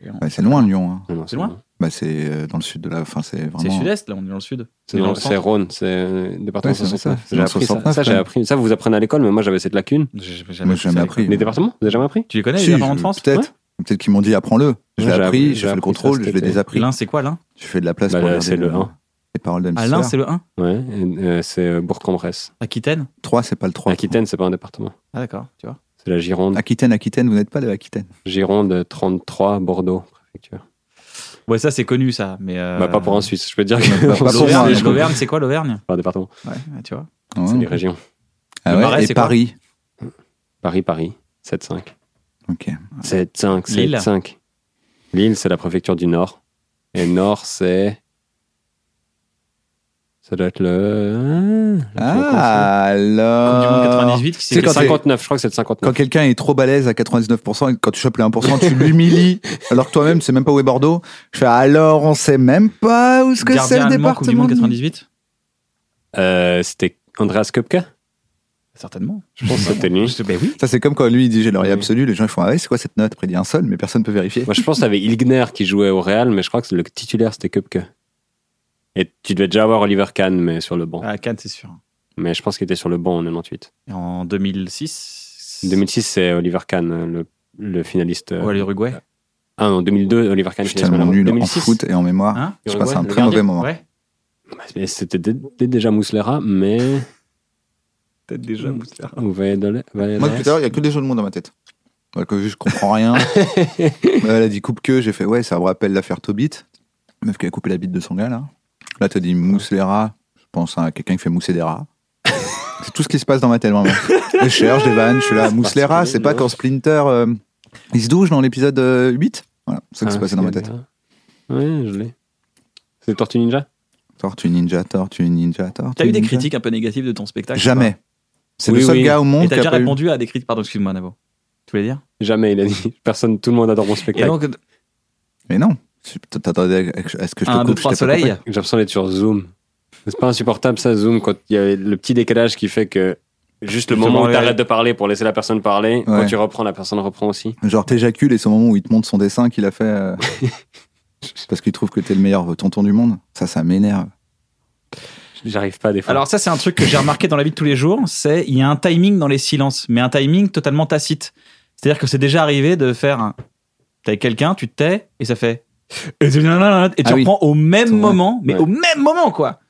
Lyon. Bah, c'est loin Lyon. hein. Non, non, C'est loin bon. Bah, c'est euh, dans le sud de la. Enfin c'est C'est vraiment. sud-est, là, on est dans le sud. C'est On est dans- dans le C'est centre. Rhône, c'est euh, département Ouais, c'est 69. ça. J'ai appris ça. 69, Ça, j'ai ouais. appris. Ça, vous apprenez à l'école, mais moi, j'avais cette lacune. J'ai Moi, j'ai jamais appris. Les départements, vous avez jamais appris Tu les connais, Si, les départements de je- France Peut-être. Peut-être qu'ils m'ont dit apprends-le. Je l'ai Ouais, j'ai appris, appris- j'ai j'ai fait le appris ça contrôle, je cet l'ai été. désappris. L'un, c'est quoi, l'un Je fais de la place Bah, pour là, regarder c'est le les- un. les paroles de Ah, l'un, c'est le 1. Ouais, euh, c'est euh, Bourg-en-Bresse. Aquitaine. 3, c'est pas le 3. Aquitaine, c'est pas un département. Ah, d'accord, tu vois. C'est la Gironde. Aquitaine, Aquitaine, vous n'êtes pas de Aquitaine. Gironde 33, Bordeaux, préfecture. Ouais, ça, c'est connu, ça. Mais euh, Bah, pas pour un Suisse, je peux te dire que Bah, pas pour moi, L'Auvergne, mais- l'Auvergne, c'est quoi l'Auvergne pas un département. Ouais, ouais, tu vois. Ah C'est ouais. des régions. Ah Le ouais, Marais, et c'est quoi Paris. Paris, Paris, 7-5. Ok. 7-5, Lille. 7-5. Lille, c'est la préfecture du Nord. Et Nord, c'est. Ça doit être le. Ah, Coupe du monde alors. 98 qui Tu s'est sais, quand t'es- 59, je crois que c'est le 59. Quand quelqu'un est trop balèze à 99%, et quand tu chopes les 1%, tu <laughs> l'humilies, alors que toi-même, tu sais même pas où est Bordeaux. Je fais alors, on sait même pas où ce que c'est gardien le allemand Coupe du département. monde 98 Euh, c'était Andreas Köpke Certainement. Je pense que <laughs> c'était lui. Je sais- Ben oui. Ça, c'est comme quand lui, il dit j'ai l'oreille Oui. absolue, les gens, ils font, ah ouais, c'est quoi cette note Après, il dit un seul, mais personne peut vérifier. Moi, je pense qu'il y avait Ilgner qui jouait au Real, mais je crois que le titulaire, c'était Köpke. Et tu devais déjà avoir Oliver Kahn, mais sur le banc. À Cannes, c'est sûr. Mais je pense qu'il était sur le banc en 98. Et en 2006. 2006, c'est Oliver Kahn, le, le finaliste. euh, Ouais, l'Uruguay. Ah non, 2002, Oliver Kahn, Je suis tellement malheureux. nul en 2006, foot et en mémoire. Hein je passe un Uruguay, très le mauvais gardien. moment. Ouais. Bah, Mais C'était dé- dé- déjà Mouslera, mais. Peut-être déjà Moussard. Ou Valladolid- Moi, tout à Valladolid. l'heure, il y a que des jeux de mots dans ma tête. Ouais, que je comprends rien. Bah, Elle a dit coupe que, j'ai fait ouais, ça me rappelle l'affaire Tobit. Meuf qui a coupé la bite de son gars, là. Là, t'as dit mousse les rats. Je pense à quelqu'un qui fait mousser des rats. c'est tout ce qui se passe dans ma tête, vraiment. Je cherche des vannes, je suis là. Mousse les rats, c'est pas quand Splinter, euh, il se douche dans l'épisode euh, 8 Voilà, c'est ça qui Ah, se passait dans ma c'est- tête. Ouais, je l'ai. C'est Tortue Ninja Tortue ninja, tortue ninja, tortue T'as eu des ninja. critiques un peu négatives de ton spectacle Jamais. C'est Oui, le seul oui. gars au ou pas Et monde qui t'as a déjà pas eu- répondu à des critiques. Pardon, excuse-moi, Navo. Tu voulais dire Jamais, il a dit. Personne, tout le monde adore mon spectacle. Et donc, Mais non. T'attendais à à ce que je te un, coupe deux, je trois t'ai pas coupé. soleils. J'ai l'impression d'être sur Zoom. C'est pas insupportable ça, Zoom, quand il y a le petit décalage qui fait que juste le Justement, moment où ouais. t'arrêtes de parler pour laisser la personne parler, quand tu reprends, la personne reprend aussi. Genre t'éjacules et c'est au moment où il te montre son dessin qu'il a <laughs> fait euh, parce qu'il trouve que t'es le meilleur tonton du monde. Ça, ça m'énerve. J'arrive pas des fois. Alors ça, c'est un truc que j'ai remarqué dans la vie de tous les jours, c'est il y a un timing dans les silences, mais un timing totalement tacite. C'est-à-dire que c'est déjà arrivé de faire un... T'es avec quelqu'un, tu te tais, et ça fait... Et tu Ah oui. reprends au même C'est vrai. moment, mais Ouais. au même moment, quoi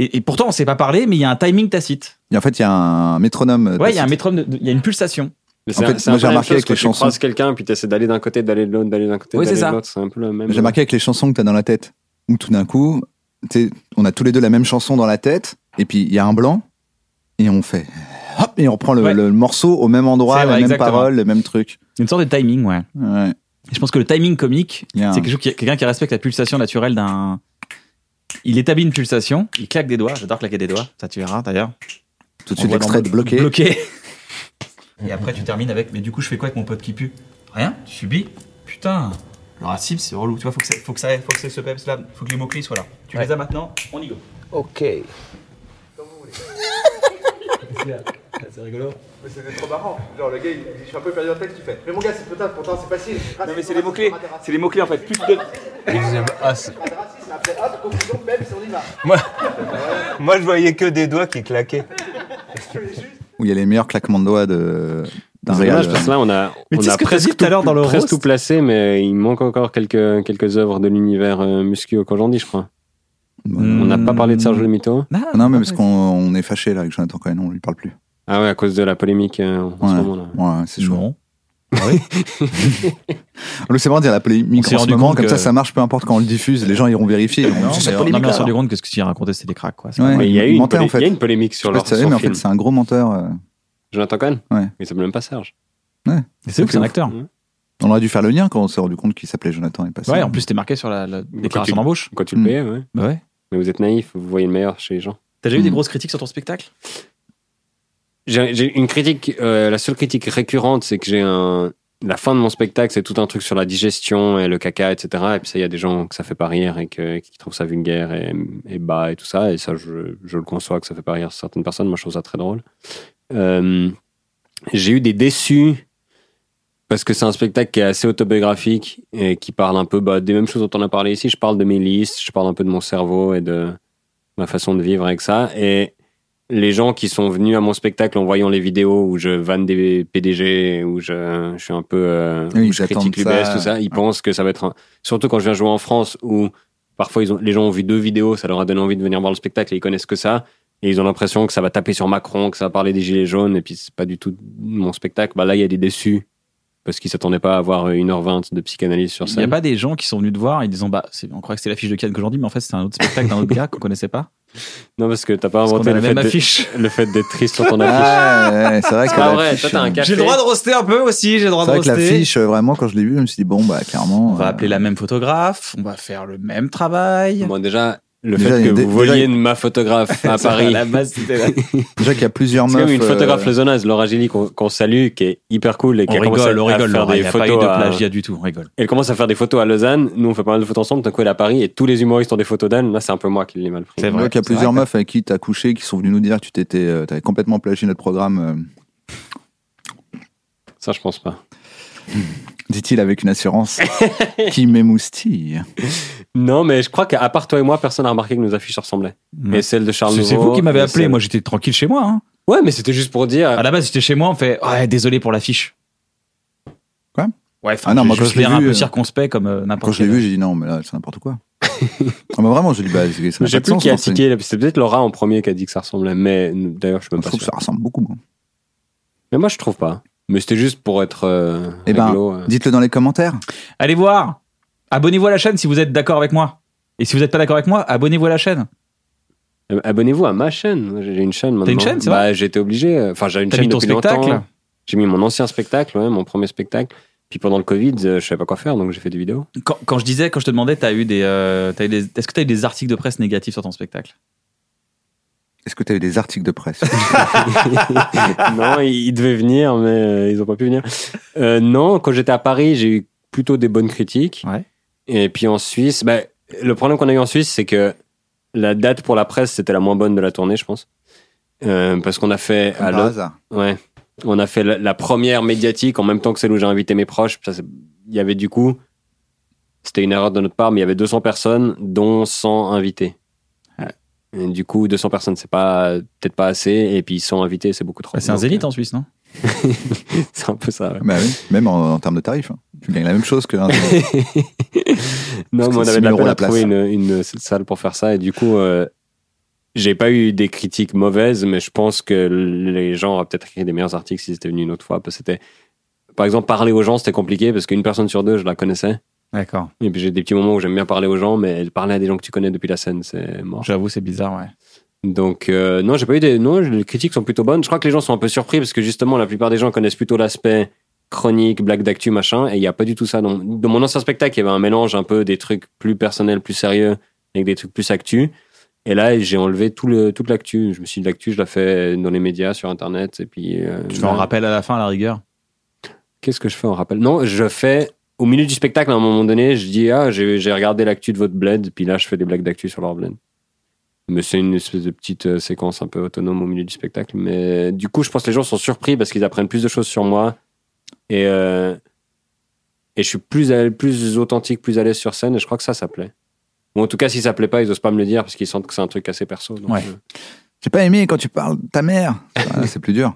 et, et pourtant, on s'est pas parlé, mais il y a un timing tacite. Et en fait, il y a un métronome. euh, Ouais, il y a un tacite. métronome, de- il y a une pulsation. Mais en c'est fait, un- c'est moi, un j'ai peu la même remarqué chose avec quand les tu chansons. croises quelqu'un, puis t'essaies d'aller d'un côté, d'aller de l'autre, d'aller d'un côté, Oui, d'aller c'est ça. de l'autre. C'est un peu le même. J'ai remarqué avec les chansons que t'as dans la tête où tout d'un coup, t'sais, on a tous les deux la même chanson dans la tête et puis il y a un blanc et on fait hop et on reprend le, Ouais. le morceau au même endroit, C'est la vrai, même exactement. parole, le même truc. Une sorte de timing, ouais. Ouais. Et Je pense que le timing comique, Il y a un- c'est quelque chose qui- quelqu'un qui respecte la pulsation naturelle d'un. Il établit une pulsation, il claque des doigts. J'adore claquer des doigts. Ça, tu verras d'ailleurs. Tout de On suite, voit l'extrait dans- de bloqué. Bloqué. Et après, tu termines avec. Mais du coup, je fais quoi avec mon pote qui pue Rien, tu subis. Putain, le racisme, c'est relou. Tu vois, faut que, ça- faut que ça, faut que c'est ce peps là, faut que les mots-clés soient là. Tu les as maintenant, on y go. Ok. <laughs> C'est rigolo. Mais c'était trop marrant. Genre, le gars, il dit, je suis un peu perdu en tête, il fait. Mais mon gars, c'est peut-être, pourtant, c'est facile. Non, mais c'est les mots-clés. C'est les mots-clés en fait. Plus Ah, de. Ah, Racisme, après, hop, conclusion, même si on y va. Moi, je voyais que des doigts qui claquaient. Où il y a les meilleurs claquements de doigts de. d'un C'est réel, dommage euh, parce que là, on a, Mais tu on sais a ce que t'as presque, dit tout à l'heure dans le presque roast tout placé, mais il manque encore quelques, quelques œuvres de l'univers euh, muscu au Cojandi, je crois. Hmm. On n'a pas parlé de Hmm. Serge Le Mito. Non, mais parce qu'on on est fâché là avec Jonathan Cohen, on lui parle plus. Ah ouais, à cause de la polémique euh, en ce Ouais. moment. là. Ouais, c'est chaud. Non. Le c'est marrant de dire la On polémique s'est en ce rendu moment, compte comme que- ça ça marche peu importe quand on le diffuse, les gens iront vérifier. Ils Non, vont- mais on a bien rendu compte que ce que tu racontais, c'était des cracks quoi. C'est Ouais. pas Mais il y a eu une, Menteur, en polé- fait. il y a une polémique sur Je sais leur pas si tu savais, son mais en film. fait, c'est un gros menteur. euh. Jonathan Cohen Ouais. Mais ça s'appelle même pas Serge. Mmh. mal. C'est ouf, c'est un acteur. On aurait dû faire le lien quand on s'est rendu compte qu'il s'appelait Jonathan et pas Ouais, Serge. en plus, t'es marqué sur la, la déclaration tu- d'embauche. Quand tu le Hmm. payais, ouais. Bah ouais. Mais vous êtes naïf, vous voyez le meilleur chez les gens. T'as déjà eu eu des des grosses critiques sur ton spectacle J'ai j'ai une critique, euh, la seule critique récurrente, c'est que j'ai un. La fin de mon spectacle, c'est tout un truc sur la digestion et le caca, etc. Et puis ça, il y a des gens que ça fait pas rire et que- qui trouvent ça vulgaire et, et bas et tout ça. Et ça, je, je le conçois que ça fait pas rire certaines personnes. Moi, je trouve ça très drôle. Euh, j'ai eu des déçus parce que c'est un spectacle qui est assez autobiographique et qui parle un peu bah, des mêmes choses dont on a parlé ici. Je parle de mes listes, je parle un peu de mon cerveau et de ma façon de vivre avec ça. Et les gens qui sont venus à mon spectacle en voyant les vidéos où je vanne des PDG, où je, je suis un peu euh, Oui, où ils je attendent critique l'UBS, ça. tout ça, ils pensent que ça va être... un- Surtout quand je viens jouer en France où parfois ils ont, les gens ont vu deux vidéos, ça leur a donné envie de venir voir le spectacle et ils connaissent que ça. Et ils ont l'impression que ça va taper sur Macron, que ça va parler des Gilets jaunes, et puis c'est pas du tout mon spectacle. Bah là, il y a des déçus, parce qu'ils s'attendaient pas à avoir euh, 1h20 de psychanalyse sur Il n'y a scène. pas des gens qui sont venus te voir et disant bah c'est- on croyait que c'était l'affiche de Kian qu'aujourd'hui mais en fait c'était un autre spectacle d'un autre gars qu'on connaissait pas. Non, parce que t'as pas Parce qu'on inventé a le la fait, même de- <laughs> affiche. le fait d'être triste <laughs> sur ton affiche. Ah, ouais, ouais, c'est vrai que C'est pas la vrai, fiche, toi, t'as un euh, café. J'ai le droit de roster un peu aussi, j'ai le droit C'est de vrai que roster. l'affiche, euh, vraiment, quand je l'ai vue, je me suis dit, bon, bah, clairement. On va euh, appeler la même photographe, on va faire le même travail. <laughs> Bon, déjà, le Déjà, il fait y que a des- vous déjà, voliez il- de ma photographe à Ça, Paris. la base, c'était- Déjà qu'il y a plusieurs C'est meufs. comme une photographe euh, lesonaise, Laura Gilly, qu'on qu'on salue, qui est hyper cool et qui on a commencé rigole, on à rigole, faire Laura, des il n'y a pas eu de photos à- plagiat du tout, on rigole. Elle commence à faire des photos à Lausanne. Nous, on fait pas mal de photos ensemble. D'un coup, elle est à Paris et tous les humoristes ont des photos d'elle. Là, c'est un peu moi qui l'ai mal pris. C'est vrai. déjà qu'il y a c'est plusieurs vrai. meufs avec qui t'as couché, qui sont venues nous dire que tu t'étais, euh, t'avais complètement plagié notre programme, euh, Ça, je pense pas. dit-il avec une <laughs> assurance qui m'émoustille. Non, mais je crois qu'à part toi et moi, personne n'a remarqué que nos affiches se ressemblaient. Mm. Et celle de Charles C'est- C'est Nouveau, vous qui m'avez et appelé, celle- moi Ah, j'étais tranquille chez moi. hein. Ouais, mais c'était juste pour dire. euh, À la base j'étais chez moi, on fait ouais désolé pour l'affiche. Quoi Ouais, enfin, Ah non, je- moi, je quand je l'ai l'ai un vu, peu euh, circonspect comme euh, Quand n'importe je l'ai vu, j'ai dit, non, mais là, c'est <laughs> n'importe quoi. ah, bah, vraiment, j'ai dit, bah, c'est- ça n'a pas J'ai de plus sens. qui a non, c'est- tiqué. là, puis C'est peut-être Laura en premier qui a dit que ça ressemblait. Mais n- d'ailleurs, je suis même Je pas trouve que sûr. ça ressemble beaucoup. moi. Mais moi, je trouve pas. Mais c'était juste pour être. Euh, Eh ben, réglo, euh. Dites-le dans les commentaires. Allez voir. Abonnez-vous à la chaîne si vous êtes d'accord avec moi. Et si vous n'êtes pas d'accord avec moi, abonnez-vous à la chaîne. Euh, Abonnez-vous à ma chaîne. Moi, J'ai une chaîne maintenant. une chaîne, c'est Bah, j'étais obligé. euh, Enfin, j'ai une T'as chaîne mis ton depuis spectacle longtemps. J'ai mis mon ancien spectacle, ouais, mon premier spectacle. Puis pendant le Covid, euh, je savais pas quoi faire, donc j'ai fait des vidéos. quand, quand je disais, quand je te demandais, t'as eu des, euh, t'as eu des- est-ce que t'as eu des articles de presse négatifs sur ton spectacle Est-ce que tu as eu des articles <laughs> de presse <laughs> non, ils ils devaient venir, mais euh, ils ont pas pu venir. Euh, non, quand j'étais à Paris, j'ai eu plutôt des bonnes critiques. Ouais. Et puis en Suisse, bah, le problème qu'on a eu en Suisse, c'est que la date pour la presse, c'était la moins bonne de la tournée, je pense. Euh, parce qu'on a fait à Par Lo- hasard. Ouais. On a fait la, la première médiatique en même temps que celle où j'ai invité mes proches. Ça, c'est- Il y avait du coup, c'était une erreur de notre part, mais il y avait 200 personnes, dont 100 invités. Et du coup, 200 personnes, c'est pas peut-être pas assez, et puis 100 invités, c'est beaucoup trop. Bah, C'est un Donc, zénith hein. en Suisse, non euh, <laughs> C'est un peu ça. ouais. Bah oui, même en, en termes de tarifs. hein. Tu gagnes la même chose que. <laughs> Non, Parce mais que on c'est avait de 1000 la euros peine la à trouver une, une salle pour faire ça, et du coup, euh, j'ai pas eu des critiques mauvaises, mais je pense que les gens auraient peut-être écrit des meilleurs articles s'ils étaient venus une autre fois, parce que c'était. Par exemple, parler aux gens, c'était compliqué parce qu'une personne sur deux, je la connaissais. D'accord. Et puis j'ai des petits moments où j'aime bien parler aux gens, mais parler à des gens que tu connais depuis la scène, c'est mort. J'avoue, c'est bizarre, ouais. Donc euh, non, j'ai pas eu des non, les critiques sont plutôt bonnes. Je crois que les gens sont un peu surpris parce que justement la plupart des gens connaissent plutôt l'aspect chronique, blague d'actu, machin, et il n'y a pas du tout ça. Dans, dans mon ancien spectacle, il y avait un mélange un peu des trucs plus personnels, plus sérieux, avec des trucs plus actu. Et là, j'ai enlevé tout le, toute l'actu. Je me suis dit, l'actu, je la fais dans les médias, sur Internet, et puis... euh, Tu fais un là. rappel à la fin, à la rigueur. Qu'est-ce que je fais en rappel Non, je fais... Au milieu du spectacle, à un moment donné, je dis, ah, j'ai j'ai regardé l'actu de votre bled, puis là, je fais des blagues d'actu sur leur bled. Mais c'est une espèce de petite euh, séquence un peu autonome au milieu du spectacle. Mais du coup, je pense que les gens sont surpris parce qu'ils apprennent plus de choses sur moi. Et, euh, et je suis plus, à- plus authentique, plus à l'aise sur scène. Et je crois que ça, ça plaît. Ou en tout cas, si ça plaît pas, ils osent pas me le dire parce qu'ils sentent que c'est un truc assez perso. donc, Ouais. euh, J'ai pas aimé quand tu parles de ta mère. Ah, c'est plus dur.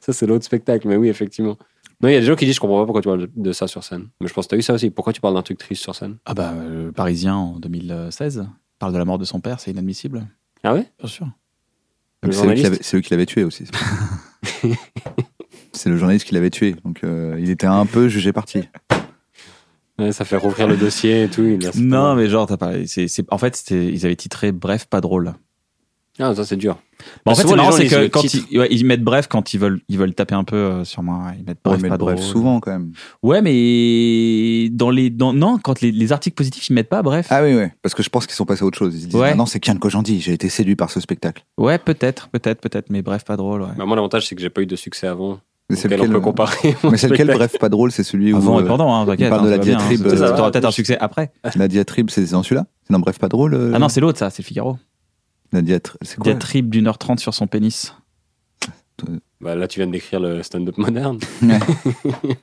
ça, c'est l'autre spectacle. Mais oui, effectivement. Non, il y a des gens qui disent Je comprends pas pourquoi tu parles de ça sur scène. Mais je pense que tu as eu ça aussi. Pourquoi tu parles d'un truc triste sur scène Ah bah, euh, le Parisien en 2016 parle de la mort de son père, c'est inadmissible. Ah ouais Bien sûr. C'est eux Le qui journaliste l'avaient- c'est eux qui l'avaient tué <laughs> aussi. <laughs> c'est pour ça. C'est le journaliste qui l'avait tué, donc euh, il était un peu jugé parti. Ouais, Ça fait rouvrir le dossier et tout. il a- <laughs> Non, mais genre, t'as pas. c'est- c'est- en fait, c'était- ils avaient titré Bref, pas drôle. Ah, ça, c'est dur. Bah, en fait, Souvent, c'est les marrant, gens c'est lisent que le quand titre. ils, ouais, ils mettent bref quand ils veulent, ils veulent taper un peu euh, sur moi. ouais, Ils mettent bref, Ouais, mais pas bref, drôle. souvent quand même. Ouais, mais dans les, dans, non, quand les, les articles positifs, ils mettent pas bref. Ah oui, oui, parce que je pense qu'ils sont passés à autre chose. Ils se disent Ouais. ah non, c'est Kian Kojandi, j'ai été séduit par ce spectacle. Ouais, peut-être, peut-être, peut-être, mais bref, pas drôle. Ouais. Bah, moi, l'avantage, c'est que j'ai pas eu de succès avant. Mais c'est auquel lequel, on peut euh, <laughs> comparer. mon Mais c'est lequel, spectacle. bref, pas drôle, c'est celui où. Avant et euh, pendant, hein, il t'inquiète. parle de hein, la ça va bien, hein, diatribe, c'est- euh, T'auras peut-être un succès après. La diatribe, c'est dans celui-là C'est dans Bref, pas drôle euh, Ah non, c'est l'autre, ça, c'est le Figaro. La diatribe, c'est quoi Diatribe d'une heure trente sur son pénis. Bah, là, tu viens de décrire le stand-up moderne. Ouais.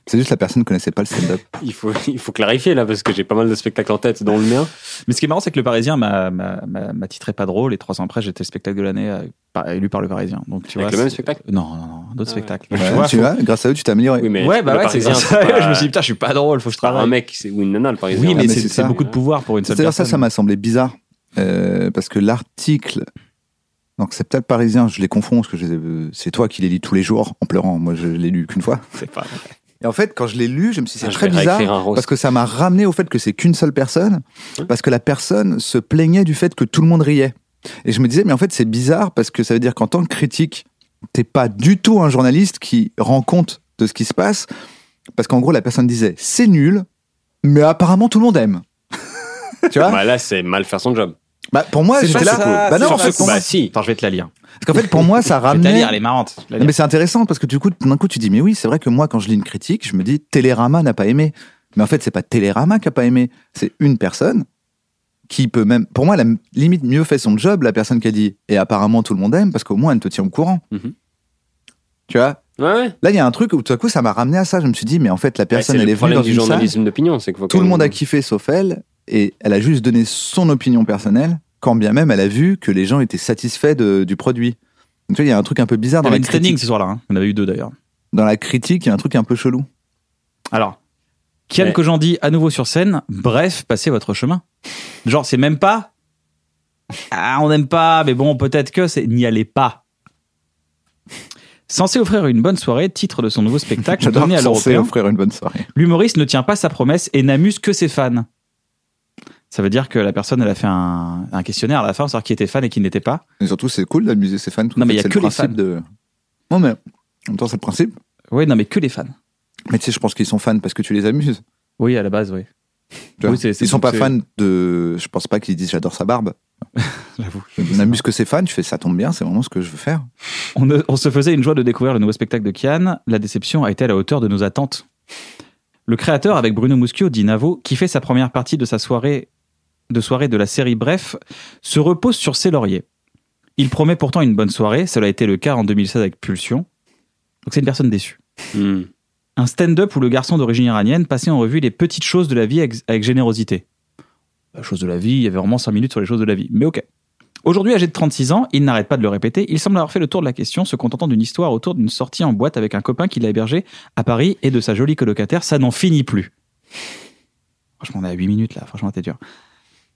C'est juste la personne connaissait pas le stand-up. Il faut, il faut clarifier, là, parce que j'ai pas mal de spectacles en tête, dont le mien. Mais ce qui est marrant, c'est que le Parisien m'a- m'a m'a- m'a titré pas drôle et trois ans après, j'étais le spectacle de l'année euh, par- élu par le Parisien. Donc, tu Avec vois, le même c'est- spectacle Non, non, non, d'autres Ah ouais. spectacles. Ouais, Tu vois, tu faut- vois, grâce à eux, tu t'es amélioré. Oui, mais Ouais, bah le ouais, c'est Parisien, ça. <laughs> c'est pas- Je me suis dit, putain, je suis pas drôle, faut que je travaille. un mec c'est- ou une nana, le Parisien. Ah, Oui, mais mais c'est c'est c'est ça. beaucoup de pouvoir pour une seule C'est-à-dire, ça, personne. ça m'a semblé bizarre. euh, parce que l'article. Donc, c'est peut-être parisien, je les confonds, parce que je les ai- euh, c'est toi qui les lis tous les jours en pleurant. Moi, je l'ai lu qu'une fois. C'est pas vrai. Et en fait, quand je l'ai lu, je me suis dit, Ah, c'est je très vais bizarre. réécrire un roast. Parce que ça m'a ramené au fait que c'est qu'une seule personne. Parce que la personne se plaignait du fait que tout le monde riait. Et je me disais, mais en fait, c'est bizarre parce que ça veut dire qu'en tant que critique, t'es pas du tout un journaliste qui rend compte de ce qui se passe. Parce qu'en gros, la personne disait, c'est nul, mais apparemment tout le monde aime. <laughs> tu vois Bah, là, c'est mal faire son job. bah, Pour moi, C'est j'étais pas là. ça, bah non, c'est Sur parce ce pas que pour coup, moi- bah, si. Attends, je vais te la lire. parce qu'en fait, pour moi, ça <laughs> Je vais te la ramenait. lire, elle est marrante. Je vais te la Non, lire. Ah, Mais c'est intéressant parce que du coup, d'un coup, tu dis, mais oui, c'est vrai que moi, quand je lis une critique, je me dis, Télérama n'a pas aimé. Mais en fait, c'est pas Télérama qui a pas aimé, c'est une personne qui peut même. Pour moi, elle a m- limite mieux fait son job, la personne qui a dit, et apparemment tout le monde aime, parce qu'au moins elle te tient au courant. Mhm. Tu vois Bah Ouais, ouais. Là, il y a un truc où tout à coup, ça m'a ramené à ça. Je me suis dit, mais en fait, la personne, Bah, c'est elle le est venue problème dans du une salle, journalisme d'opinion, c'est qu'il faut tout quand le même- monde a kiffé sauf elle, et elle a juste donné son opinion personnelle, quand bien même elle a vu que les gens étaient satisfaits de- du produit. Donc, tu vois, il y a un truc un peu Il y bizarre dans avait la une standing critique. ce soir-là. hein. On en avait eu deux d'ailleurs. Dans la critique, il y a un truc un peu chelou. Alors, Kian Ouais. Kojandi à nouveau sur scène. Bref, passez votre chemin. Genre, c'est même pas. Ah, on n'aime pas, mais bon, peut-être que c'est. N'y allez pas. Censé offrir une bonne soirée, titre de son nouveau spectacle <laughs> J'adore donné à censé l'Européen. offrir une bonne soirée. L'humoriste ne tient pas sa promesse et n'amuse que ses fans. Ça veut dire que la personne, elle a fait un, un questionnaire à la fin, pour savoir qui était fan et qui n'était pas. Et surtout, c'est cool d'amuser ses fans. parce Non, mais fait, il y a c'est le que les principe fans. De... Non, mais en même temps, c'est le principe. Oui, non, mais que les fans. Mais tu sais, je pense qu'ils sont fans parce que tu les amuses. Oui, à la base, oui. tu vois. Oui, c'est- c'est- ils sont pas c'est- fans de. Je pense pas qu'ils disent j'adore sa barbe. <laughs> J'avoue. On amuse que ses fans. Tu fais ça tombe bien, c'est vraiment ce que je veux faire. On, ne- on se faisait une joie de découvrir le nouveau spectacle de Kian. La déception a été à la hauteur de nos attentes. Le créateur, avec Bruno Muschio, dit Navo, qui fait sa première partie de sa soirée de, soirée de la série Bref, se repose sur ses lauriers. Il promet pourtant une bonne soirée. Cela a été le cas en 2016 avec Pulsion. Donc c'est une personne déçue. Hmm. Un stand-up où le garçon d'origine iranienne passait en revue les petites choses de la vie avec, avec générosité. La chose de la vie, il y avait vraiment 5 minutes sur les choses de la vie. Mais ok. Aujourd'hui, âgé de 36 ans, il n'arrête pas de le répéter. Il semble avoir fait le tour de la question, se contentant d'une histoire autour d'une sortie en boîte avec un copain qui l'a hébergé à Paris et de sa jolie colocataire. Ça n'en finit plus. Franchement, on est à 8 minutes là. Franchement, t'es dur.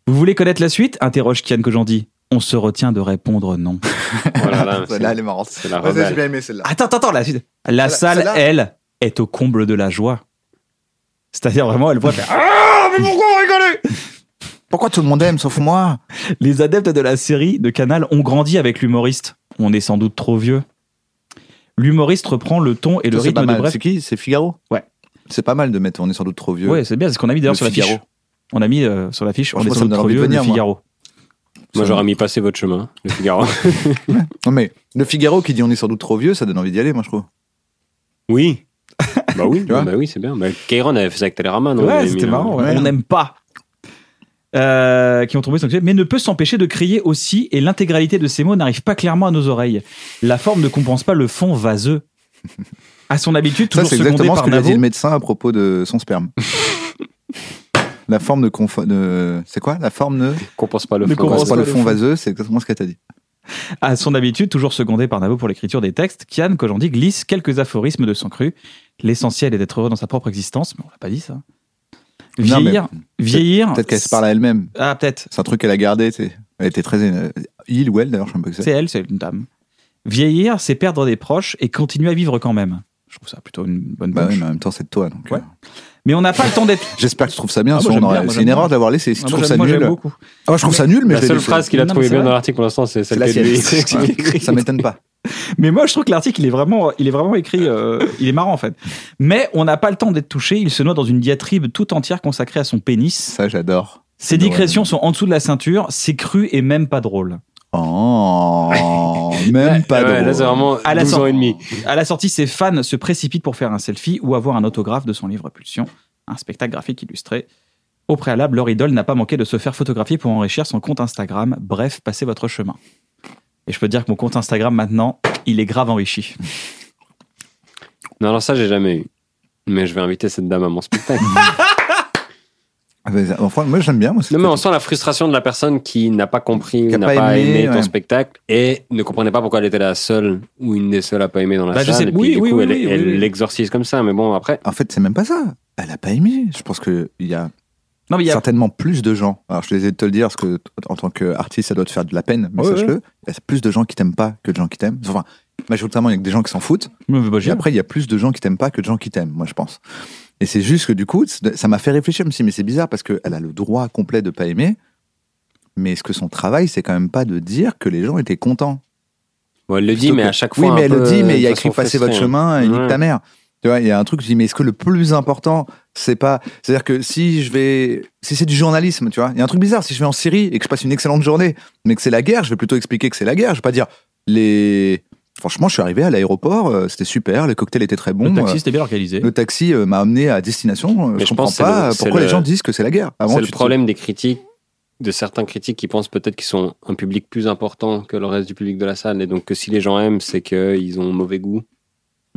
Vous voulez connaître la suite Interroge Kian Kojandi. On se retient de répondre non. Oh <laughs> Voilà, là, c'est- Celle-là, elle est marrante. c'est Ah, la Ouais, ça, rebelle. J'ai bien aimé celle-là. Attends, attends, attends, la suite. La salle, celle-là. elle, est au comble de la joie. C'est-à-dire vraiment, elle voit faire Ah, mais pourquoi on rigolait Pourquoi tout le monde aime sauf moi Les adeptes de la série de Canal ont grandi avec l'humoriste. On est sans doute trop vieux. l'humoriste reprend le ton et le Ça, c'est rythme pas de mal. bref. C'est qui C'est Figaro Ouais. C'est pas mal de mettre, on est sans doute trop vieux. Ouais, c'est bien, c'est ce qu'on a mis d'ailleurs Le sur la fiche. Figaro. On a mis euh, sur la fiche, on Franchement, est ça sans me doute donne trop envie de vieux, le venir, moi. Figaro. Moi, j'aurais mis passer votre chemin, le Figaro. Non, mais le Figaro qui dit on est sans doute trop vieux, ça donne envie d'y aller, moi, je trouve. oui. Bah oui, vois bah oui, c'est bien. Bah, Kairon avait fait ça avec Télérama, non Il Ouais, avait c'était mis, marrant, euh, ouais. on n'aime pas. Euh, qui ont tombé sur le sujet, mais ne peut s'empêcher de crier aussi, et l'intégralité de ces mots n'arrive pas clairement à nos oreilles. La forme ne compense pas le fond vaseux. À son habitude, Ça, toujours c'est secondé exactement ce par que lui a dit Navo. le médecin à propos de son <laughs> sperme. La forme de. confo- de- C'est quoi La forme de. Qu'on pense pas le Ne fond. compense Commence pas le fond fond. vaseux, c'est exactement ce qu'elle t'a dit. À son habitude, toujours secondé par Navo pour l'écriture des textes, Kian Kojandi glisse quelques aphorismes de son cru. L'essentiel est d'être heureux dans sa propre existence, mais on l'a pas dit ça. Non, mais Vieillir, vieillir. Peut-être qu'elle se parle à elle-même. Ah, peut-être. C'est un truc qu'elle a gardé, tu sais. Elle était très. euh, Il ou elle, d'ailleurs, je sais même pas qui c'est. C'est elle, c'est une dame. Vieillir, c'est perdre des proches et continuer à vivre quand même. Je trouve ça plutôt une bonne Bah punch. oui, mais mais... en même temps, c'est de toi. donc, Ouais. euh, on n'a pas le temps <laughs> d'être. J'espère que tu trouves ça bien. Ah, moi, sinon on j'aime aurait- bien, moi, c'est j'aime une erreur bien. de l'avoir laissé. Si Ah, tu moi, trouves ça j'aime- moi, nul. j'aime beaucoup. Ah, moi, je trouve ça nul, mais La je l'ai seule laissé. phrase qu'il a Non, mais trouvée c'est bien vrai. dans l'article pour l'instant, c'est C'est celle la que sienne. lui. Ouais, <laughs> <laughs> Ça m'étonne pas. Mais moi, je trouve que l'article, il est vraiment, il est vraiment écrit, euh, il est marrant en fait. Mais on n'a pas le temps d'être touché. Il se noie dans une diatribe tout entière consacrée à son pénis. Ça, j'adore. Ses digressions sont en dessous de la ceinture. C'est cru et même pas drôle. Oh, même pas Ouais, Là, c'est drôle. vraiment À la 12 ans sortie. et demi. À la sortie, ses fans se précipitent pour faire un selfie ou avoir un autographe de son livre Pulsion, un spectacle graphique illustré. Au préalable, leur idole n'a pas manqué de se faire photographier pour enrichir son compte Instagram. Bref, passez votre chemin. Et je peux te dire que mon compte Instagram maintenant, il est grave enrichi. Non, alors ça, j'ai jamais eu. Mais je vais inviter cette dame à mon spectacle. Ah, mais, enfin, moi, j'aime bien. Moi, non, mais on sent la frustration de la personne qui n'a pas compris, Qui a n'a pas pas, aimé, aimé, ton ouais. spectacle et ne comprenait pas pourquoi elle était la seule ou une des seules à pas aimer dans la Bah, je salle. sais- Et puis, oui, du oui, coup, oui, elle, oui, elle oui. l'exorcise comme ça. Mais bon, après, En fait, c'est même pas ça. Elle a pas aimé. Je pense qu'il y a Non, mais il y a. certainement plus de gens. Alors, je suis désolé de te le dire, parce que t- en tant qu'artiste, ça doit te faire de la peine, mais Ouais, sache-le. Il y a plus de gens qui t'aiment pas que de gens qui t'aiment. Enfin, majoritairement, il y a que des gens qui s'en foutent. Bah, Et j'ai- après, il y a plus de gens qui t'aiment pas que de gens qui t'aiment, moi, je pense. Et c'est juste que du coup, c'est- ça m'a fait réfléchir. Je me suis dit, mais c'est bizarre parce qu'elle a le droit complet de pas aimer. Mais est-ce que son travail, c'est quand même pas de dire que les gens étaient contents bon, elle le dit, Plutôt mais que- à chaque fois. Oui, mais un elle le peu euh, dit, mais de il y a façon écrit passez votre frustrée. hein. chemin et Ouais. nique ta mère. Tu vois, il y a un truc, je dis, mais est-ce que le plus important, c'est pas. C'est-à-dire que si je vais. Si c'est du journalisme, tu vois, il y a un truc bizarre. Si je vais en Syrie et que je passe une excellente journée, mais que c'est la guerre, je vais plutôt expliquer que c'est la guerre. Je vais pas dire les. Franchement, je suis arrivé à l'aéroport, euh, c'était super, le cocktail était très bon. le euh, taxi, c'était bien organisé. le taxi euh, m'a amené à destination. euh, Mais je je comprends pense que c'est pas le- euh, c'est pourquoi le- les gens disent que c'est la guerre. Avant, C'est tu le te- problème des critiques, de certains critiques qui pensent peut-être qu'ils sont un public plus important que le reste du public de la salle. Et donc, que si les gens aiment, c'est qu'ils ont mauvais goût.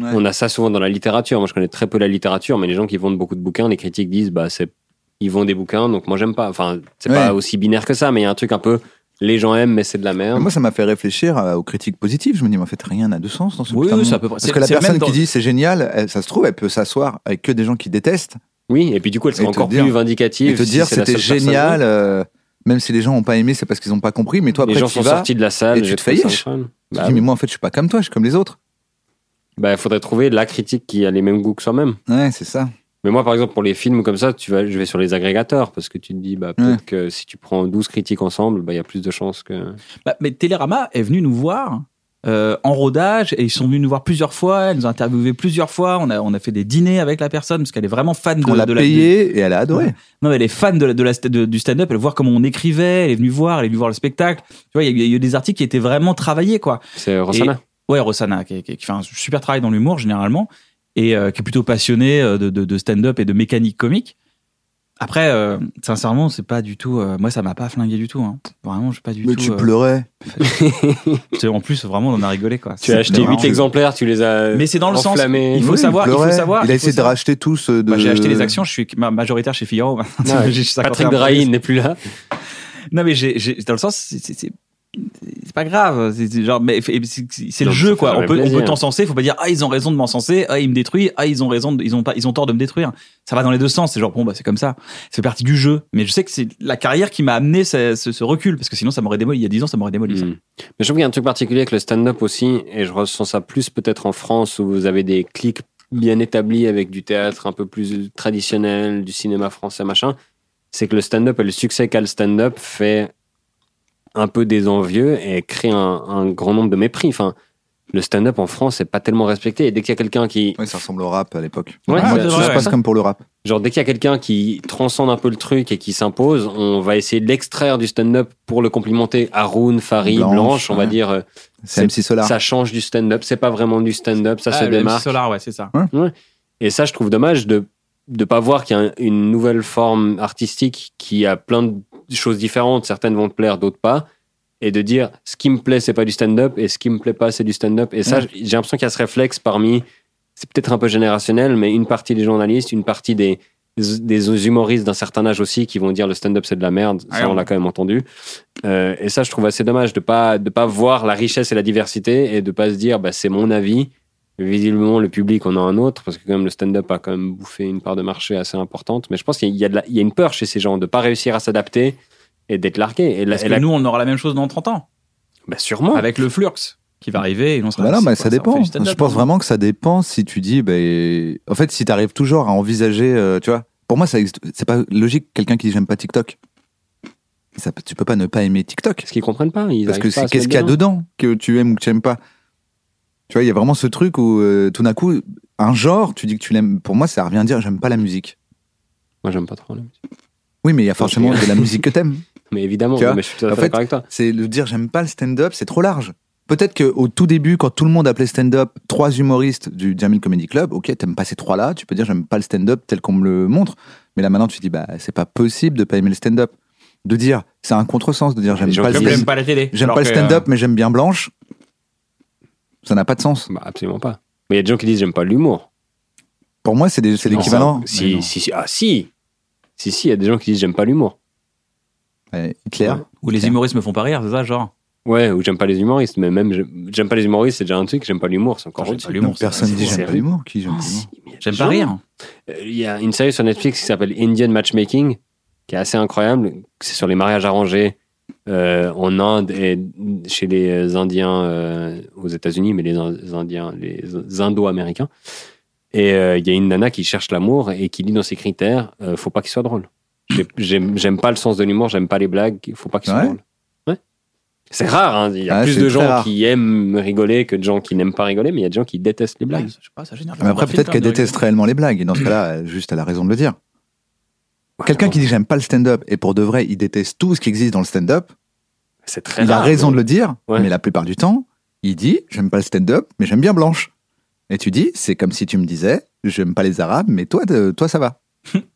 Ouais. On a ça souvent dans la littérature. Moi, je connais très peu la littérature, mais les gens qui vendent beaucoup de bouquins, les critiques disent, bah, c'est, ils vendent des bouquins, donc moi, j'aime pas. Enfin, c'est Ouais. pas aussi binaire que ça, mais il y a un truc un peu, les gens aiment, mais c'est de la Mais merde. Ah, Moi, ça m'a fait réfléchir à- aux critiques positives. Je me dis, mais en fait, rien n'a de sens dans ce Oui, putain de oui, c'est monde. à peu près- Parce c'est- que la c'est même personne dans- qui dit c'est génial, elle- ça se trouve, elle peut s'asseoir avec que des gens qui détestent oui, et puis du coup, elle Et sera te encore dire- plus vindicative. et te si dire c'est la c'était seule personne. génial. euh, même si les gens n'ont pas aimé, c'est parce qu'ils n'ont pas compris. Mais toi, les après, gens tu y sont vas. sortis de la salle. et tu j'ai te fais trouvé ça yish. incroyable. tu te Bah dis, mais moi, en fait, je suis pas comme toi, je suis comme les autres. bah, faudrait trouver la critique qui a les mêmes goûts que soi-même. Ouais, c'est ça. Mais moi, par exemple, pour les films comme ça, tu vas, je vais sur les agrégateurs parce que tu te dis, bah, peut-être que si tu prends 12 critiques ensemble, bah, il y a plus de chances que. Bah, mais Télérama est venu nous voir euh, en rodage et ils sont venus nous voir plusieurs fois. Ils nous ont interviewés plusieurs fois. On a, on a fait des dîners avec la personne parce qu'elle est vraiment fan de, On l'a de la payé et elle a adoré. Non, mais elle est fan de, la- de la, de- du stand-up, elle voit comment on écrivait, elle est venue voir, elle est venue voir le spectacle. Tu vois, il y, a eu- il y a eu des articles qui étaient vraiment travaillés, quoi. C'est Rossana. Ouais, Rossana, qui, qui- qui fait un super travail dans l'humour, généralement, et euh, qui est plutôt passionnée euh, de, de- de stand-up et de mécanique comique. Après, euh, sincèrement, c'est pas du tout. euh, moi, ça m'a pas flingué du tout. hein. Vraiment, je suis pas du Mais tout. tu euh, pleurais. c'est- en plus, vraiment, on en a rigolé, quoi. Tu as acheté marrant. 8 exemplaires, tu les as. Mais c'est dans le sens- enflammés. il faut Oui, savoir- il faut pleurait. savoir- Il il a faut essayé de savoir. racheter tous. euh, De... Bah, j'ai acheté les actions, je suis ma- majoritaire chez Figaro. maintenant. <laughs> Ouais. J'ai 51%. Patrick Drahi n'est plus là. Non, mais j'ai, j'ai- dans le sens, c'est, c'est- c'est- c'est pas grave. C'est, c'est genre, mais c'est, c'est- c'est le Non, jeu, ça quoi. fait On peut, on plaisir. peut t'encenser. Faut pas dire, ah, ils ont raison de m'encenser. Ah, ils me détruisent. Ah, ils ont raison. de- ils ont pas, ils ont tort de me détruire. Ça va dans les deux sens. C'est genre, bon, bah, c'est comme ça. Ça fait partie du jeu. Mais je sais que c'est la carrière qui m'a amené ce, ce- ce recul. Parce que sinon, ça m'aurait démoli. Il y a 10 ans, ça m'aurait démoli. ça. Mm. Mais je trouve qu'il y a un truc particulier avec le stand-up aussi, et je ressens ça plus peut-être en France où vous avez des clics bien établis avec du théâtre un peu plus traditionnel, du cinéma français, machin. C'est que le stand-up et le succès qu'a le stand-up fait un peu des envieux et crée un, un grand nombre de mépris. Enfin, le stand-up en France n'est pas tellement respecté. Et dès qu'il y a quelqu'un qui. Ouais, ça ressemble au rap à l'époque. Ouais, Ah, c'est ça vrai, se passe ouais. comme pour le rap. Genre, dès qu'il y a quelqu'un qui transcende un peu le truc et qui s'impose, on va essayer de l'extraire du stand-up pour le complimenter. Haroun, Farid, Blanche, Blanche, on va ouais. dire. euh, C'est MC Solar. Ça change du stand-up, c'est pas vraiment du stand-up, ça Ah, se le MC démarque. Solar, ouais, c'est ça. Ouais. Et ça, je trouve dommage de ne pas voir qu'il y a un- une nouvelle forme artistique qui a plein de choses différentes. Certaines vont te plaire, d'autres pas. Et de dire ce qui me plaît, c'est pas du stand-up, et ce qui me plaît pas, c'est du stand-up. Et ça, Ouais. j'ai l'impression qu'il y a ce réflexe parmi. C'est peut-être un peu générationnel, mais une partie des journalistes, une partie des, des humoristes d'un certain âge aussi qui vont dire le stand-up c'est de la merde. Ça, Ouais, on l'a quand même entendu. Euh, et ça, je trouve assez dommage de pas de pas voir la richesse et la diversité et de pas se dire bah, c'est mon avis. Visiblement, le public en a un autre parce que quand même le stand-up a quand même bouffé une part de marché assez importante. Mais je pense qu'il y a, de la- il y a une peur chez ces gens de pas réussir à s'adapter et d'être largué. Et la- Parce et que la- nous, on aura la même chose dans 30 ans, bah, sûrement. avec le Flux qui va arriver. Et on sera Bah là, non, c'est quoi, mais ça on fait dépend. du stand-up, Je pense hein. vraiment que ça dépend si tu dis, ben, en fait, si tu arrives toujours à envisager, euh, tu vois, pour moi, ça existe- c'est pas logique quelqu'un qui dit j'aime pas TikTok. Ça, peut- tu peux pas ne pas aimer TikTok. Parce qu'ils comprennent pas. Ils Parce arrivent que pas à c'est se qu'est-ce mettre qu'il y a dedans que tu aimes ou que tu aimes pas. Tu vois, il y a vraiment ce truc où euh, tout d'un coup, un genre, tu dis que tu l'aimes. Pour moi, ça revient à dire j'aime pas la musique. Moi, j'aime pas trop. la musique. Oui, mais il y a forcément de la musique que t'aimes. Mais évidemment, Tu vois, mais je suis tout à en fait, fait d'accord avec toi. C'est le dire j'aime pas le stand-up, c'est trop large. Peut-être qu'au tout début, quand tout le monde appelait stand-up trois humoristes du Jamil Comedy Club, ok, t'aimes pas ces trois-là, tu peux dire j'aime pas le stand-up tel qu'on me le montre. Mais là maintenant, tu dis bah c'est pas possible de pas aimer le stand-up. De dire, c'est un contresens de dire j'aime gens pas, le qui Comme Parce- j'aime stand- pas la télé. j'aime alors pas le que, euh, stand-up, mais j'aime bien Blanche. Ça n'a pas de sens. Bah, absolument pas. Mais il y a des gens qui disent j'aime pas l'humour. Pour moi, c'est des- c'est l'équivalent. Non, Si, si, si, ah si Si, si, il y a des gens qui disent j'aime pas l'humour. Ouais, Hitler. Ouais. euh, Où les humoristes me font pas rire, c'est ça, genre. Ouais, ou j'aime pas les humoristes, mais même j'aime- j'aime pas les humoristes, c'est déjà un truc, j'aime pas l'humour, c'est encore J'aime autre pas chose. l'humour. Non, personne c'est- dit c'est j'aime pas vrai. l'humour. Qui j'aime pas l'humour J'aime pas rire. Euh, Il y a une série sur Netflix qui s'appelle Indian Matchmaking, qui est assez incroyable. C'est sur les mariages arrangés euh, en Inde et chez les Indiens euh, aux États-Unis, mais les In- Indiens, les Indo-Américains. Et euh, il y a une nana qui cherche l'amour et qui dit dans ses critères, euh, faut pas qu'il soit drôle. J'ai- J'aime j'aime pas le sens de l'humour, j'aime pas les blagues, faut pas qu'il soit Ouais. drôle. Ouais. C'est rare, hein. il y a Ah, plus c'est de très gens rare. qui aiment rigoler que de gens qui n'aiment pas rigoler, mais il y a des gens qui détestent les blagues. Je sais pas, ça génère. Ah, Mais après, hein, peut-être qu'elle déteste réellement les blagues. Et dans ce cas-là, euh, juste, elle a raison de le dire. Quelqu'un qui dit j'aime pas le stand-up et pour de vrai, il déteste tout ce qui existe dans le stand-up, C'est très il a rare, raison mais- de le dire, Ouais. mais la plupart du temps, il dit j'aime pas le stand-up, mais j'aime bien Blanche. Et tu dis, c'est comme si tu me disais, j'aime pas les Arabes, mais toi, euh, toi ça va.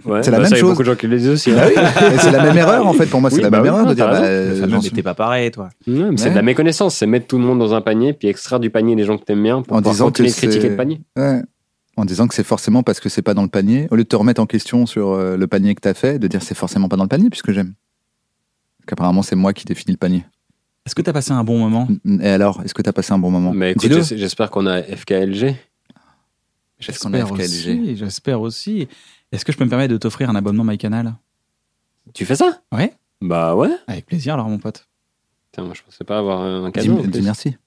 Ouais, C'est la bah même ça, Il y a chose. beaucoup de gens qui le disent aussi. Bah hein. oui, mais c'est la même erreur en fait. Pour moi, Oui, c'est la bah même oui, erreur non, de dire, t'as bah, raison. euh, j'en suis- t'es pas pareil, toi. Ouais, mais C'est Ouais. de la méconnaissance, c'est mettre tout le monde dans un panier puis extraire du panier les gens que t'aimes bien pour En pouvoir disant continuer que de critiquer c'est- le panier. Ouais. En disant que c'est forcément parce que c'est pas dans le panier, au lieu de te remettre en question sur euh, le panier que t'as fait, de dire c'est forcément pas dans le panier puisque j'aime. Parce qu'apparemment c'est moi qui définis le panier. Est-ce que t'as passé un bon moment Et alors, est-ce que t'as passé un bon moment Mais Bah, écoute, Dis-le. j'es- j'espère qu'on a FKLG. Est-ce qu'on a J'espère FKLG? aussi, J'espère aussi. Est-ce que je peux me permettre de t'offrir un abonnement MyCanal Tu fais ça Ouais. Bah ouais. Avec plaisir, alors, mon pote. Putain, moi je pensais pas avoir euh, un Dis, cadeau. en dis plus. merci.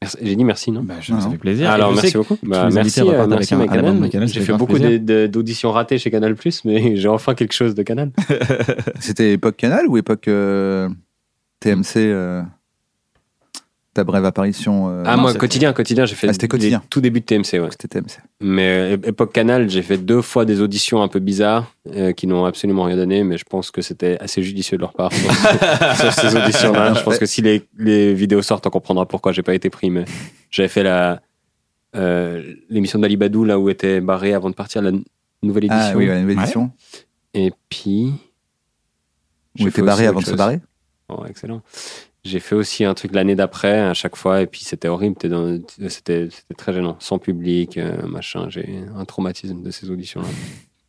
Merci- J'ai dit merci, non Bah, je- Non, ça non. fait plaisir. Alors Et je merci sais que- beaucoup. Bah, invités à merci, repartir euh, avec merci un- ma un Canal. abonnement de Canal, ça J'ai fait fait grave beaucoup plaisir. de- de- d'auditions ratées chez Canal mais j'ai enfin quelque chose de Canal. <laughs> C'était époque Canal ou époque euh, TMC euh, Ta brève apparition euh, ah non, moi c'était- quotidien, quotidien, j'ai fait Ah, c'était les Quotidien. tout début de TMC, ouais. C'était TMC. Mais euh, époque Canal, j'ai fait deux fois des auditions un peu bizarres euh, qui n'ont absolument rien donné, mais je pense que c'était assez judicieux de leur part sur, <laughs> sur ces auditions-là. Je pense que si les, les vidéos sortent, on comprendra pourquoi j'ai pas été pris. Mais j'avais fait la euh, l'émission d'Ali Badou là où était barré avant de partir la n- nouvelle édition. Ah oui, ouais, une édition. Et puis Où j'ai fait était aussi barré avant de autre se chose. barrer Oh, excellent. J'ai fait aussi un truc l'année d'après à chaque fois et puis c'était horrible. t'es dans- C'était c'était très gênant, sans public, euh, machin. J'ai un traumatisme de ces auditions-là.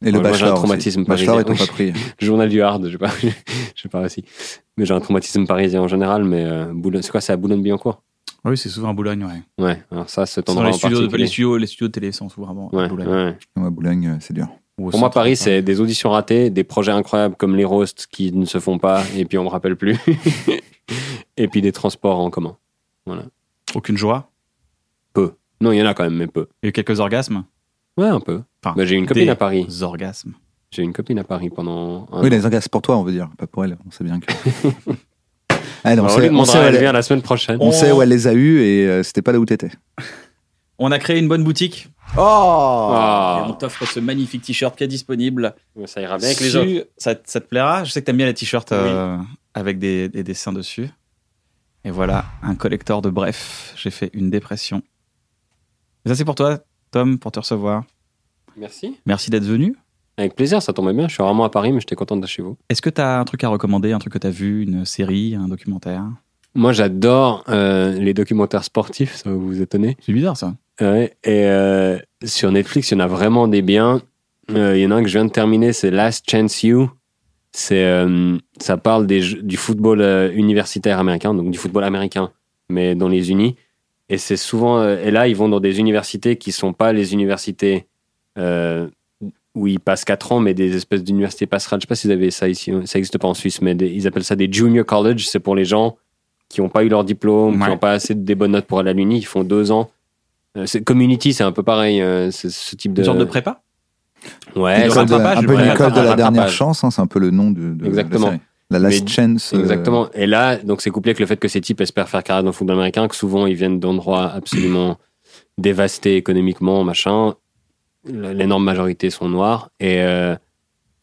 Et le Ouais, moi, j'ai un bachelor. aussi. traumatisme bachelor, ils t'ont parisien, pas pris. <laughs> Journal du Hard, je sais pas, je sais pas aussi. Mais j'ai un traumatisme parisien en général, mais euh, Boulogne- c'est quoi, c'est à Boulogne-Billancourt Oui, c'est souvent à Boulogne, ouais. Ouais, alors ça, cet Dans endroit les en studios, particulier. les, studios, les studios de télé sont souvent à Ouais, Boulogne. ouais. Ouais, Boulogne, euh, c'est dur. Ou au Pour moi, centre. Paris, c'est des auditions ratées, des projets incroyables comme les roasts qui ne se font pas et puis on me rappelle plus. <laughs> et puis des transports en commun. Aucune joie. Non, il y en a quand même, mais peu. Il y a eu quelques orgasmes. Ouais, un peu. Enfin, Bah, j'ai une copine des à Paris. orgasmes. J'ai une copine à Paris pendant. un Oui, an. les engages pour toi, on veut dire, pas pour elle. On sait bien que. <laughs> Ah non, on on, lui sait- on demandera, sait où elle elle est. vient la semaine prochaine. On sait où elle les a eus et euh, c'était pas là où t'étais. On a créé une bonne boutique. Oh Ah. Et on t'offre ce magnifique t-shirt qui est disponible. Ça ira Ah, bien avec les Sur- autres. Ça, te- ça te plaira Je sais que t'aimes bien les t-shirts euh, avec des, des dessins dessus. Et voilà, un collector de bref. J'ai fait une dépression. Et ça, c'est pour toi, Tom, pour te recevoir. Merci. Merci d'être venu. Avec plaisir, ça tombait bien. Je suis rarement à Paris, mais j'étais content d'être chez vous. Est-ce que t'as un truc à recommander, un truc que t'as vu, une série, un documentaire Moi, j'adore euh, les documentaires sportifs, ça va vous étonner. C'est bizarre, ça. Ouais, et euh, sur Netflix, il y en a vraiment des biens. Euh, Il y en a un que je viens de terminer, c'est Last Chance You. C'est, euh, ça parle des, jeux- du football euh, universitaire américain, donc du football américain, mais dans les unis. Et c'est souvent, euh, et là, ils vont dans des universités qui sont pas les universités euh, où ils passent 4 ans, mais des espèces d'universités passerelles. Je sais pas si vous avez ça ici, ça n'existe pas en Suisse, mais des- ils appellent ça des junior college. C'est pour les gens qui n'ont pas eu leur diplôme, Ouais. qui n'ont pas assez de des bonnes notes pour aller à l'uni. Ils font deux ans. Euh, c'est- community, c'est un peu pareil, euh, c'est ce type de. Une sorte de prépa Ouais, Une c'est sorte École de- rattrapage, un je peu une dirais. école de la Rattrapage. dernière chance, hein, c'est un peu le nom de, de Exactement. la série. La Last Mais- Chance. euh, Exactement. Et là, donc c'est couplé avec le fait que ces types espèrent faire carrière dans le football américain, que souvent ils viennent d'endroits absolument dévastés économiquement, machin. L- L'énorme majorité sont noirs. Et, euh,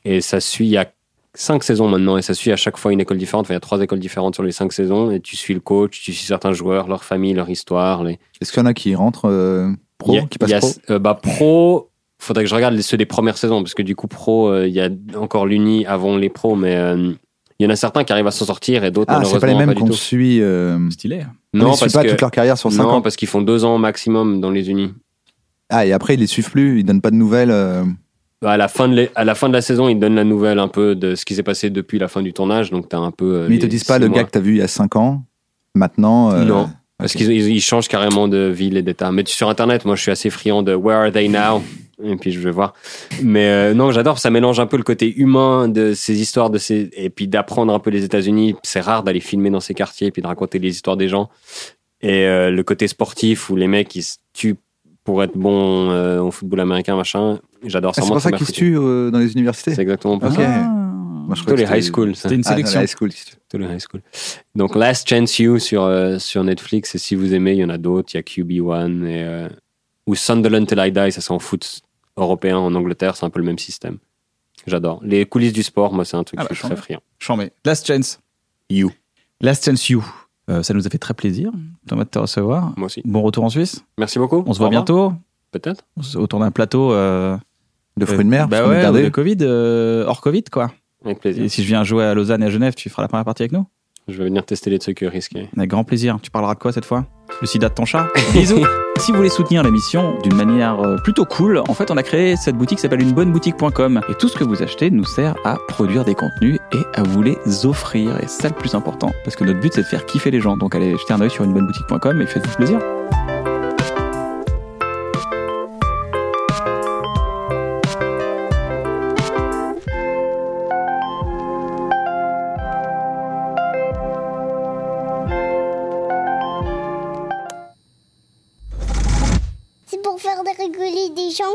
et ça suit, il y a cinq saisons maintenant, et ça suit à chaque fois une école différente. Enfin, il y a trois écoles différentes sur les cinq saisons, et tu suis le coach, tu suis certains joueurs, leur famille, leur histoire. Les... Est-ce qu'il y en a qui rentrent euh, pro, Il y a- qui passent il y a- pro euh, bah, pro, faudrait que je regarde les- ceux des premières saisons, parce que du coup, pro, euh, il y a encore l'Uni avant les pros, mais euh, il y en a certains qui arrivent à s'en sortir et d'autres, Ah, c'est malheureusement, pas les mêmes du qu'on tout. suit. euh, Stylé. hein. on Non, les suit parce pas que, toute leur carrière sur 5 non, ans. parce qu'ils font deux ans maximum dans les unis. Ah, et après, ils les suivent plus, ils donnent pas de nouvelles. euh, À la, fin de les- à la fin de la saison, ils donnent la nouvelle un peu de ce qui s'est passé depuis la fin du tournage, donc t'as un peu. euh, mais ils te les disent pas six le mois. gars que t'as vu il y a 5 ans, maintenant. euh, Non. Parce ok. qu'ils ils, ils changent carrément de ville et d'état. Mais tu- sur Internet, moi, je suis assez friand de Where are they now Et puis je vais voir. Mais euh, non, j'adore. Ça mélange un peu le côté humain de ces histoires, de ces et puis d'apprendre un peu les États-Unis. C'est rare d'aller filmer dans ces quartiers et puis de raconter les histoires des gens. Et euh, le côté sportif où les mecs ils se tuent pour être bons euh, au football américain, machin. J'adore. Ah, c'est vraiment pour ça me qu'ils se foutu. tuent euh, dans les universités C'est exactement pour Ok. ça. Ah. Moi, je Plutôt crois que les high c'était- school. ça. C'était une Ah, dans les sélection. high school, si tu veux. Plutôt le high school. Donc Last Chance You sur, euh, sur Netflix, et si vous aimez, il y en a d'autres, il y a QB1 et, euh, ou Sunderland Till I Die, ça c'est en foot européen, en Angleterre, c'est un peu le même système. J'adore. Les coulisses du sport, moi c'est un truc Ah que bah, je suis très chambé. friand. Chambé. Last Chance. You. Last Chance You. Euh, ça nous a fait très plaisir, Thomas, de te recevoir. Moi aussi. Bon retour en Suisse. Merci beaucoup. On se voit Au revoir. bientôt. Peut-être. On se- Autour d'un plateau. euh, De euh, fruits de mer, bah parce qu'on est ouais, gardé. ou de Covid, euh, hors Covid, quoi. Avec plaisir. Et si je viens jouer à Lausanne et à Genève, tu feras la première partie avec nous Je vais venir tester les trucs risqués. Avec grand plaisir. Tu parleras de quoi cette fois Le sida de ton chat <laughs> Bisous Si vous voulez soutenir la mission d'une manière euh, plutôt cool, en fait, on a créé cette boutique qui s'appelle unebonneboutique.com. Et tout ce que vous achetez nous sert à produire des contenus et à vous les offrir. Et c'est ça le plus important. Parce que notre but, c'est de faire kiffer les gens. Donc allez jeter un oeil sur unebonneboutique.com et faites-vous plaisir. C'est pour faire de rigoler des gens.